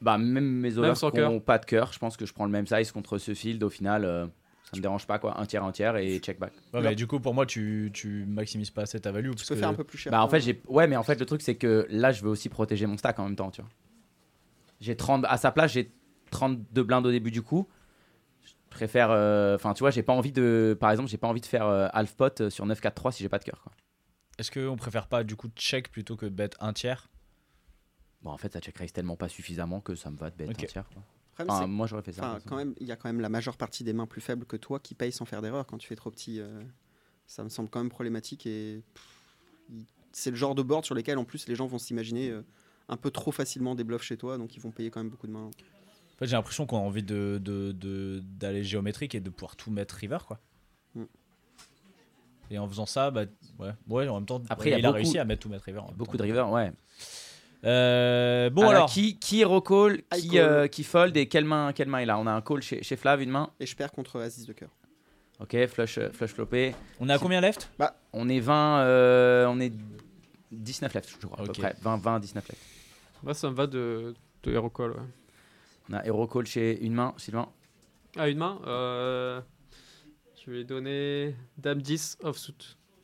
D: Bah, même mes overs
F: sans
D: qui
F: cœur.
D: n'ont pas de cœur, je pense que je prends le même size contre ce field. Au final, euh, ça me dérange pas, quoi. Un tiers, un tiers et check back.
C: Ouais, mais du coup, pour moi, tu, tu maximises pas assez ta value.
E: Tu
C: parce
E: peux
C: que-
E: faire un peu plus cher.
D: Bah, en fait,
E: quoi.
D: j'ai. Ouais, mais en fait, le truc, c'est que là, je veux aussi protéger mon stack en même temps, tu vois. J'ai 30. À sa place, j'ai 32 blindes au début du coup. Je préfère. euh, Enfin, tu vois, j'ai pas envie de. Par exemple, j'ai pas envie de faire euh, half pot euh, sur 9-4-3 si j'ai pas de cœur, quoi.
C: Est-ce qu'on préfère pas du coup check plutôt que bet un tiers
D: Bon, en fait, ça checkraise tellement pas suffisamment que ça me va de bête
J: Ok.
D: entière. quoi.
E: Après,
D: Enfin,
E: c'est-
D: moi, j'aurais fait ça.
E: enfin,
D: perso.
E: quand même, il y a quand même la majeure partie des mains plus faibles que toi qui payent sans faire d'erreur quand tu fais trop petit. euh, ça me semble quand même problématique et pff, il- c'est le genre de board sur lesquels en plus les gens vont s'imaginer euh, un peu trop facilement des bluffs chez toi, donc ils vont payer quand même beaucoup de mains.
C: En fait, j'ai l'impression qu'on a envie de, de- de- d'aller géométrique et de pouvoir tout mettre river, quoi.
E: Mm.
C: Et en faisant ça, bah, ouais, ouais, en même temps,
D: Après,
C: ouais,
D: il y a
C: il a
D: beaucoup-
C: réussi à mettre tout mettre river. en même
D: Beaucoup
C: temps.
D: de river, ouais.
C: Euh, bon,
D: Ah là,
C: alors,
D: qui, qui recall,
E: I
D: qui,
E: call.
D: euh, qui fold et quelle main, quelle main il a On a un call chez, chez Flav, une main.
E: Et je perds contre Aziz de cœur.
D: Ok, flush, euh, flush flopé.
C: on a combien left
D: On est 20, euh, on est 19 left, je crois, à
C: Ok.
D: peu près. 20, 20 19 left.
F: Moi, ça me va de, de Hero Call, ouais.
D: On a hero call chez une main, Sylvain.
F: Ah, une main euh, Je vais donner Dame 10 offsuit.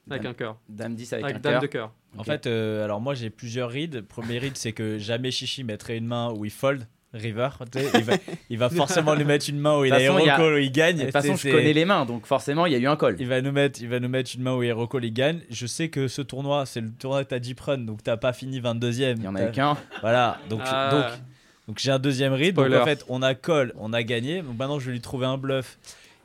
F: Avec
D: Dame-
F: un cœur.
D: Dame 10
C: Ah,
D: avec,
F: Avec
D: un
F: Dame
D: cœur.
F: de cœur.
C: En
D: Ok.
C: fait, euh, alors moi j'ai plusieurs reads. Premier read, c'est que jamais Chichi mettrait une main où il fold river. tu sais, Il va, il va forcément lui mettre une main où il a
D: De toute façon,
C: hero
D: il y a-
C: call, où il gagne.
D: De toute façon,
C: C'est-
D: je
C: c'est-
D: connais les mains, donc forcément, il y a eu un call.
C: Il va nous mettre, il va nous mettre une main où hero call, il gagne. Je sais que ce tournoi, c'est le tournoi que t'as deep run, donc t'as pas fini 22 e
D: Il y en avait qu'un.
C: Voilà. Donc,
F: Ah.
C: donc donc j'ai un deuxième read. Donc
F: Spoiler.
C: en fait, on a call, on a gagné. Donc maintenant, je vais lui trouver un bluff.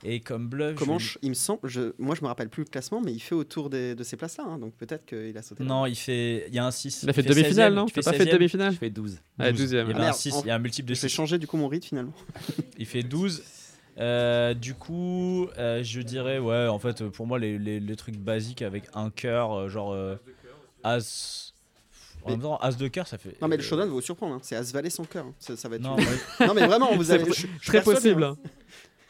C: Et comme bluff, je
E: Comment
C: vais lui-
E: je- il me semble, je, moi je me rappelle plus le classement, mais il fait autour des- de ces places-là, hein, donc peut-être qu'il a sauté.
C: Non, il fait, il y a un 6.
F: Il a fait demi-finale, non Tu pas fait demi-finale Ah,
D: Je fais 12.
F: Allez,
C: Il y
F: 12ème.
C: avait un
E: merde,
C: 6,
E: en-
C: il y a un multiple de
E: J'ai
C: 6.
E: changé du coup mon read finalement.
C: Il fait 12. Euh, du coup, euh, je dirais, ouais, en fait, euh, pour moi, les, les- les trucs basiques avec un cœur, euh, genre euh, As. En même temps, As de cœur, ça fait.
E: Non mais le
C: euh,
E: showdown va vous surprendre, hein. c'est As-Valet sans cœur, hein. ça, ça va être.
C: Non,
E: Non, mais vraiment, vous
F: C'est
E: avez.
F: pr-
E: je- je suis
F: Très
E: persuadé,
F: possible.
E: hein.
F: hein.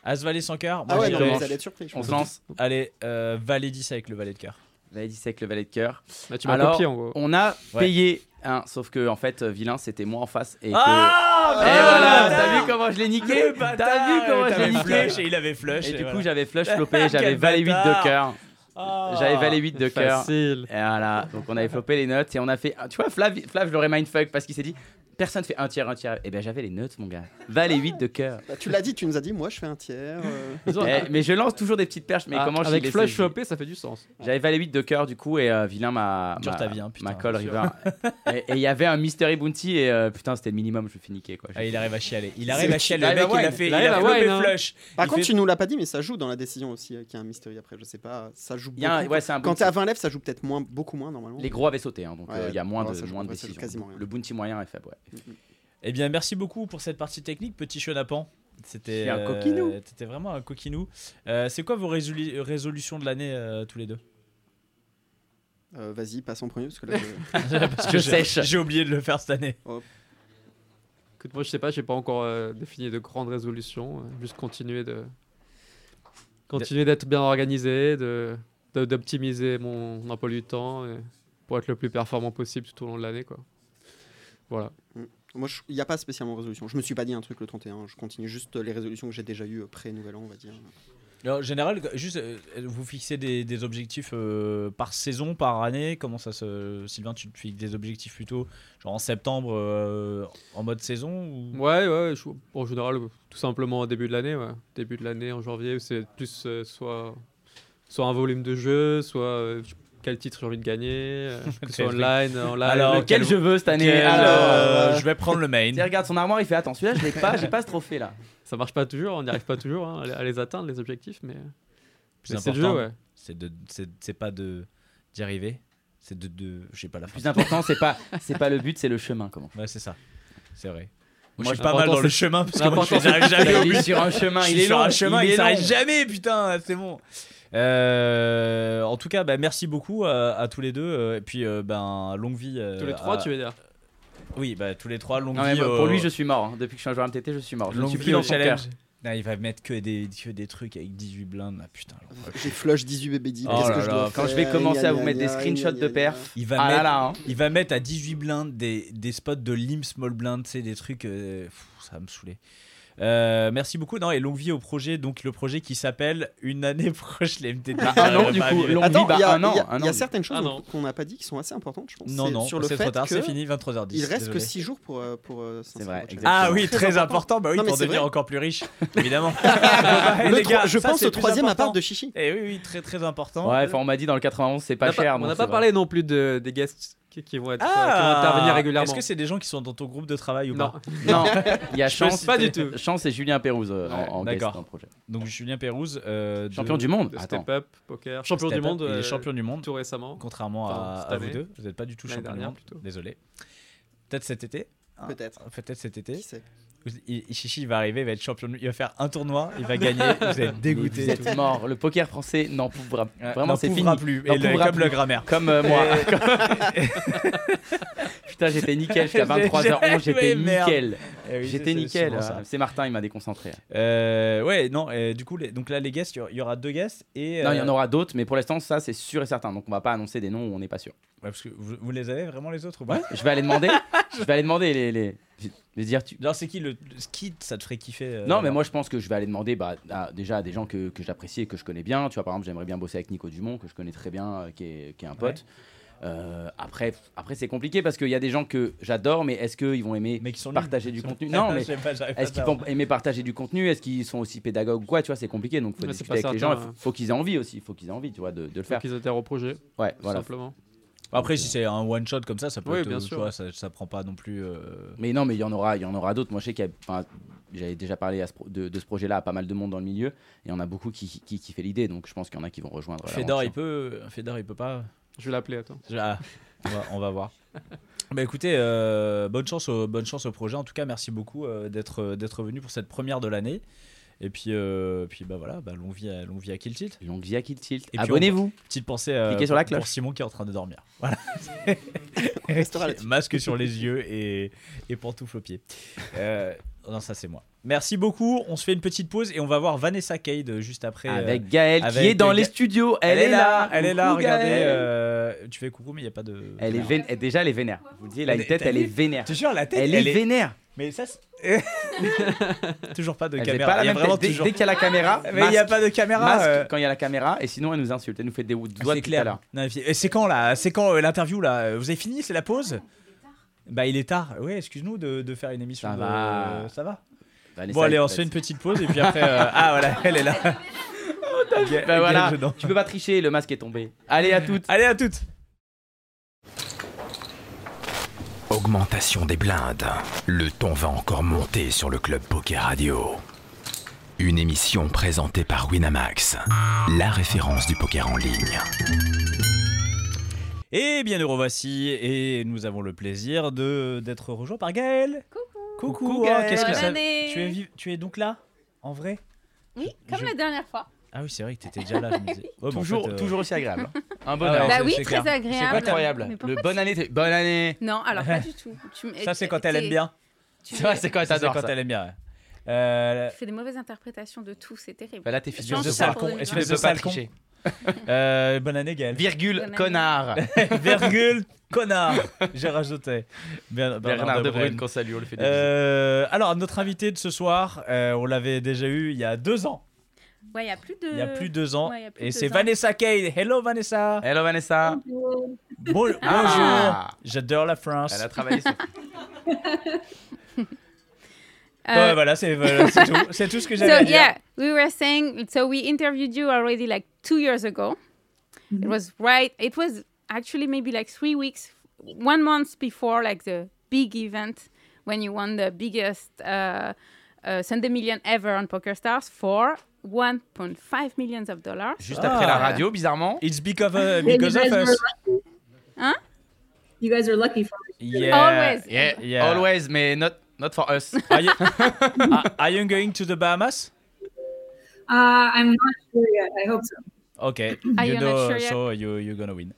C: As valet sans cœur, moi
E: Ah ouais,
C: je
E: non,
C: dirais,
E: mais vous allez être surpris. je
D: On
E: pense.
D: se lance.
C: Allez, euh, valet 10 avec le valet de cœur.
D: Valet 10 avec le valet de cœur.
F: Bah, tu m'as
D: Alors,
F: copié en gros.
D: On a
C: Ouais.
D: payé un, sauf que en fait, euh, vilain, c'était moi en face. Et que...
C: Ah
D: Et
C: mais
D: voilà,
C: bâtard
D: t'as vu comment je l'ai niqué
C: Le bâtard,
D: T'as vu comment je
C: t'avais
D: l'ai niqué
C: flush et il avait flush.
D: Et du coup,
C: voilà.
D: j'avais flush flopé, j'avais
C: Quel
D: valet 8 de
C: bâtard.
D: cœur.
C: Ah.
D: J'avais valet 8 de cœur.
F: Facile.
D: Et voilà, donc on avait flopé les notes et on a fait. Tu vois, Flav, Flav je l'aurais mindfuck parce qu'il s'est dit personne fait un tiers, un tiers. Et ben j'avais les notes, mon gars. Valet 8 de cœur.
E: Bah, tu l'as dit, tu nous as dit, moi je fais un tiers. euh.
D: Eh, mais je lance toujours des petites perches, mais
F: Ah,
D: comment je
F: Avec
D: les
F: Flush
D: sais-
F: Flopé, ça fait du sens.
D: J'avais valet 8 de cœur du coup et euh, vilain ma.
C: Dure
D: ma-
C: ta vie, hein, putain.
D: Ma call river. et et il y avait un mystery bounty et euh, putain, c'était le minimum, je me fais niquer quoi.
C: Ah, il arrive à chialer. Il arrive à chialer. Le
D: Il
C: mec,
D: arrive à
C: il a
D: wine.
C: fait, il
F: Il arrive
C: a
F: à
C: flopé
F: wine, hein.
C: flush.
E: Par
C: Il
E: contre,
C: fait-
E: tu nous l'as pas dit, mais ça joue dans la décision aussi, euh, qu'il y a un mystery après. Je sais pas, ça joue
D: Il y a un-
E: beaucoup.
D: ouais, c'est un
E: Quand
D: bounty.
E: t'es à 20 lèvres, ça joue peut-être moins, beaucoup moins normalement.
D: Les gros avaient sauté, hein, donc euh,
E: Ouais,
D: il y a moins
E: ouais,
D: de,
E: ça joue-
D: moins de
E: ouais, ça joue
D: décisions.
E: quasiment rien.
D: Le bounty moyen est faible, ouais.
C: Eh bien, merci beaucoup pour cette partie technique, petit chenapan. C'était
D: J'ai un
C: euh,
D: coquinou.
C: t'étais vraiment un coquinou. Euh, c'est quoi vos résolu- résolutions de l'année euh, tous les deux
E: Euh, Vas-y, passe en premier parce que là. je-
C: Parce
D: Je
C: j'ai-
D: sèche.
C: J'ai oublié de le faire cette année.
F: Écoute, moi, je sais pas, j'ai pas encore euh, défini de grandes résolutions. euh, Juste continuer de. Continuer d'être bien organisé, de de- d'optimiser mon, mon emploi du temps et- pour être le plus performant possible tout au long de l'année, quoi. Voilà.
E: Moi, je- il n'y a pas spécialement de résolution. Je me suis pas dit un truc le 31. Je continue juste les résolutions que j'ai déjà eues euh, pré-nouvel an, on va dire.
C: Alors, en général, juste, euh, vous fixez des, des objectifs euh, par saison, par année Comment ça se. Sylvain, tu te fixes des objectifs plutôt genre en septembre euh, en mode saison ou...
F: Ouais, ouais, je- en général, euh, tout simplement au début de l'année, ouais. Début de l'année, en janvier, c'est plus euh, soit, soit un volume de jeu, soit euh, je- quel titre j'ai envie de gagner, euh, que ce soit
C: Quel
F: online, en live.
C: Alors,
D: Lequel
C: Ah, quel-
D: je veux cette année
C: Quel,
D: Alors,
C: euh, Je vais prendre le main.
D: tu sais, regarde son armoire, il fait attends, celui-là, je l'ai pas, j'ai pas ce trophée là.
F: Ça marche pas toujours, on n'y arrive pas toujours hein, à les- à les atteindre, les objectifs, mais,
C: Plus
F: mais c'est le jeu,
C: important,
F: ouais.
C: c'est de- c'est- c'est pas de d'y arriver, c'est de. de je sais pas la
D: Le
C: fin.
D: plus important, c'est pas, c'est pas le but, c'est le chemin. Comment
C: Ouais, c'est ça. C'est vrai. Moi,
D: Moi,
C: je
D: je-
C: suis pas mal
F: l'important,
C: dans le
F: c'est-
C: chemin parce que moi, je
F: l'important,
C: n'arrive jamais au
D: Il
C: but.
D: est sur un chemin,
C: Je
D: il
C: suis
D: est
C: sur
D: long.
C: un chemin,
D: il
C: il
D: est
C: s'arrête
D: long.
C: jamais, putain, c'est bon. Euh, en tout cas, bah, merci beaucoup euh, à tous les deux. euh, et puis, euh, ben, longue vie. euh,
F: Tous les trois,
C: à-
F: tu veux dire
C: Oui, bah, tous les trois, longue
D: Non, mais
C: vie.
D: moi, pour
C: au-
D: lui, je suis mort. hein. Depuis que je suis un joueur MTT, je suis mort. Je ne
C: longue
D: suis
C: oh. vie
D: plus
C: au
D: dans son cœur.
C: challenge. Non, il va mettre que des, que des trucs avec 18 blindes. là, putain, l'enfer.
E: J'ai flush 18 bébé 10.
C: Oh
E: Qu'est-ce
C: là
E: que je
C: là,
E: dois
D: Quand
E: faire
D: je vais commencer à vous mettre des
E: Gna, gna,
D: screenshots
E: gna,
D: de
E: gna, gna.
D: perf.
C: il, va
D: Ah
C: mettre,
D: là là. hein.
C: il va mettre à 18 blindes des, des spots de lim small blind, tu sais, des trucs. euh, pff, ça va me saouler. Euh, merci beaucoup. Non, et longue vie au projet. Donc, le projet qui s'appelle Une année proche, les MTT.
E: Ah,
D: Bah, un an, du
C: Pas
D: coup,
C: mieux.
D: longue vie,
E: Attends,
D: bah,
E: il y a,
D: un an,
E: il y a-
D: un
E: il y a
D: an.
E: certaines
C: Ah
E: choses
F: Un an.
E: qu'on n'a pas dit qui sont assez importantes, je pense.
C: Non,
E: C'est
C: non,
E: sur le
C: c'est
E: fait
C: trop tard, c'est
E: que
C: fini, 23h10.
E: Il reste
C: désolé.
E: que 6 jours pour. euh, pour euh, s'inscrire
D: vrai,
E: au challenge.
D: exactement.
C: Ah oui, très important. Bah oui,
E: Non, mais
C: pour
E: c'est
C: devenir
E: vrai.
C: encore plus riche, évidemment. Bah, Ah,
E: Le tro- je pense au troisième appart de Chichi.
C: Et Eh oui, oui, très très important.
E: hein.
D: Ouais, enfin, on m'a dit dans le 91, c'est
F: On
D: pas
F: n'a pas-
D: cher.
F: on
D: donc
F: n'a
D: c'est
F: pas
D: vrai.
F: parlé non plus de, des guests qui, qui vont, être, euh, qui vont intervenir régulièrement.
C: Ah Est-ce que c'est des gens qui sont dans ton groupe de travail ou
F: Non.
C: pas
D: Non, il y a
C: Je pense
D: Chance,
C: pas du tout.
D: Chance et Julien Pérouse euh,
C: Ouais,
D: en, en guest
C: d'accord.
D: dans le projet.
C: Donc Julien Pérouse, euh, de-
D: Champion du monde.
F: de
D: Attends.
F: Step Up, Poker, champion
C: Step
F: du
C: Up,
F: monde.
C: il est
F: euh,
C: champion du monde.
F: Tout récemment.
C: Contrairement
F: Enfin,
C: à,
F: cette
C: à vous
F: année.
C: deux, vous n'êtes pas du tout
F: L'année
C: champion du
F: dernière,
C: monde.
F: plutôt.
C: Désolé. Peut-être cet été. hein.
E: Peut-être.
C: Peut-être cet été.
E: Qui sait
C: Vous- il- Chichi il va arriver, il va être champion. du- Il va faire un tournoi, il va gagner. vous êtes dégoûté.
D: Vous êtes mort. Le poker français n'en pouvra
C: Ouais,
D: Vraiment,
C: n'en
D: c'est fini.
C: pouvera plus.
D: N'en
C: Et le-
D: pouvra
C: comme
D: plus.
C: le grammaire.
D: Comme euh, moi. Putain, j'étais nickel. J'étais à 23h11. J'étais
C: Ouais, merde. Eh
D: nickel.
C: oui, c'est-
D: J'étais
C: c'est
D: nickel.
C: souvent
D: Euh,
C: ça.
F: euh.
D: C'est Martin, il m'a déconcentré.
C: Euh, ouais, non. et du coup, les- donc là, les guests, il y aura- il y aura deux guests et.
D: Non, il y en
C: euh,
D: aura d'autres, mais pour l'instant, ça, c'est sûr et certain. Donc, on va pas annoncer des noms où on n'est pas sûr.
C: ouais, parce que vous, vous les avez vraiment les autres ou pas
D: Je vais aller demander. Je vais aller demander les. les... je vais dire, tu...
C: Genre, c'est qui le, le ski Ça te ferait kiffer euh,
D: Non, mais moi je pense que je vais aller demander bah, à- déjà à des gens que, que j'apprécie et que je connais bien. Tu vois, par exemple, j'aimerais bien bosser avec Nico Dumont, que je connais très bien, euh, qui, est, qui est un pote. Euh, après, après c'est compliqué parce qu'il y a des gens que j'adore, mais est-ce qu'ils vont aimer
C: Mais qui sont nuls.
D: partager du contenu Non, mais
C: J'aime pas, j'arrive pas à
D: est-ce qu'ils
C: savoir.
D: vont aimer partager du contenu Est-ce qu'ils sont aussi pédagogues ou quoi Tu vois, c'est compliqué. Donc, faut
F: Ouais, c'est
D: discuter
F: pas
D: avec les gens.
F: certain,
D: Il faut,
F: hein.
D: faut qu'ils aient envie aussi. Il faut qu'ils aient envie, tu vois, de, de le
F: Faut
D: faire.
F: qu'ils adhèrent au projet, tout
D: Ouais, voilà.
F: simplement.
C: Après, si c'est un one shot comme ça, ça peut
F: Oui,
C: être.
F: bien
C: euh,
F: sûr.
C: tu vois, ça, ça prend pas non plus. euh,
D: Mais non, mais il y en aura, il y en aura d'autres. Moi, je sais qu'il y a, enfin, j'avais déjà parlé à ce pro- de, de ce projet-là à pas mal de monde dans le milieu, et il y en a beaucoup qui qui, qui kiffent l'idée. Donc, je pense qu'il y en a qui vont rejoindre.
C: Fedor, il
D: l'aventure.
C: peut. Fedor, il peut pas.
F: Je vais l'appeler, attends.
C: Ah, on, va, on va voir. Bah écoutez, euh, bonne, chance au, bonne chance au projet. En tout cas, merci beaucoup euh, d'être euh, d'être venu pour cette première de l'année. Et puis, euh, puis bah voilà, bah, longue, vie à, longue vie à Kill Tilt.
D: Longue vie à Kill Tilt.
C: Et puis,
D: Abonnez-vous.
C: Petite pensée euh,
D: Cliquez sur la
C: pour- pour
D: cloche.
C: Simon qui est en train de dormir. Voilà.
E: restera là-dessus.
C: Masque sur les yeux et, et pantoufles aux pieds. Euh, non, ça c'est moi. Merci beaucoup. On se fait une petite pause et on va voir Vanessa Cade euh, juste après. euh,
D: Avec Gaëlle qui
C: avec
D: est dans
C: Ga-
D: les studios. Elle, est là.
C: Elle est là,
D: Coucou,
C: regardez.
D: Gaëlle.
C: euh, tu fais coucou, mais il n'y a pas de.
D: Elle est vén- elle- déjà, elle est vénère. Vous le disiez, elle a une
C: Elle est-
D: tête,
C: t'as
D: elle est
C: vu
D: vénère.
C: Tu jures, la tête
D: Elle est vénère.
C: Mais ça, c'est- toujours pas de
D: Elle fait
C: caméra.
D: pas la
C: il y a
D: même
C: vraiment
D: tête. Dès-
C: toujours.
D: Dès qu'il y a la caméra,
C: Mais il n'y a
D: masque.
C: pas de caméra.
D: Masque
C: euh,
D: quand il y a la caméra, et sinon elle nous insulte, elle nous fait des doigts
C: C'est
D: depuis tout à
C: clair.
D: l'heure.
C: Non, mais- et C'est quand là C'est quand euh, l'interview là Vous avez fini C'est la pause Bah il Ah, est tard. Oui, excuse-nous de, de faire une émission.
D: Ça
C: de-
D: va.
C: euh, Ça va.
D: Bah, laisse
C: Bon
D: ça,
C: allez, on
D: laisse
C: se
D: ça.
C: fait une petite pause et puis après. euh, Ah voilà, elle est là. Gaëlle-
D: Bah voilà,
C: Gaëlle Jean.
D: tu peux pas tricher, le masque est tombé. Allez à toutes.
C: Allez à toutes.
A: Augmentation des blindes. Le ton va encore monter sur le Club Poker Radio. Une émission présentée par Winamax, la référence du poker en ligne.
C: Et Eh bien nous revoici et nous avons le plaisir de d'être rejoints par Gaël. Coucou. Coucou. oh,
D: Gaëlle.
C: Qu'est-ce que
K: Bonne
C: ça
K: année.
C: Tu es vi- tu es donc là en vrai
K: Oui,
C: Je-
K: comme
C: je-
K: la dernière fois.
C: Ah oui, c'est vrai que t'étais déjà là. Je me disais. Ouais, bon, en
D: toujours,
C: fait, euh,
D: toujours aussi agréable. Un
C: Ah
D: bonheur.
C: ouais.
K: bah
C: c'est-
K: oui,
C: c'est
K: très
C: clair.
K: agréable.
D: Incroyable.
K: Mais pourquoi
D: Le bonne année. Bonne année.
K: tu- Non, alors pas du tout. Tu m-
C: Ça, c'est quand elle
K: t'es-
C: aime bien.
K: Tu
D: Ouais, c'est quoi,
C: Ça, c'est
D: t'adores
C: quand
D: ça.
C: elle aime bien. ouais. Euh,
K: fais des mauvaises interprétations de tout, c'est terrible.
D: Bah là, t'es
K: Je
D: figure
K: pense
D: de
K: que ça
D: sale
K: pour
D: con.
K: demain.
D: Tu
C: Tu
D: ne
C: fais
D: peux
C: de
D: pas
C: sale con.
D: tricher.
C: euh, bonne année, Gaël.
D: Virgule,
K: Bonne année.
D: connard.
C: Virgule, connard. J'ai rajouté. Bien-
D: Bernard de Bruyne,
C: Bruyne.
D: qu'on salue, on le fait des bisous.
C: Euh, alors, notre invité de ce soir, euh, on l'avait déjà eu il y a deux ans.
K: Ouais, il y a plus de.
C: Il y a plus de deux ans.
K: Euh, Ouais, il y a plus
C: et
K: de
C: c'est
K: deux ans.
C: Vanessa Cade. Hello, Vanessa.
D: Hello Vanessa.
C: Bon- bonjour.
D: Ah.
C: J'adore la France.
D: Elle a travaillé sur.
K: Euh,
C: Bon, voilà, c'est voilà, c'est tout. C'est tout ce que j'avais à
K: so
C: dire.
K: yeah, we were saying. So we interviewed you already like two years ago.
H: Mm-hmm.
K: It was right. It was actually maybe like three weeks, one month before like the big event when you won the biggest uh, uh, Sunday million ever on Poker Stars for 1.5 millions of dollars.
D: Juste
C: Ah.
D: après la radio, bizarrement.
C: It's because of, because of us.
K: Hein?
L: You guys are lucky for
C: Yeah.
K: Always.
D: Yeah.
C: Yeah.
D: Always, mais not not for us.
C: Are you, are- are you going to the Bahamas?
L: Uh, I'm not sure yet. I hope so.
C: Okay,
K: Are
C: you
K: you not
C: know,
K: sure yet?
C: so you you're gonna win.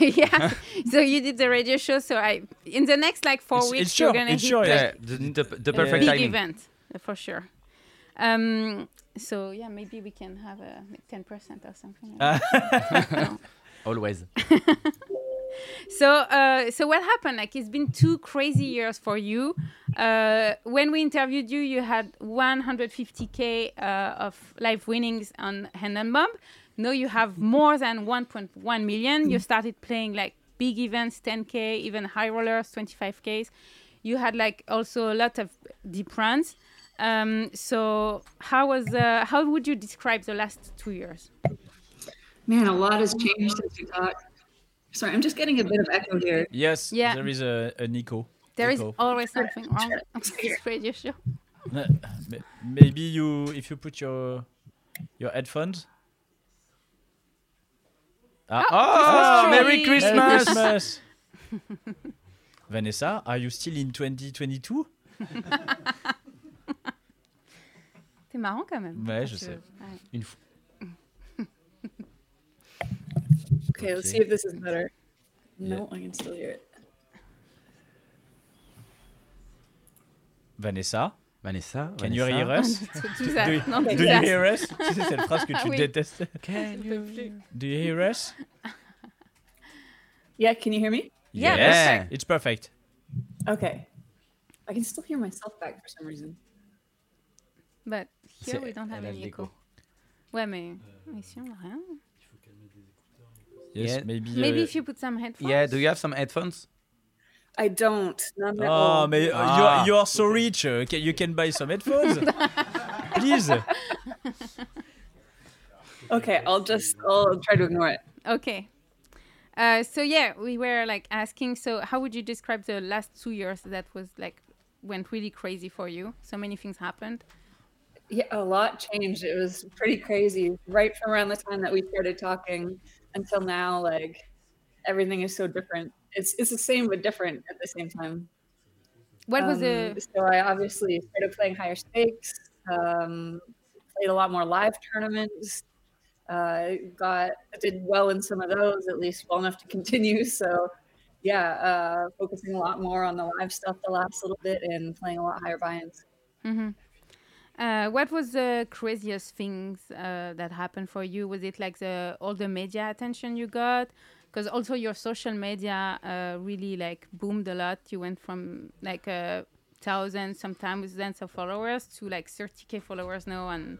K: yeah. So you did the radio show. So I in the next like four
C: It's-
K: weeks
C: it's
K: you're
C: sure,
K: gonna
C: it's
K: hit
C: sure,
K: like,
D: Yeah, the, the, the
K: a
D: perfect
K: big
D: timing.
K: event uh, for sure. Um, so yeah, maybe we can have a ten percent or something. like that.
D: Always.
K: So uh, so what happened? Like it's been two crazy years for you. Uh, when we interviewed you, you had 150k uh, of live winnings on Hand and Bomb. Now you have more than 1.1 million. You started playing like big events, 10k, even high rollers, 25ks. You had like also a lot of deep runs. Um, so how was uh, how would you describe the last two years?
L: Man, a lot has changed since we talked.
G: Sorry, I'm just getting a bit of echo here.
C: Yes,
K: Yeah.
C: there is a, a Nico.
K: There is
C: Nico.
K: always something wrong on this radio show.
C: Uh, may- Maybe you, if you put your your headphones. Ah,
M: Ah,
D: Oh,
C: ah,
M: Merry Christmas!
C: Merry Christmas. Vanessa, are you still in 2022?
K: C'est marrant quand même.
C: Ouais,
K: Quand
C: je
K: tu-
C: sais.
K: ouais.
C: Une fois.
G: Okay, let's
C: Okay.
G: see if this is better. No, I can still hear it.
C: Vanessa.
D: Vanessa.
C: Can you
D: Vanessa.
C: hear us?
K: C'est tout ça.
C: Do, you-
K: Non,
C: do
K: c'est
C: you
K: ça.
C: hear us? Tu sais, cette phrase que tu
K: Ah Oui.
C: détestes.
K: Can you hear-
C: Do you hear us?
G: Yeah, can you hear me?
C: yes. It's perfect.
G: Okay. I can still hear myself back for some reason.
K: But here
G: C'est-
K: we don't have
G: elle Euh, a
K: any
G: de l'écho.
K: echo. Ouais, mais ici on a rien.
D: Yes,
C: maybe.
G: euh,
K: Maybe if you put some headphones.
D: Yeah, do you have some headphones?
G: I don't. Not at
C: Oh,
G: all.
C: mais uh,
D: Ah.
C: you are so rich. uh, can- you can buy some headphones. Please.
G: Okay, I'll just I'll try to ignore it.
K: Okay. Uh, so yeah, we were like asking. So how would you describe the last two years that was like went really crazy for you? So many things happened.
G: Yeah, a lot changed. It was pretty crazy. Right from around the time that we started talking until now, like everything is so different. It's it's the same but different at the same time.
K: What was
G: Um,
K: the
G: So I obviously started playing higher stakes. Um, played a lot more live tournaments. Uh, got did well in some of those, at least well enough to continue. So, yeah, uh, focusing a lot more on the live stuff the last little bit and playing a lot higher buy-ins.
K: Mhm. Uh, what was the craziest things uh, that happened for you? Was it like the all the media attention you got? Because also your social media uh, really like boomed a lot. You went from like a thousand, sometimes tens of followers to like 30k followers now on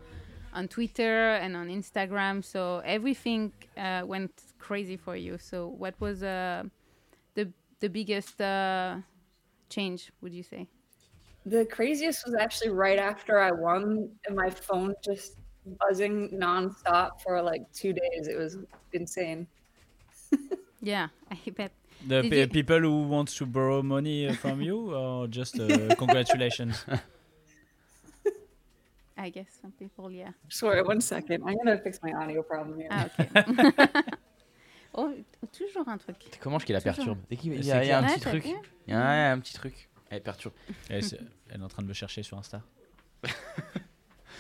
K: on Twitter and on Instagram. So everything uh, went crazy for you. So what was uh, the the biggest uh, change? Would you say?
G: The craziest was actually right after I won, and my phone just buzzing nonstop for like two days. It was insane.
K: Yeah, I bet.
C: The
K: Did
C: pe-
K: you-
C: people who want to borrow money uh, from you, or just uh, congratulations.
K: I guess some people, yeah.
G: Sorry, one second. I'm gonna fix my audio problem here.
K: Ah, ok. oh, toujours un truc.
D: Comment je qu'il la
K: Toujours.
D: perturbe Dès qu'il il y
C: C'est
D: a, il y a un
K: clair.
D: petit
K: Ouais,
D: truc.
K: t'as vu
D: Euh, Il y a un, un petit truc. Elle perturbe.
C: Elle, c'est- elle est en train de me chercher sur Insta.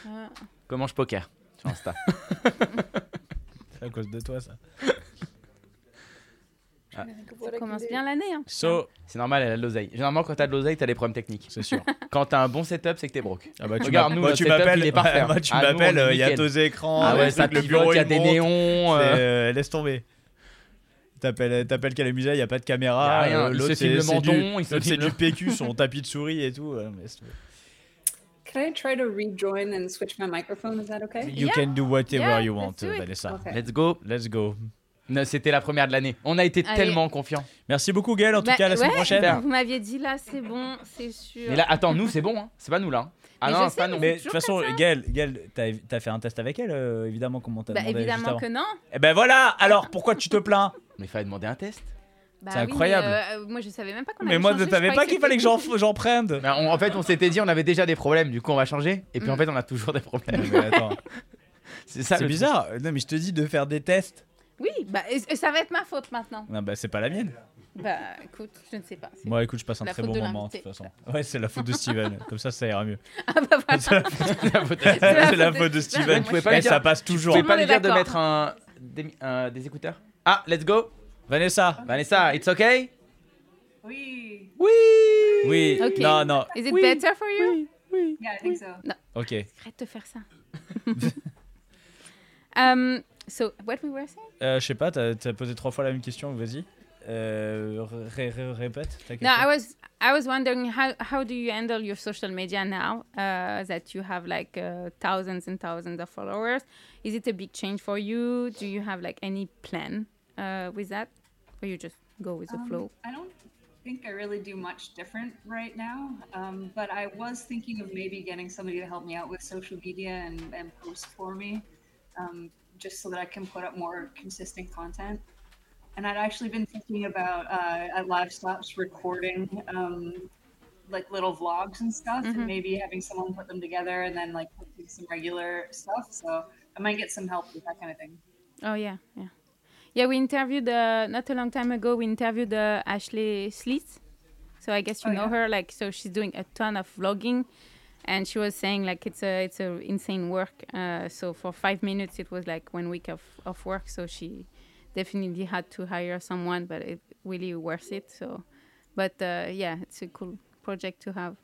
K: Euh,
D: Comment je poker sur Insta
C: C'est à cause de toi, ça.
K: ça commence bien l'année. Hein.
C: So,
D: c'est normal, elle a de l'oseille. Généralement, quand t'as de l'oseille, t'as des problèmes techniques.
C: C'est sûr.
D: Quand t'as un bon setup, c'est que t'es broke.
C: Ah bah, tu
D: Regarde,
C: m'appelles-
D: nous,
C: moi,
D: notre
C: tu
D: setup,
C: m'appelles-
D: il est parfait.
C: moi, tu
D: Ah, nous, on est
C: m'appelles, euh, il y a
D: nickel.
C: deux écrans,
D: Ah
C: le
D: ouais,
C: truc,
D: ça
C: le
D: pivote,
C: bureau,
D: il y a
C: il
D: des
C: monte.
D: néons.
C: C'est,
D: euh,
C: euh, laisse tomber. T'appelles, t'appelles Calamusa, il n'y a pas de
D: Y a
C: caméra.
D: rien,
C: euh,
D: il se
C: L'autre,
D: filme
C: c'est
D: le
C: c'est du,
D: menton, il se
C: l'autre, c'est
D: filme
C: du
D: le-
C: PQ, son tapis de souris et tout. euh, laisse tomber.
G: Can I try to rejoin and switch my microphone? Is that okay?
C: You can do whatever
G: Yeah,
C: you want, euh,
G: let's do it.
C: Vanessa.
G: Okay.
D: Let's go.
C: Let's go.
D: Non, C'était la première de l'année. On a été
K: Allez.
D: tellement confiants.
C: Merci beaucoup, Gaël. En tout
K: Bah,
C: cas, à la semaine
K: ouais,
C: prochaine.
K: Vous m'aviez dit là, c'est bon, c'est sûr.
D: Mais là, attends, nous, c'est bon. hein. C'est pas nous, là. hein. Ah
K: Mais je
D: non,
K: sais,
D: c'est pas nous.
C: Mais de toute façon,
K: hein.
C: Gaël, Gaël, t'as t'as fait un test avec elle, euh, évidemment, comment t'as
K: bah,
C: demandé juste
K: évidemment
C: avant.
K: que non.
C: Eh ben voilà, alors pourquoi tu te plains
D: Mais fallait demander un test.
K: Bah
C: C'est
K: oui, mais,
C: incroyable.
K: euh, euh, moi, je savais même pas qu'on
C: Mais
K: avait
C: moi, je
K: changé,
C: savais pas
K: croyais
C: qu'il fallait que
K: c'était-
C: j'en j'en prenne.
D: Bah, on- en fait, on s'était dit, on avait déjà des problèmes, du coup, on va changer. Et puis, en
K: Mm.
D: fait, on a toujours des problèmes.
C: Mais attends.
D: c'est ça
C: C'est
D: le
C: bizarre. Non, mais je te dis de faire des tests.
K: Oui, bah, et- et ça va être ma faute maintenant.
C: Non, bah c'est pas la mienne.
K: Bah écoute, je ne sais pas. c'est-
C: Moi, écoute, je passe un
K: la
C: très
K: faute
C: bon
K: de
C: moment de
K: l'invité.
C: toute façon. Ouais, c'est la faute de Steven. Comme ça, ça ira mieux.
K: Ah bah voilà.
C: C'est la faute-
D: C'est la faute de-
C: C'est la faute de
D: Ouais,
C: Steven.
D: tu pouvais pas
C: Eh,
D: lui dire-
C: Ça passe
D: tu
C: toujours.
D: pouvais pas
K: Tout le
D: lui
K: monde est
D: dire de mettre un des, mi- un- des écouteurs. Ah, let's go.
C: Vanessa.
D: Vanessa, it's okay.
G: We.
C: Oui.
K: Ok.
C: Non, non.
K: Is it better for you?
G: Yeah, I think so.
K: No.
C: Ok.
K: Arrête de faire ça. um, so, what we were saying?
C: Euh, je sais pas. T'as t'as posé trois fois la même question. Vas-y. Euh, ré- ré- répète. ta
K: No,
C: question.
K: I was I was wondering how how do you handle your social media now uh, that you have like uh, thousands and thousands of followers? Is it a big change for you? Do you have like any plan uh, with that, or you just go with the
G: Um,
K: flow?
G: I don't think I really do much different right now, um, but I was thinking of maybe getting somebody to help me out with social media and, and post for me, um, just so that I can put up more consistent content.
H: and I'd actually been thinking about uh, at live stops recording um, like little vlogs and stuff,
K: Mhm.
H: and maybe having someone put them together and then like do some regular stuff. So I might get some help with that kind of thing.
K: Oh yeah, yeah, yeah. We interviewed uh, not a long time ago. We interviewed uh, Ashley Sleet, so I guess you
H: Oh,
K: know
H: yeah.
K: her. Like, so she's doing a ton of vlogging, and she was saying like it's a it's a insane work. Uh, so for five minutes, it was like one week of of work. So she definitely had to hire someone, but it really worth it. So, but uh, yeah, it's a cool project to have.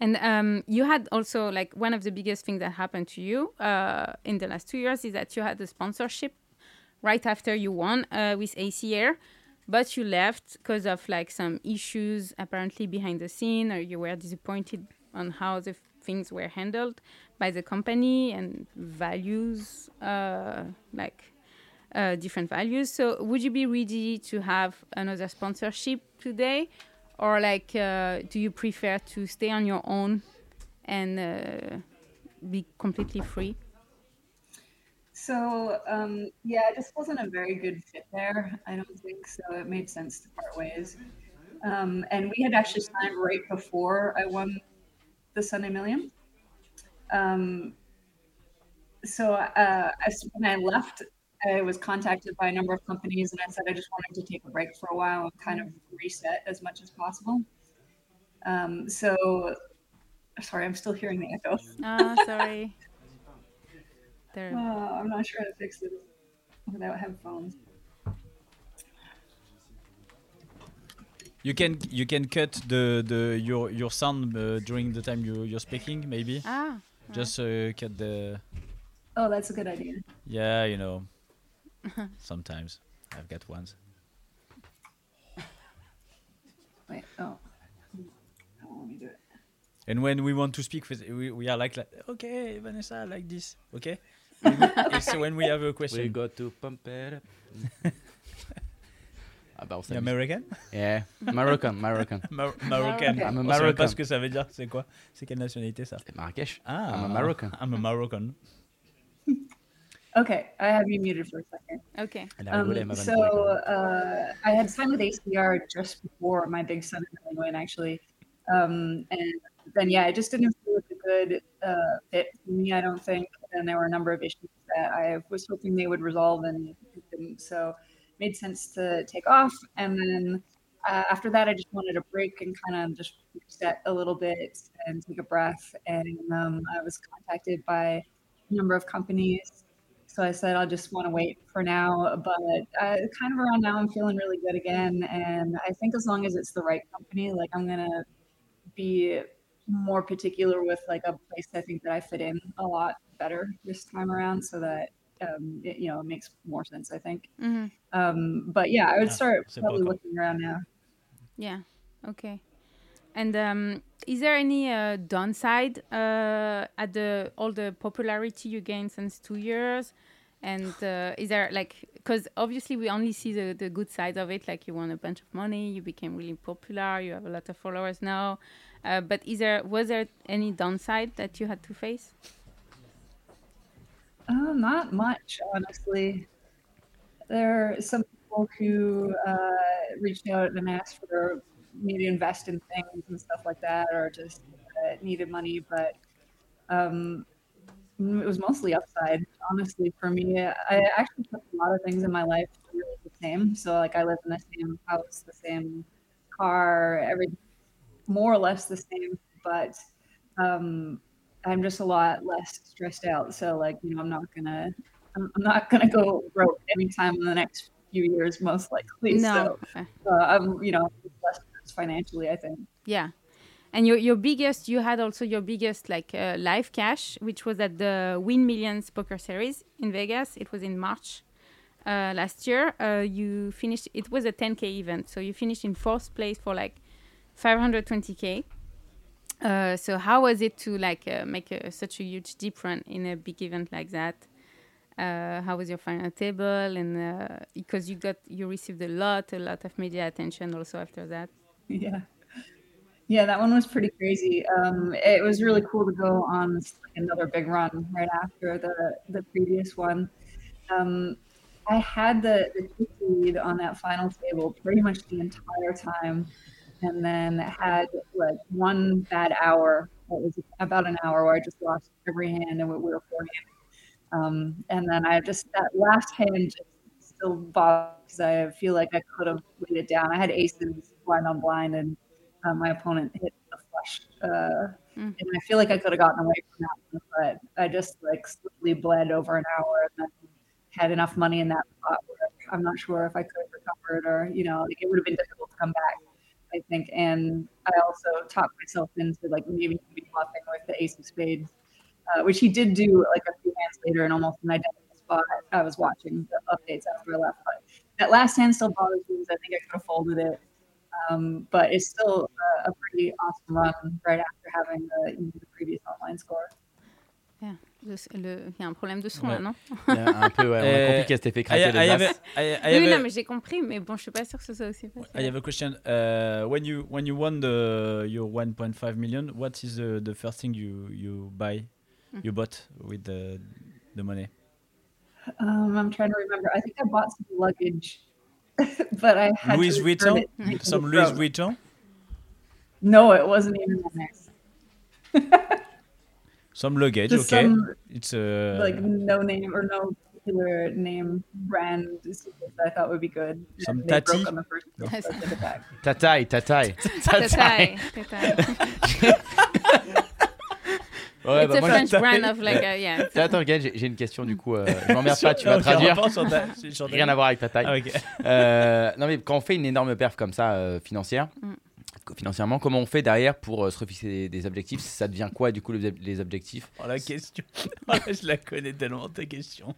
K: And um, you had also like one of the biggest things that happened to you uh, in the last two years is that you had a sponsorship right after you won uh, with ACR, but you left because of like some issues apparently behind the scene, or you were disappointed on how the things were handled by the company and values uh, like uh, different values. So, would you be ready to have another sponsorship today, or like, uh, do you prefer to stay on your own and uh, be completely free?
H: So um, yeah, I just wasn't a very good fit there. I don't think so. It made sense to part ways. Um, and we had actually signed right before I won the Sunday Million. Um, so uh, as, when I left, I was contacted by a number of companies, and I said I just wanted to take a break for a while and kind of reset as much as possible. Um, so sorry, I'm still hearing the echo.
K: Ah, sorry. There.
H: Oh, I'm not sure how to fix this without headphones.
C: You can you can cut the the your your sound uh, during the time you you're speaking maybe.
K: Ah,
C: Just uh, cut the
H: Oh, that's a good idea.
C: yeah you know. Sometimes I've got ones.
H: Wait, oh. Oh, let me do it.
C: And when we want to speak with we, we are like, like okay Vanessa like this okay. it's when we have a question.
D: We got to pump it up. ah bah, on
C: You're
D: s'amuse.
C: American?
D: Yeah, Moroccan, Moroccan.
C: Mar- Moroccan.
D: I'm a
C: On sait même pas
D: Moroccan.
C: ce que ça veut dire. C'est quoi C'est quelle nationalité ça
D: Marrakech.
C: Ah.
D: I'm a Moroccan.
C: I'm a Moroccan.
H: Okay, I have you muted for a second.
K: Okay.
D: Elle a rigolé, elle
H: Um,
D: m'a
H: so
D: vanné pour
H: uh, I had signed with ACR just before my big son in Illinois, actually. Um, and then, yeah, it just didn't feel like a good uh, fit for me, I don't think. And there were a number of issues that I was hoping they would resolve, and it didn't. So it made sense to take off. And then uh, after that, I just wanted a break and kind of just reset a little bit and take a breath. And um, I was contacted by a number of companies. So I said, I'll just want to wait for now. But uh, kind of around now, I'm feeling really good again. And I think as long as it's the right company, like I'm going to be more particular with like a place I think that I fit in a lot better this time around so that, um, it, you know, it makes more sense, I think.
K: Mhm.
H: Um, but yeah, I would
K: Ah,
H: start
K: c'est pas
H: probably
K: encore.
H: looking around now.
K: Yeah. Okay. And um, is there any uh, downside uh, at the all the popularity you gained since two years? And uh, is there like because obviously we only see the, the good side of it, like you won a bunch of money, you became really popular, you have a lot of followers now. Uh, but is there was there any downside that you had to face?
H: Uh, not much, honestly. There are some people who uh, reached out and asked for me to invest in things and stuff like that, or just uh, needed money. But um, mm, it was mostly upside, honestly, for me. I actually took a lot of things in my life really the same. So, like, I live in the same house, the same car, everything more or less the same, but um, I'm just a lot less stressed out. So like, you know, I'm not gonna, I'm I'm not gonna go broke anytime in the next few years, most likely.
K: No.
H: So uh, I'm, you know, less stressed financially, I think.
K: Yeah. And your, your biggest, you had also your biggest like uh, live cash, which was at the Win Millions Poker Series in Vegas. It was in March uh, last year. Uh, you finished, it was a 10K event. So you finished in fourth place for like 520K. Uh, so how was it to like uh, make a, such a huge deep run in a big event like that? Uh, how was your final table? And uh, because you got, you received a lot, a lot of media attention also after that.
H: Yeah. Yeah, that one was pretty crazy. Um, it was really cool to go on another big run right after the the previous one. Um,
K: I had the, the two seed on that final table pretty much the entire time, and then had like one bad hour. It was about an hour where I just lost every hand, and we were forehand. Um, and then I just that last hand just still bothers because I feel like I could have weighed it down. I had aces blind on blind, and uh, my opponent hit a flush, uh, and I feel like I could have gotten away from that one, but I just like slowly bled over an hour, and then had enough money in that pot where I'm not sure if I could have recovered, or you know, like it would have been difficult to come back. I think, and I also talked myself into like maybe bluffing with the ace of spades uh, which he did do like a few hands later in almost an identical spot. I was watching the updates after I left, but that last hand still bothers me because I think I could have folded it. Um, but it's still a, a pretty awesome run right after having the, you know, the previous online score.
H: Bien. Le- le- Il y a un problème de son là,
D: Ouais.
H: non
D: Il y a un peu, ouais, on a
C: Euh,
D: compris qu'elle s'était fait craquer
C: I-
D: les
C: I
D: as.
C: have a- I- I
H: Oui,
C: have
H: non,
C: a-
H: mais j'ai compris, mais bon, je suis pas sûre que ce soit aussi facile.
C: I have Ah, a question. Uh, when you when you won the your 1.5 million, what is the, the first thing you you buy,
K: Hmm.
C: you bought with the the money?
K: Um, I'm trying to remember. I think I bought some luggage, but I had
C: Louis
K: to return
C: Vuitton,
K: it because
C: some
K: it
C: Louis
K: broke.
C: Vuitton.
K: No, it wasn't even on there.
C: Some luggage,
K: Just
C: okay.
K: some,
C: it's uh,
K: like no name or no particular name brand sneakers that I thought would be good.
C: Some
K: And they broke
C: tati?
K: on the first day, so I did it back.
N: Tataï, tataï.
H: Tataï, tataï.
D: Ouais,
H: It's
D: bah,
H: a
D: moi,
H: French
D: j'ai-
H: brand of like a- yeah.
D: Attends, Gaël, j'ai j'ai une question du coup. euh, je m'emmerde
C: Sur-
D: pas, tu vas
C: aucun
D: traduire.
C: rapport sur ta- sur ta-
D: Rien à voir avec ta taille.
C: Ah, ok.
D: Euh, non, mais quand on fait une énorme perf comme ça, euh, financière,
C: Mm.
D: co- financièrement, comment on fait derrière pour euh, se refixer des, des objectifs Ça devient quoi du coup les, ob- les objectifs
C: Oh, la question. Oh, je la connais tellement ta question.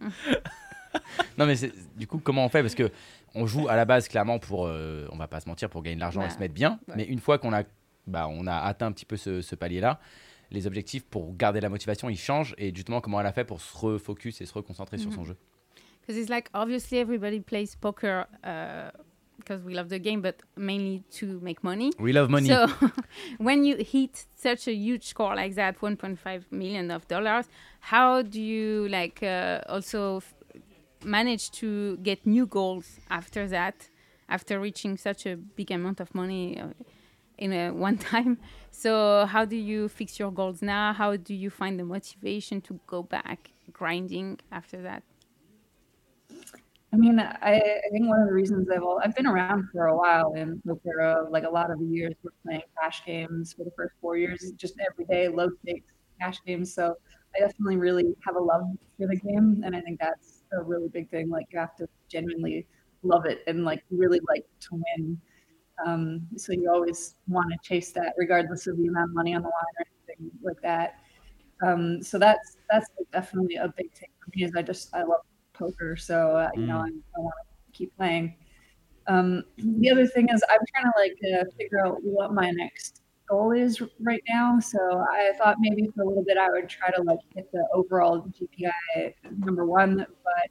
D: Non, mais c'est- du coup, comment on fait Parce que on joue à la base clairement pour, euh, on va pas se mentir, pour gagner de l'argent
C: Bah,
D: et se mettre bien.
C: ouais.
D: Mais une fois qu'on a, bah, on a atteint un petit peu ce, ce palier-là, les objectifs pour garder la motivation, ils changent. Et justement, comment elle a fait pour se refocus et se reconcentrer sur
H: Mhm.
D: son jeu
H: Because it's like obviously everybody plays poker because we love the game, but mainly to make money.
D: We love money.
H: So when you hit such a huge score like that, 1.5 million of dollars, how do you like uh, also f- manage to get new goals after that, after reaching such a big amount of money? uh, in a one time so how do you fix your goals now how do you find the motivation to go back grinding after that
K: I mean, I, I think one of the reasons I've all, I've been around for a while in poker, uh, like a lot of the years we're playing cash games for the first four years, just every day low stakes cash games. So I definitely really have a love for the game, and I think that's a really big thing. Like you have to genuinely love it and like really like to win. Um, so you always want to chase that, regardless of the amount of money on the line or anything like that. Um, so that's that's definitely a big thing for me. Is I just I love poker, so uh, you know I, I want to keep playing. Um, the other thing is I'm trying to like uh, figure out what my next goal is r- right now. So I thought maybe for a little bit I would try to like hit the overall GPI number one, but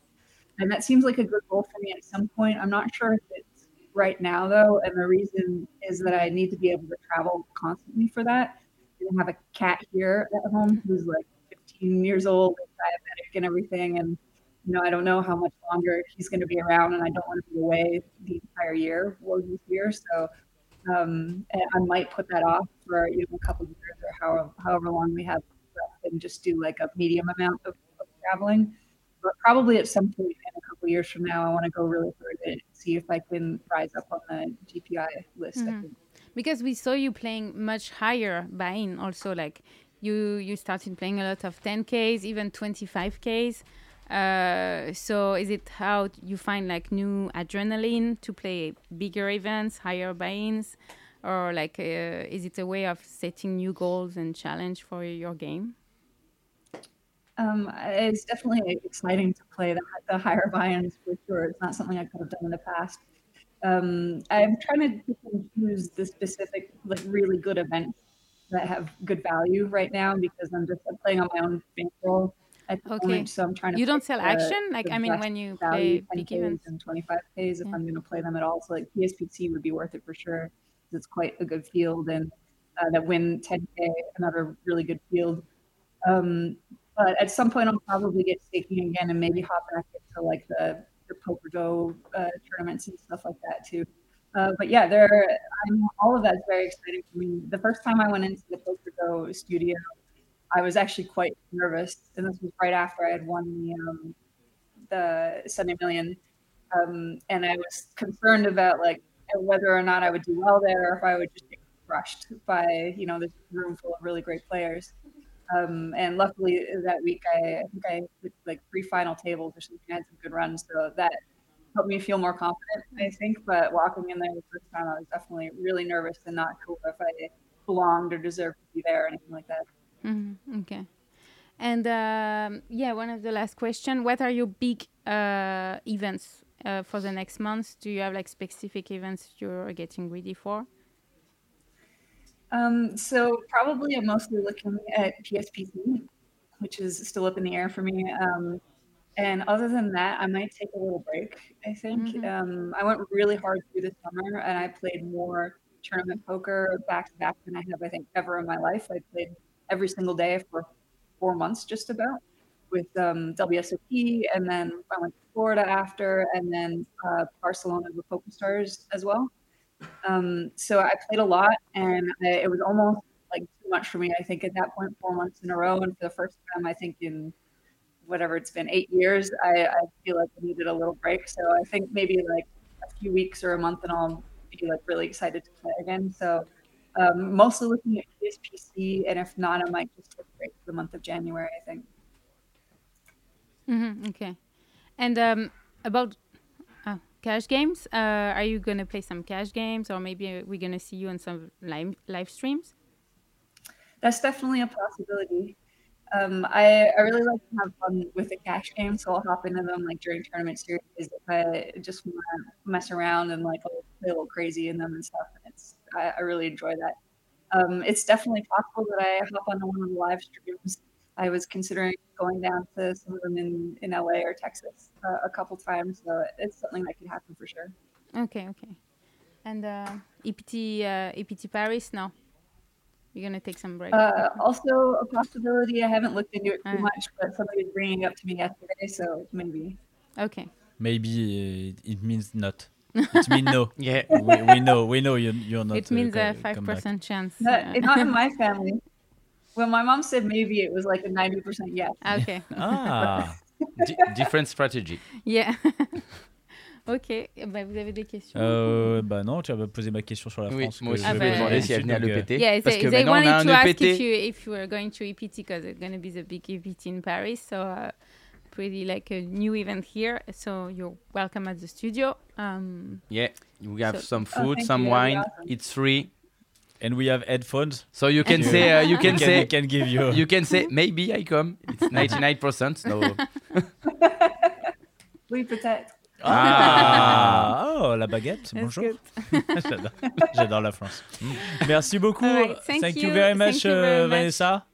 K: and that seems like a good goal for me at some point. I'm not sure if it's right now though, and the reason is that I need to be able to travel constantly for that. And have a cat here at home who's like 15 years old, diabetic, and everything, and you know, I don't know how much longer he's going to be around, and I don't want to be away the entire year while he's here. So um, and I might put that off for you know, a couple of years or however, however long we have left, and just do like a medium amount of, of traveling. But probably at some point in a couple of years from now, I want to go really hard and see if I can rise up on the GPI list. I
H: Mhm.
K: think.
H: Because we saw you playing much higher buy-in also like you you started playing a lot of 10Ks, even 25Ks. Uh, so is it how you find like new adrenaline to play bigger events, higher buy-ins or like uh, is it a way of setting new goals and challenge for your game?
K: Um, it's definitely exciting to play the, the higher buy-ins for sure. It's not something I could have done in the past. Um, I'm trying to pick and choose the specific, like, really good events that have good value right now because I'm just I'm playing on my own bankroll at the
H: Okay.
K: moment. So I'm trying to.
H: You don't
K: pick
H: sell
K: the-
H: action? Like,
K: the
H: I mean,
K: best
H: when you
K: value
H: play big
K: 10Ks
H: events.
K: and 25Ks, if I'm going to play them at all, so like PSPT would be worth it for sure. 'cause It's quite a good field, and uh, that win 10K, another really good field. Um, but at some point, I'll probably get staking again and maybe hop back into like the
H: the poker go uh, tournaments and stuff like that too. Uh, but yeah, there, I'm, all of that's very exciting for me. The first time I went into the poker go studio, I was actually quite nervous, and this was right after I had won the um, the Sunday Million, um, and I was concerned about like whether or not I would do well there, or if I would just get crushed by you know this room full of really great players. Um, and luckily that week, I, I think I hit like three final tables or something. I had some good runs, so that helped me feel more confident, I think. But walking in there the first time, I was definitely really nervous and not sure if I belonged or deserved to be there or anything like that.
K: Mhm, Okay. And um, yeah, one of the last question: What are your big uh, events uh, for the next months? Do you have like specific events you're getting ready for?
H: Um, so probably I'm mostly looking at PSPC, which is still up in the air for me. Um, and other than that, I might take a little break. I think um, I went really hard through the summer, and I played more tournament poker back to back than I have, I think, ever in my life. I played every single day for four months, just about, with um, WSOP, and then I went to Florida after, and then uh, Barcelona with Poker Stars as well. Um, so I played a lot, and I, it was almost like too much for me. I think at that point, four months in a row, and for the first time, I think in whatever it's been, eight years, I, I feel like I needed a little break. So I think maybe like a few weeks or a month, and I'll be like really excited to play again. So um, mostly looking at PSPC, and if not, I might just take a break for the month of January. I think.
K: hmm okay. And um, about uh, cash games, uh, are you gonna play some cash games, or maybe we're gonna see you on some live live streams?
H: That's definitely a possibility. Um, I, I really like to have fun with the cash game, so I'll hop into them like during tournament series if I just want to mess around and like play a little crazy in them and stuff. And it's I, I really enjoy that. Um, it's definitely possible that I hop on one of the live streams. I was considering going down to some of them in, in LA or Texas uh, a couple times, so it's something that could happen for sure.
K: Okay, okay. And uh, EPT uh, EPT Paris, no, you're gonna take some break. Uh.
H: Uh, also, a possibility I haven't looked into it too much, but somebody was bringing it up to me yesterday, so maybe.
K: okay.
C: Maybe uh, it means not. It means no. yeah. We, we know. We know you're, you're not.
K: it means
C: uh,
K: a
C: co-
K: five
C: come back.
K: percent chance.
H: Not,
K: uh,
H: not in my family. When my mom said maybe, it was like a ninety percent yes.
K: Okay.
O: Ah, di- different strategy.
K: Yeah. ok. Eh ben, vous avez des questions
C: Euh, bah non, tu as posé ma question sur la
D: Oui,
C: France.
D: moi
C: que
D: aussi,
C: je vais
D: je voulais
C: poser
D: demander si elle
C: dessus,
D: venait à
C: donc,
D: l'EPT.
C: euh,
K: Yeah,
D: Parce
K: they,
D: que
K: they
D: maintenant, on a
K: wanted to
D: un
K: ask
D: EPT.
K: if you if you were going to EPT because it's going to be the big EPT in Paris, so uh, pretty like a new event here. So you're welcome at the studio. Um,
D: Yeah, we have
K: So-
D: some
K: Oh,
D: food,
K: thank
D: some
K: you, that'd be
D: wine.
K: awesome.
D: It's free.
C: euh, And we have headphones.
D: So you can
C: Yeah.
D: say uh, you
C: We
D: can
C: can-
D: say
C: we can give you-
D: you can say maybe I come. It's ninety nine percent. No.
H: We protect.
C: Ah, oh, la baguette,
H: That's
C: bonjour.
H: good.
C: J'adore- J'adore la France. Mm. Merci beaucoup.
P: Alright, thank
C: you
P: you,
C: very
P: thank
C: much,
P: you very
C: uh,
P: much.
C: Vanessa.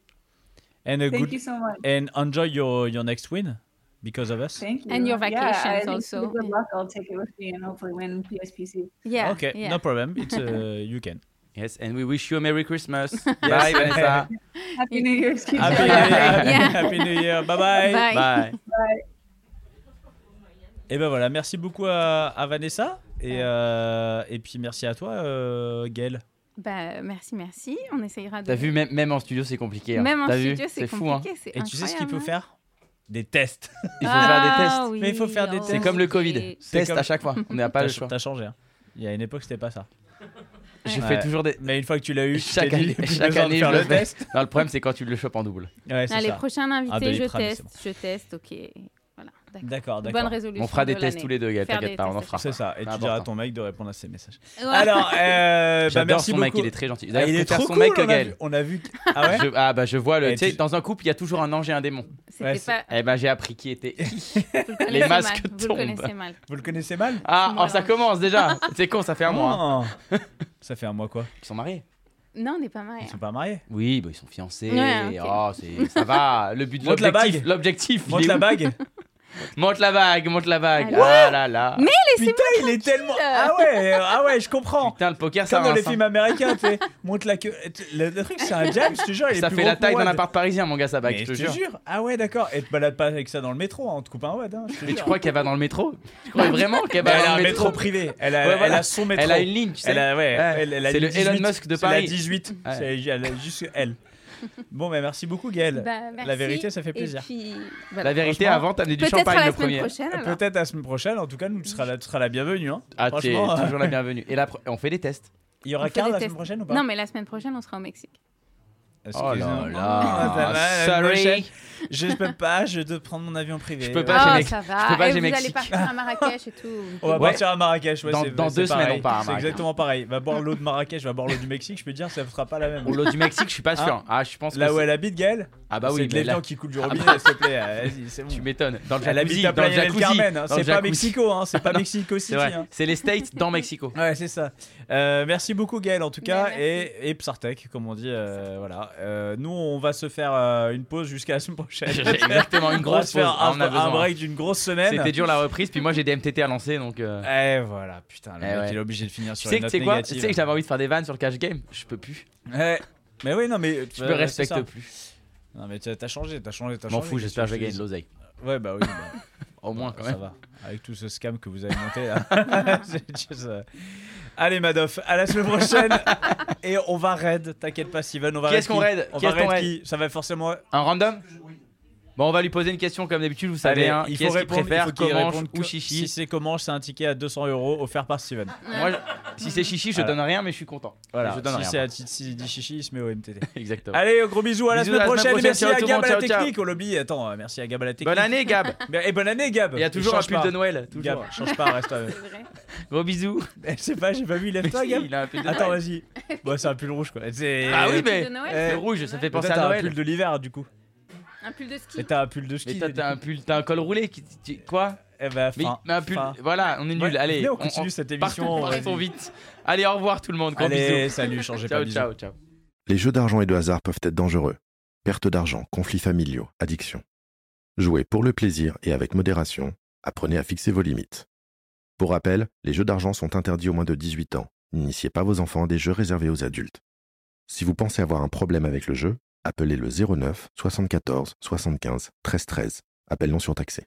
C: And a
H: Thank
C: good
H: you so much.
C: and enjoy your your next win because of us.
H: Thank you.
K: And your
H: yeah, I
K: vacations
H: think
K: also.
H: Good luck. I'll take it with me and hopefully win PSPC.
K: yeah.
C: Okay,
K: yeah.
C: no problem. It's uh, you can.
D: Yes, and we wish you a merry Christmas. Bye, Vanessa.
H: Happy New Year's. Keep
C: Happy
H: it
C: New
H: up.
C: Year. Happy New Year. Bye bye.
H: Bye.
D: Bye.
H: Bye.
C: Et ben voilà, merci beaucoup à, à Vanessa et euh, et puis merci à toi, euh, Gaël.
K: Bah, merci, merci. On essayera de.
D: T'as vu même, même en studio c'est compliqué. hein.
K: Même en
D: T'as vu
K: studio, c'est
D: fou. Hein.
K: compliqué, c'est
C: Et tu sais ce qu'il
K: incroyable,
C: faut
K: hein.
C: faire Des tests.
D: Il faut
K: Ah,
D: faire des tests.
K: oui,
C: Mais il faut faire des
K: oh,
C: tests.
D: C'est comme le Covid.
C: C'est
D: Test
C: comme-
D: à chaque fois. On n'a pas
C: T'as
D: le
C: ch-
D: choix.
C: T'as changé. hein. Il y a une époque, c'était pas ça.
D: J'ai fait toujours des.
C: Mais une fois que tu l'as eu, tu
D: chaque
C: t'es dit,
D: année,
C: plus
D: chaque
C: besoin de
D: année,
C: faire
D: je
C: le
D: fais.
C: test.
D: Non, le problème, c'est quand tu le chopes en double.
C: Ouais,
K: Ah, les prochains
C: Ah,
K: invités, je
C: Doliprane, c'est
K: teste, je teste, ok. Voilà.
C: D'accord, d'accord.
K: Bonne résolution.
D: On fera des
K: de
D: tests
K: l'année.
D: tous les deux, Gaël,
K: Faire
D: t'inquiète
K: des
D: pas, on en
K: tests à
D: fera.
K: chaque
C: C'est ça. Et
D: C'est
C: tu diras à
D: important.
C: ton mec de répondre à ses messages.
K: Ouais.
C: Alors, euh, bah,
D: J'adore
C: merci
D: son mec,
C: beaucoup.
D: il est très gentil.
C: Ah,
D: D'ailleurs,
C: il
D: je
C: est
D: préfère
C: trop
D: son
C: cool,
D: mec que
C: on a
D: Gaël.
C: vu- On a vu. Ah ouais
D: Je- ah bah je vois le.
C: Et
D: Tu sais,
C: tu-
D: dans un couple, il y a toujours un ange et un démon.
K: C'était pas-
D: Eh ben j'ai appris qui était.
K: Ah. Vous le
D: Les
K: connaissez
D: masques
K: mal, Vous le
D: tombent.
K: connaissez mal.
C: Vous le connaissez mal
D: Ah, oh, ça commence déjà. C'est con, ça fait un mois. hein.
C: Oh. Ça fait un mois quoi
D: Ils sont mariés.
K: Non, on n'est pas mariés.
C: Ils sont pas mariés
D: Oui, bah, ils sont fiancés.
K: Ouais, hein, ok.
D: Oh, c'est- ça va. Le but de
C: Montre la
D: l'objectif.
C: bague.
D: L'objectif. il
C: Montre
D: est
C: la
D: où
C: bague.
D: Monte la vague, monte la vague.
C: Alors.
D: Ah là là.
C: Mais Putain, il est tellement. Ah ouais, ah ouais, je comprends.
D: Putain, le poker, ça
C: Comme dans les
D: rince, hein.
C: films américains, tu sais, monte la queue. Le, le truc, c'est un jam, je te jure. il est
D: Ça
C: plus
D: fait
C: gros
D: la
C: que
D: taille
C: moi.
D: d'un appart parisien, mon gars, sa bague,
C: Mais
D: je te jure.
C: Ah ouais, d'accord. Et te balade pas avec ça dans le métro, hein, on te coupe un wad. Hein, je te
D: Mais tu
C: jure.
D: crois qu'elle va dans le métro Tu crois vraiment qu'elle
C: Mais
D: va
C: elle a
D: bah, dans
C: un
D: le
C: métro privé. Elle a-
D: Ouais,
C: elle
D: voilà.
C: a son métro.
D: Elle a une ligne, tu sais.
C: Elle a- ouais,
D: Ouais.
C: elle- elle a
D: C'est
C: une
D: le Elon
C: 18,
D: Musk de
C: c'est la
D: Paris.
C: 18.
D: Ouais.
C: C'est- elle a juste elle. Bon, bah merci beaucoup, Gaël.
H: Bah, merci.
C: La vérité, ça fait
H: Et
C: plaisir.
H: puis, voilà.
C: La vérité avant, t'as
H: t'as
C: mis
H: Peut-être à la semaine prochaine. alors.
C: Peut-être la semaine prochaine, en tout cas, nous tu seras la, tu seras la bienvenue. Hein.
D: Ah, t'es
C: Franchement, euh,
D: toujours la bienvenue. Et là, on fait des tests.
C: Il y
H: On
C: aura
H: fait
C: Karl
H: des
C: la
H: tests.
C: semaine prochaine ou pas
H: Non, mais la semaine prochaine, on sera au Mexique.
D: Oh là Ah,
C: Excusez-moi.
D: là.
C: Ah, Ça va, la
D: Sorry.
C: prochaine. Je peux pas, je dois prendre mon avion privé.
D: Je peux
H: Ah,
D: pas, j'ai
H: ça
D: Mex-
H: va.
D: je peux pas,
H: et
D: j'ai
H: vous allez
D: Mexique.
H: partir à Marrakech et tout.
C: On va
D: Ouais.
C: partir à Marrakech. Ouais,
D: Dans-
C: c'est-
D: dans
C: c'est
D: deux semaines,
C: pareil.
D: on part à
C: C'est
D: Marrakech.
C: exactement pareil. Va boire l'eau de Marrakech, va boire l'eau du Mexique. Je peux te dire, ça ne fera pas la même.
D: Ou l'eau du Mexique, je suis pas sûr.
C: Hein
D: Ah, je pense que
C: Là où
D: c'est-
C: elle habite, Gaëlle
D: Ah bah oui,
C: C'est de
D: mais là-
C: l'évian qui coule du
D: Ah
C: robinet,
D: bah.
C: s'il te plaît. euh, Vas-y, c'est bon.
D: Tu m'étonnes. Dans le
C: Elle habite
D: jacuzzi,
C: à
D: dans le
C: Playa del
D: jacuzzi,
C: Carmen. hein.
D: dans le
C: C'est pas
D: jacuzzi.
C: Mexico, hein. C'est pas
D: Non,
C: Mexico
D: c'est
C: City.
D: vrai.
C: hein.
D: C'est les States dans Mexico.
C: Ouais, c'est ça. Euh, merci beaucoup, Gaël, en tout cas. Et, et Psartec, comme on dit. euh, voilà. Euh, nous, on va se faire euh, une pause jusqu'à la semaine prochaine.
D: Exactement, une
C: On va
D: grosse
C: se faire
D: pause. Ah,
C: un-
D: on a besoin.
C: un break d'une grosse semaine.
D: C'était dur la reprise, puis moi j'ai des MTT à lancer donc. euh.
C: Eh voilà, putain, le mec, il est obligé de finir sur
D: tu sais,
C: une
D: que-
C: note
D: tu sais quoi
C: négative.
D: Tu sais que j'avais envie de faire des vannes sur le cash game Je peux plus.
C: Ouais. Mais oui, non, mais.
D: Je
C: euh,
D: me
C: ouais,
D: respecte
C: c'est ça.
D: plus.
C: Non, mais t'as t'as changé, t'as changé, t'as
D: M'en
C: changé.
D: fous,
C: qu'est-ce
D: j'espère
C: que
D: que je
C: te
D: gagne
C: dis
D: de l'oseille.
C: Ouais, bah oui. bah,
D: Au moins, quand
C: ça
D: même.
C: va. Avec tout ce scam que vous avez monté là. C'est juste, euh, Allez, Madoff, à la semaine prochaine. Et on va raid, t'inquiète pas, Steven. On va
D: Qui est-ce qu'on raid
C: On
D: Qui
C: va
D: est-ce qu'on
C: raid
D: raid
C: qui Ça va forcément.
D: Un random Bon, on va lui poser une question comme d'habitude, vous savez.
C: Allez,
D: hein,
C: il
D: qui
C: faut
D: est-ce qu'il
C: répondre, il
D: préfère,
C: faut qu'il
D: Comanche
C: réponde
D: ou
C: que-
D: Chichi
C: Si c'est Comanche, c'est un ticket à 200 euros offert par Steven.
D: Moi, je- si c'est Chichi, je donne rien, mais je suis content.
C: Voilà,
D: Je donne
C: si Ah,
D: rien.
C: c'est à si dit Chichi, il se met au MTT.
D: Exactement.
C: Allez, gros bisous à la,
D: Bisous
C: semaine,
D: à
C: prochaine.
D: la semaine
C: et
D: prochaine.
C: Merci
D: Ciao
C: à
D: tout le
C: Gab
D: monde,
C: à la
D: ciao, ciao.
C: technique. On l'oublie. Attends, euh, merci à Gab à la technique.
D: Bonne année, Gab.
C: Et bonne année, Gab.
D: Il y a toujours un
C: change
D: pull
C: pas.
D: de Noël, toujours.
C: Gab, change pas, reste. euh,
D: Gros bisous.
C: Je sais pas, j'ai pas vu,
D: Mais
C: lève-toi,
D: si,
C: Gab.
D: il a un pull de
C: Attends,
D: Noël.
C: vas-y. Bon, c'est un pull rouge, quoi. C'est-
D: Ah oui,
C: Euh,
D: mais.
H: de Noël,
D: euh,
H: c'est un
D: rouge,
H: pull
D: ça
H: de
D: fait
C: mais
D: penser
C: toi,
D: à
C: t'as
D: Noël.
C: un pull de l'hiver, du coup.
H: Un pull de ski.
C: Et t'as un pull de
D: Mais
C: ski.
D: toi, t'as un pull, t'as un col roulé, qui- tu- quoi
C: Eh ben,
D: Mais,
C: fin,
D: mais un pull,
C: fin.
D: voilà, on est
C: Ouais,
D: nul. Allez,
C: venez, on continue cette émission, on
D: partons-
C: va
D: partons
C: vite.
D: vite. Allez, au revoir tout le monde. Gros
C: Allez,
D: bisous.
C: salut, changez pas,
D: ciao,
C: bisous.
D: ciao, ciao.
A: Les jeux d'argent et de hasard peuvent être dangereux. Perte d'argent, conflits familiaux, addiction. Jouez pour le plaisir et avec modération. Apprenez à fixer vos limites. Pour rappel, les jeux d'argent sont interdits aux moins de 18 ans. N'initiez pas vos enfants à des jeux réservés aux adultes. Si vous pensez avoir un problème avec le jeu, appelez le 09 74 75 13 13. Appel non surtaxé.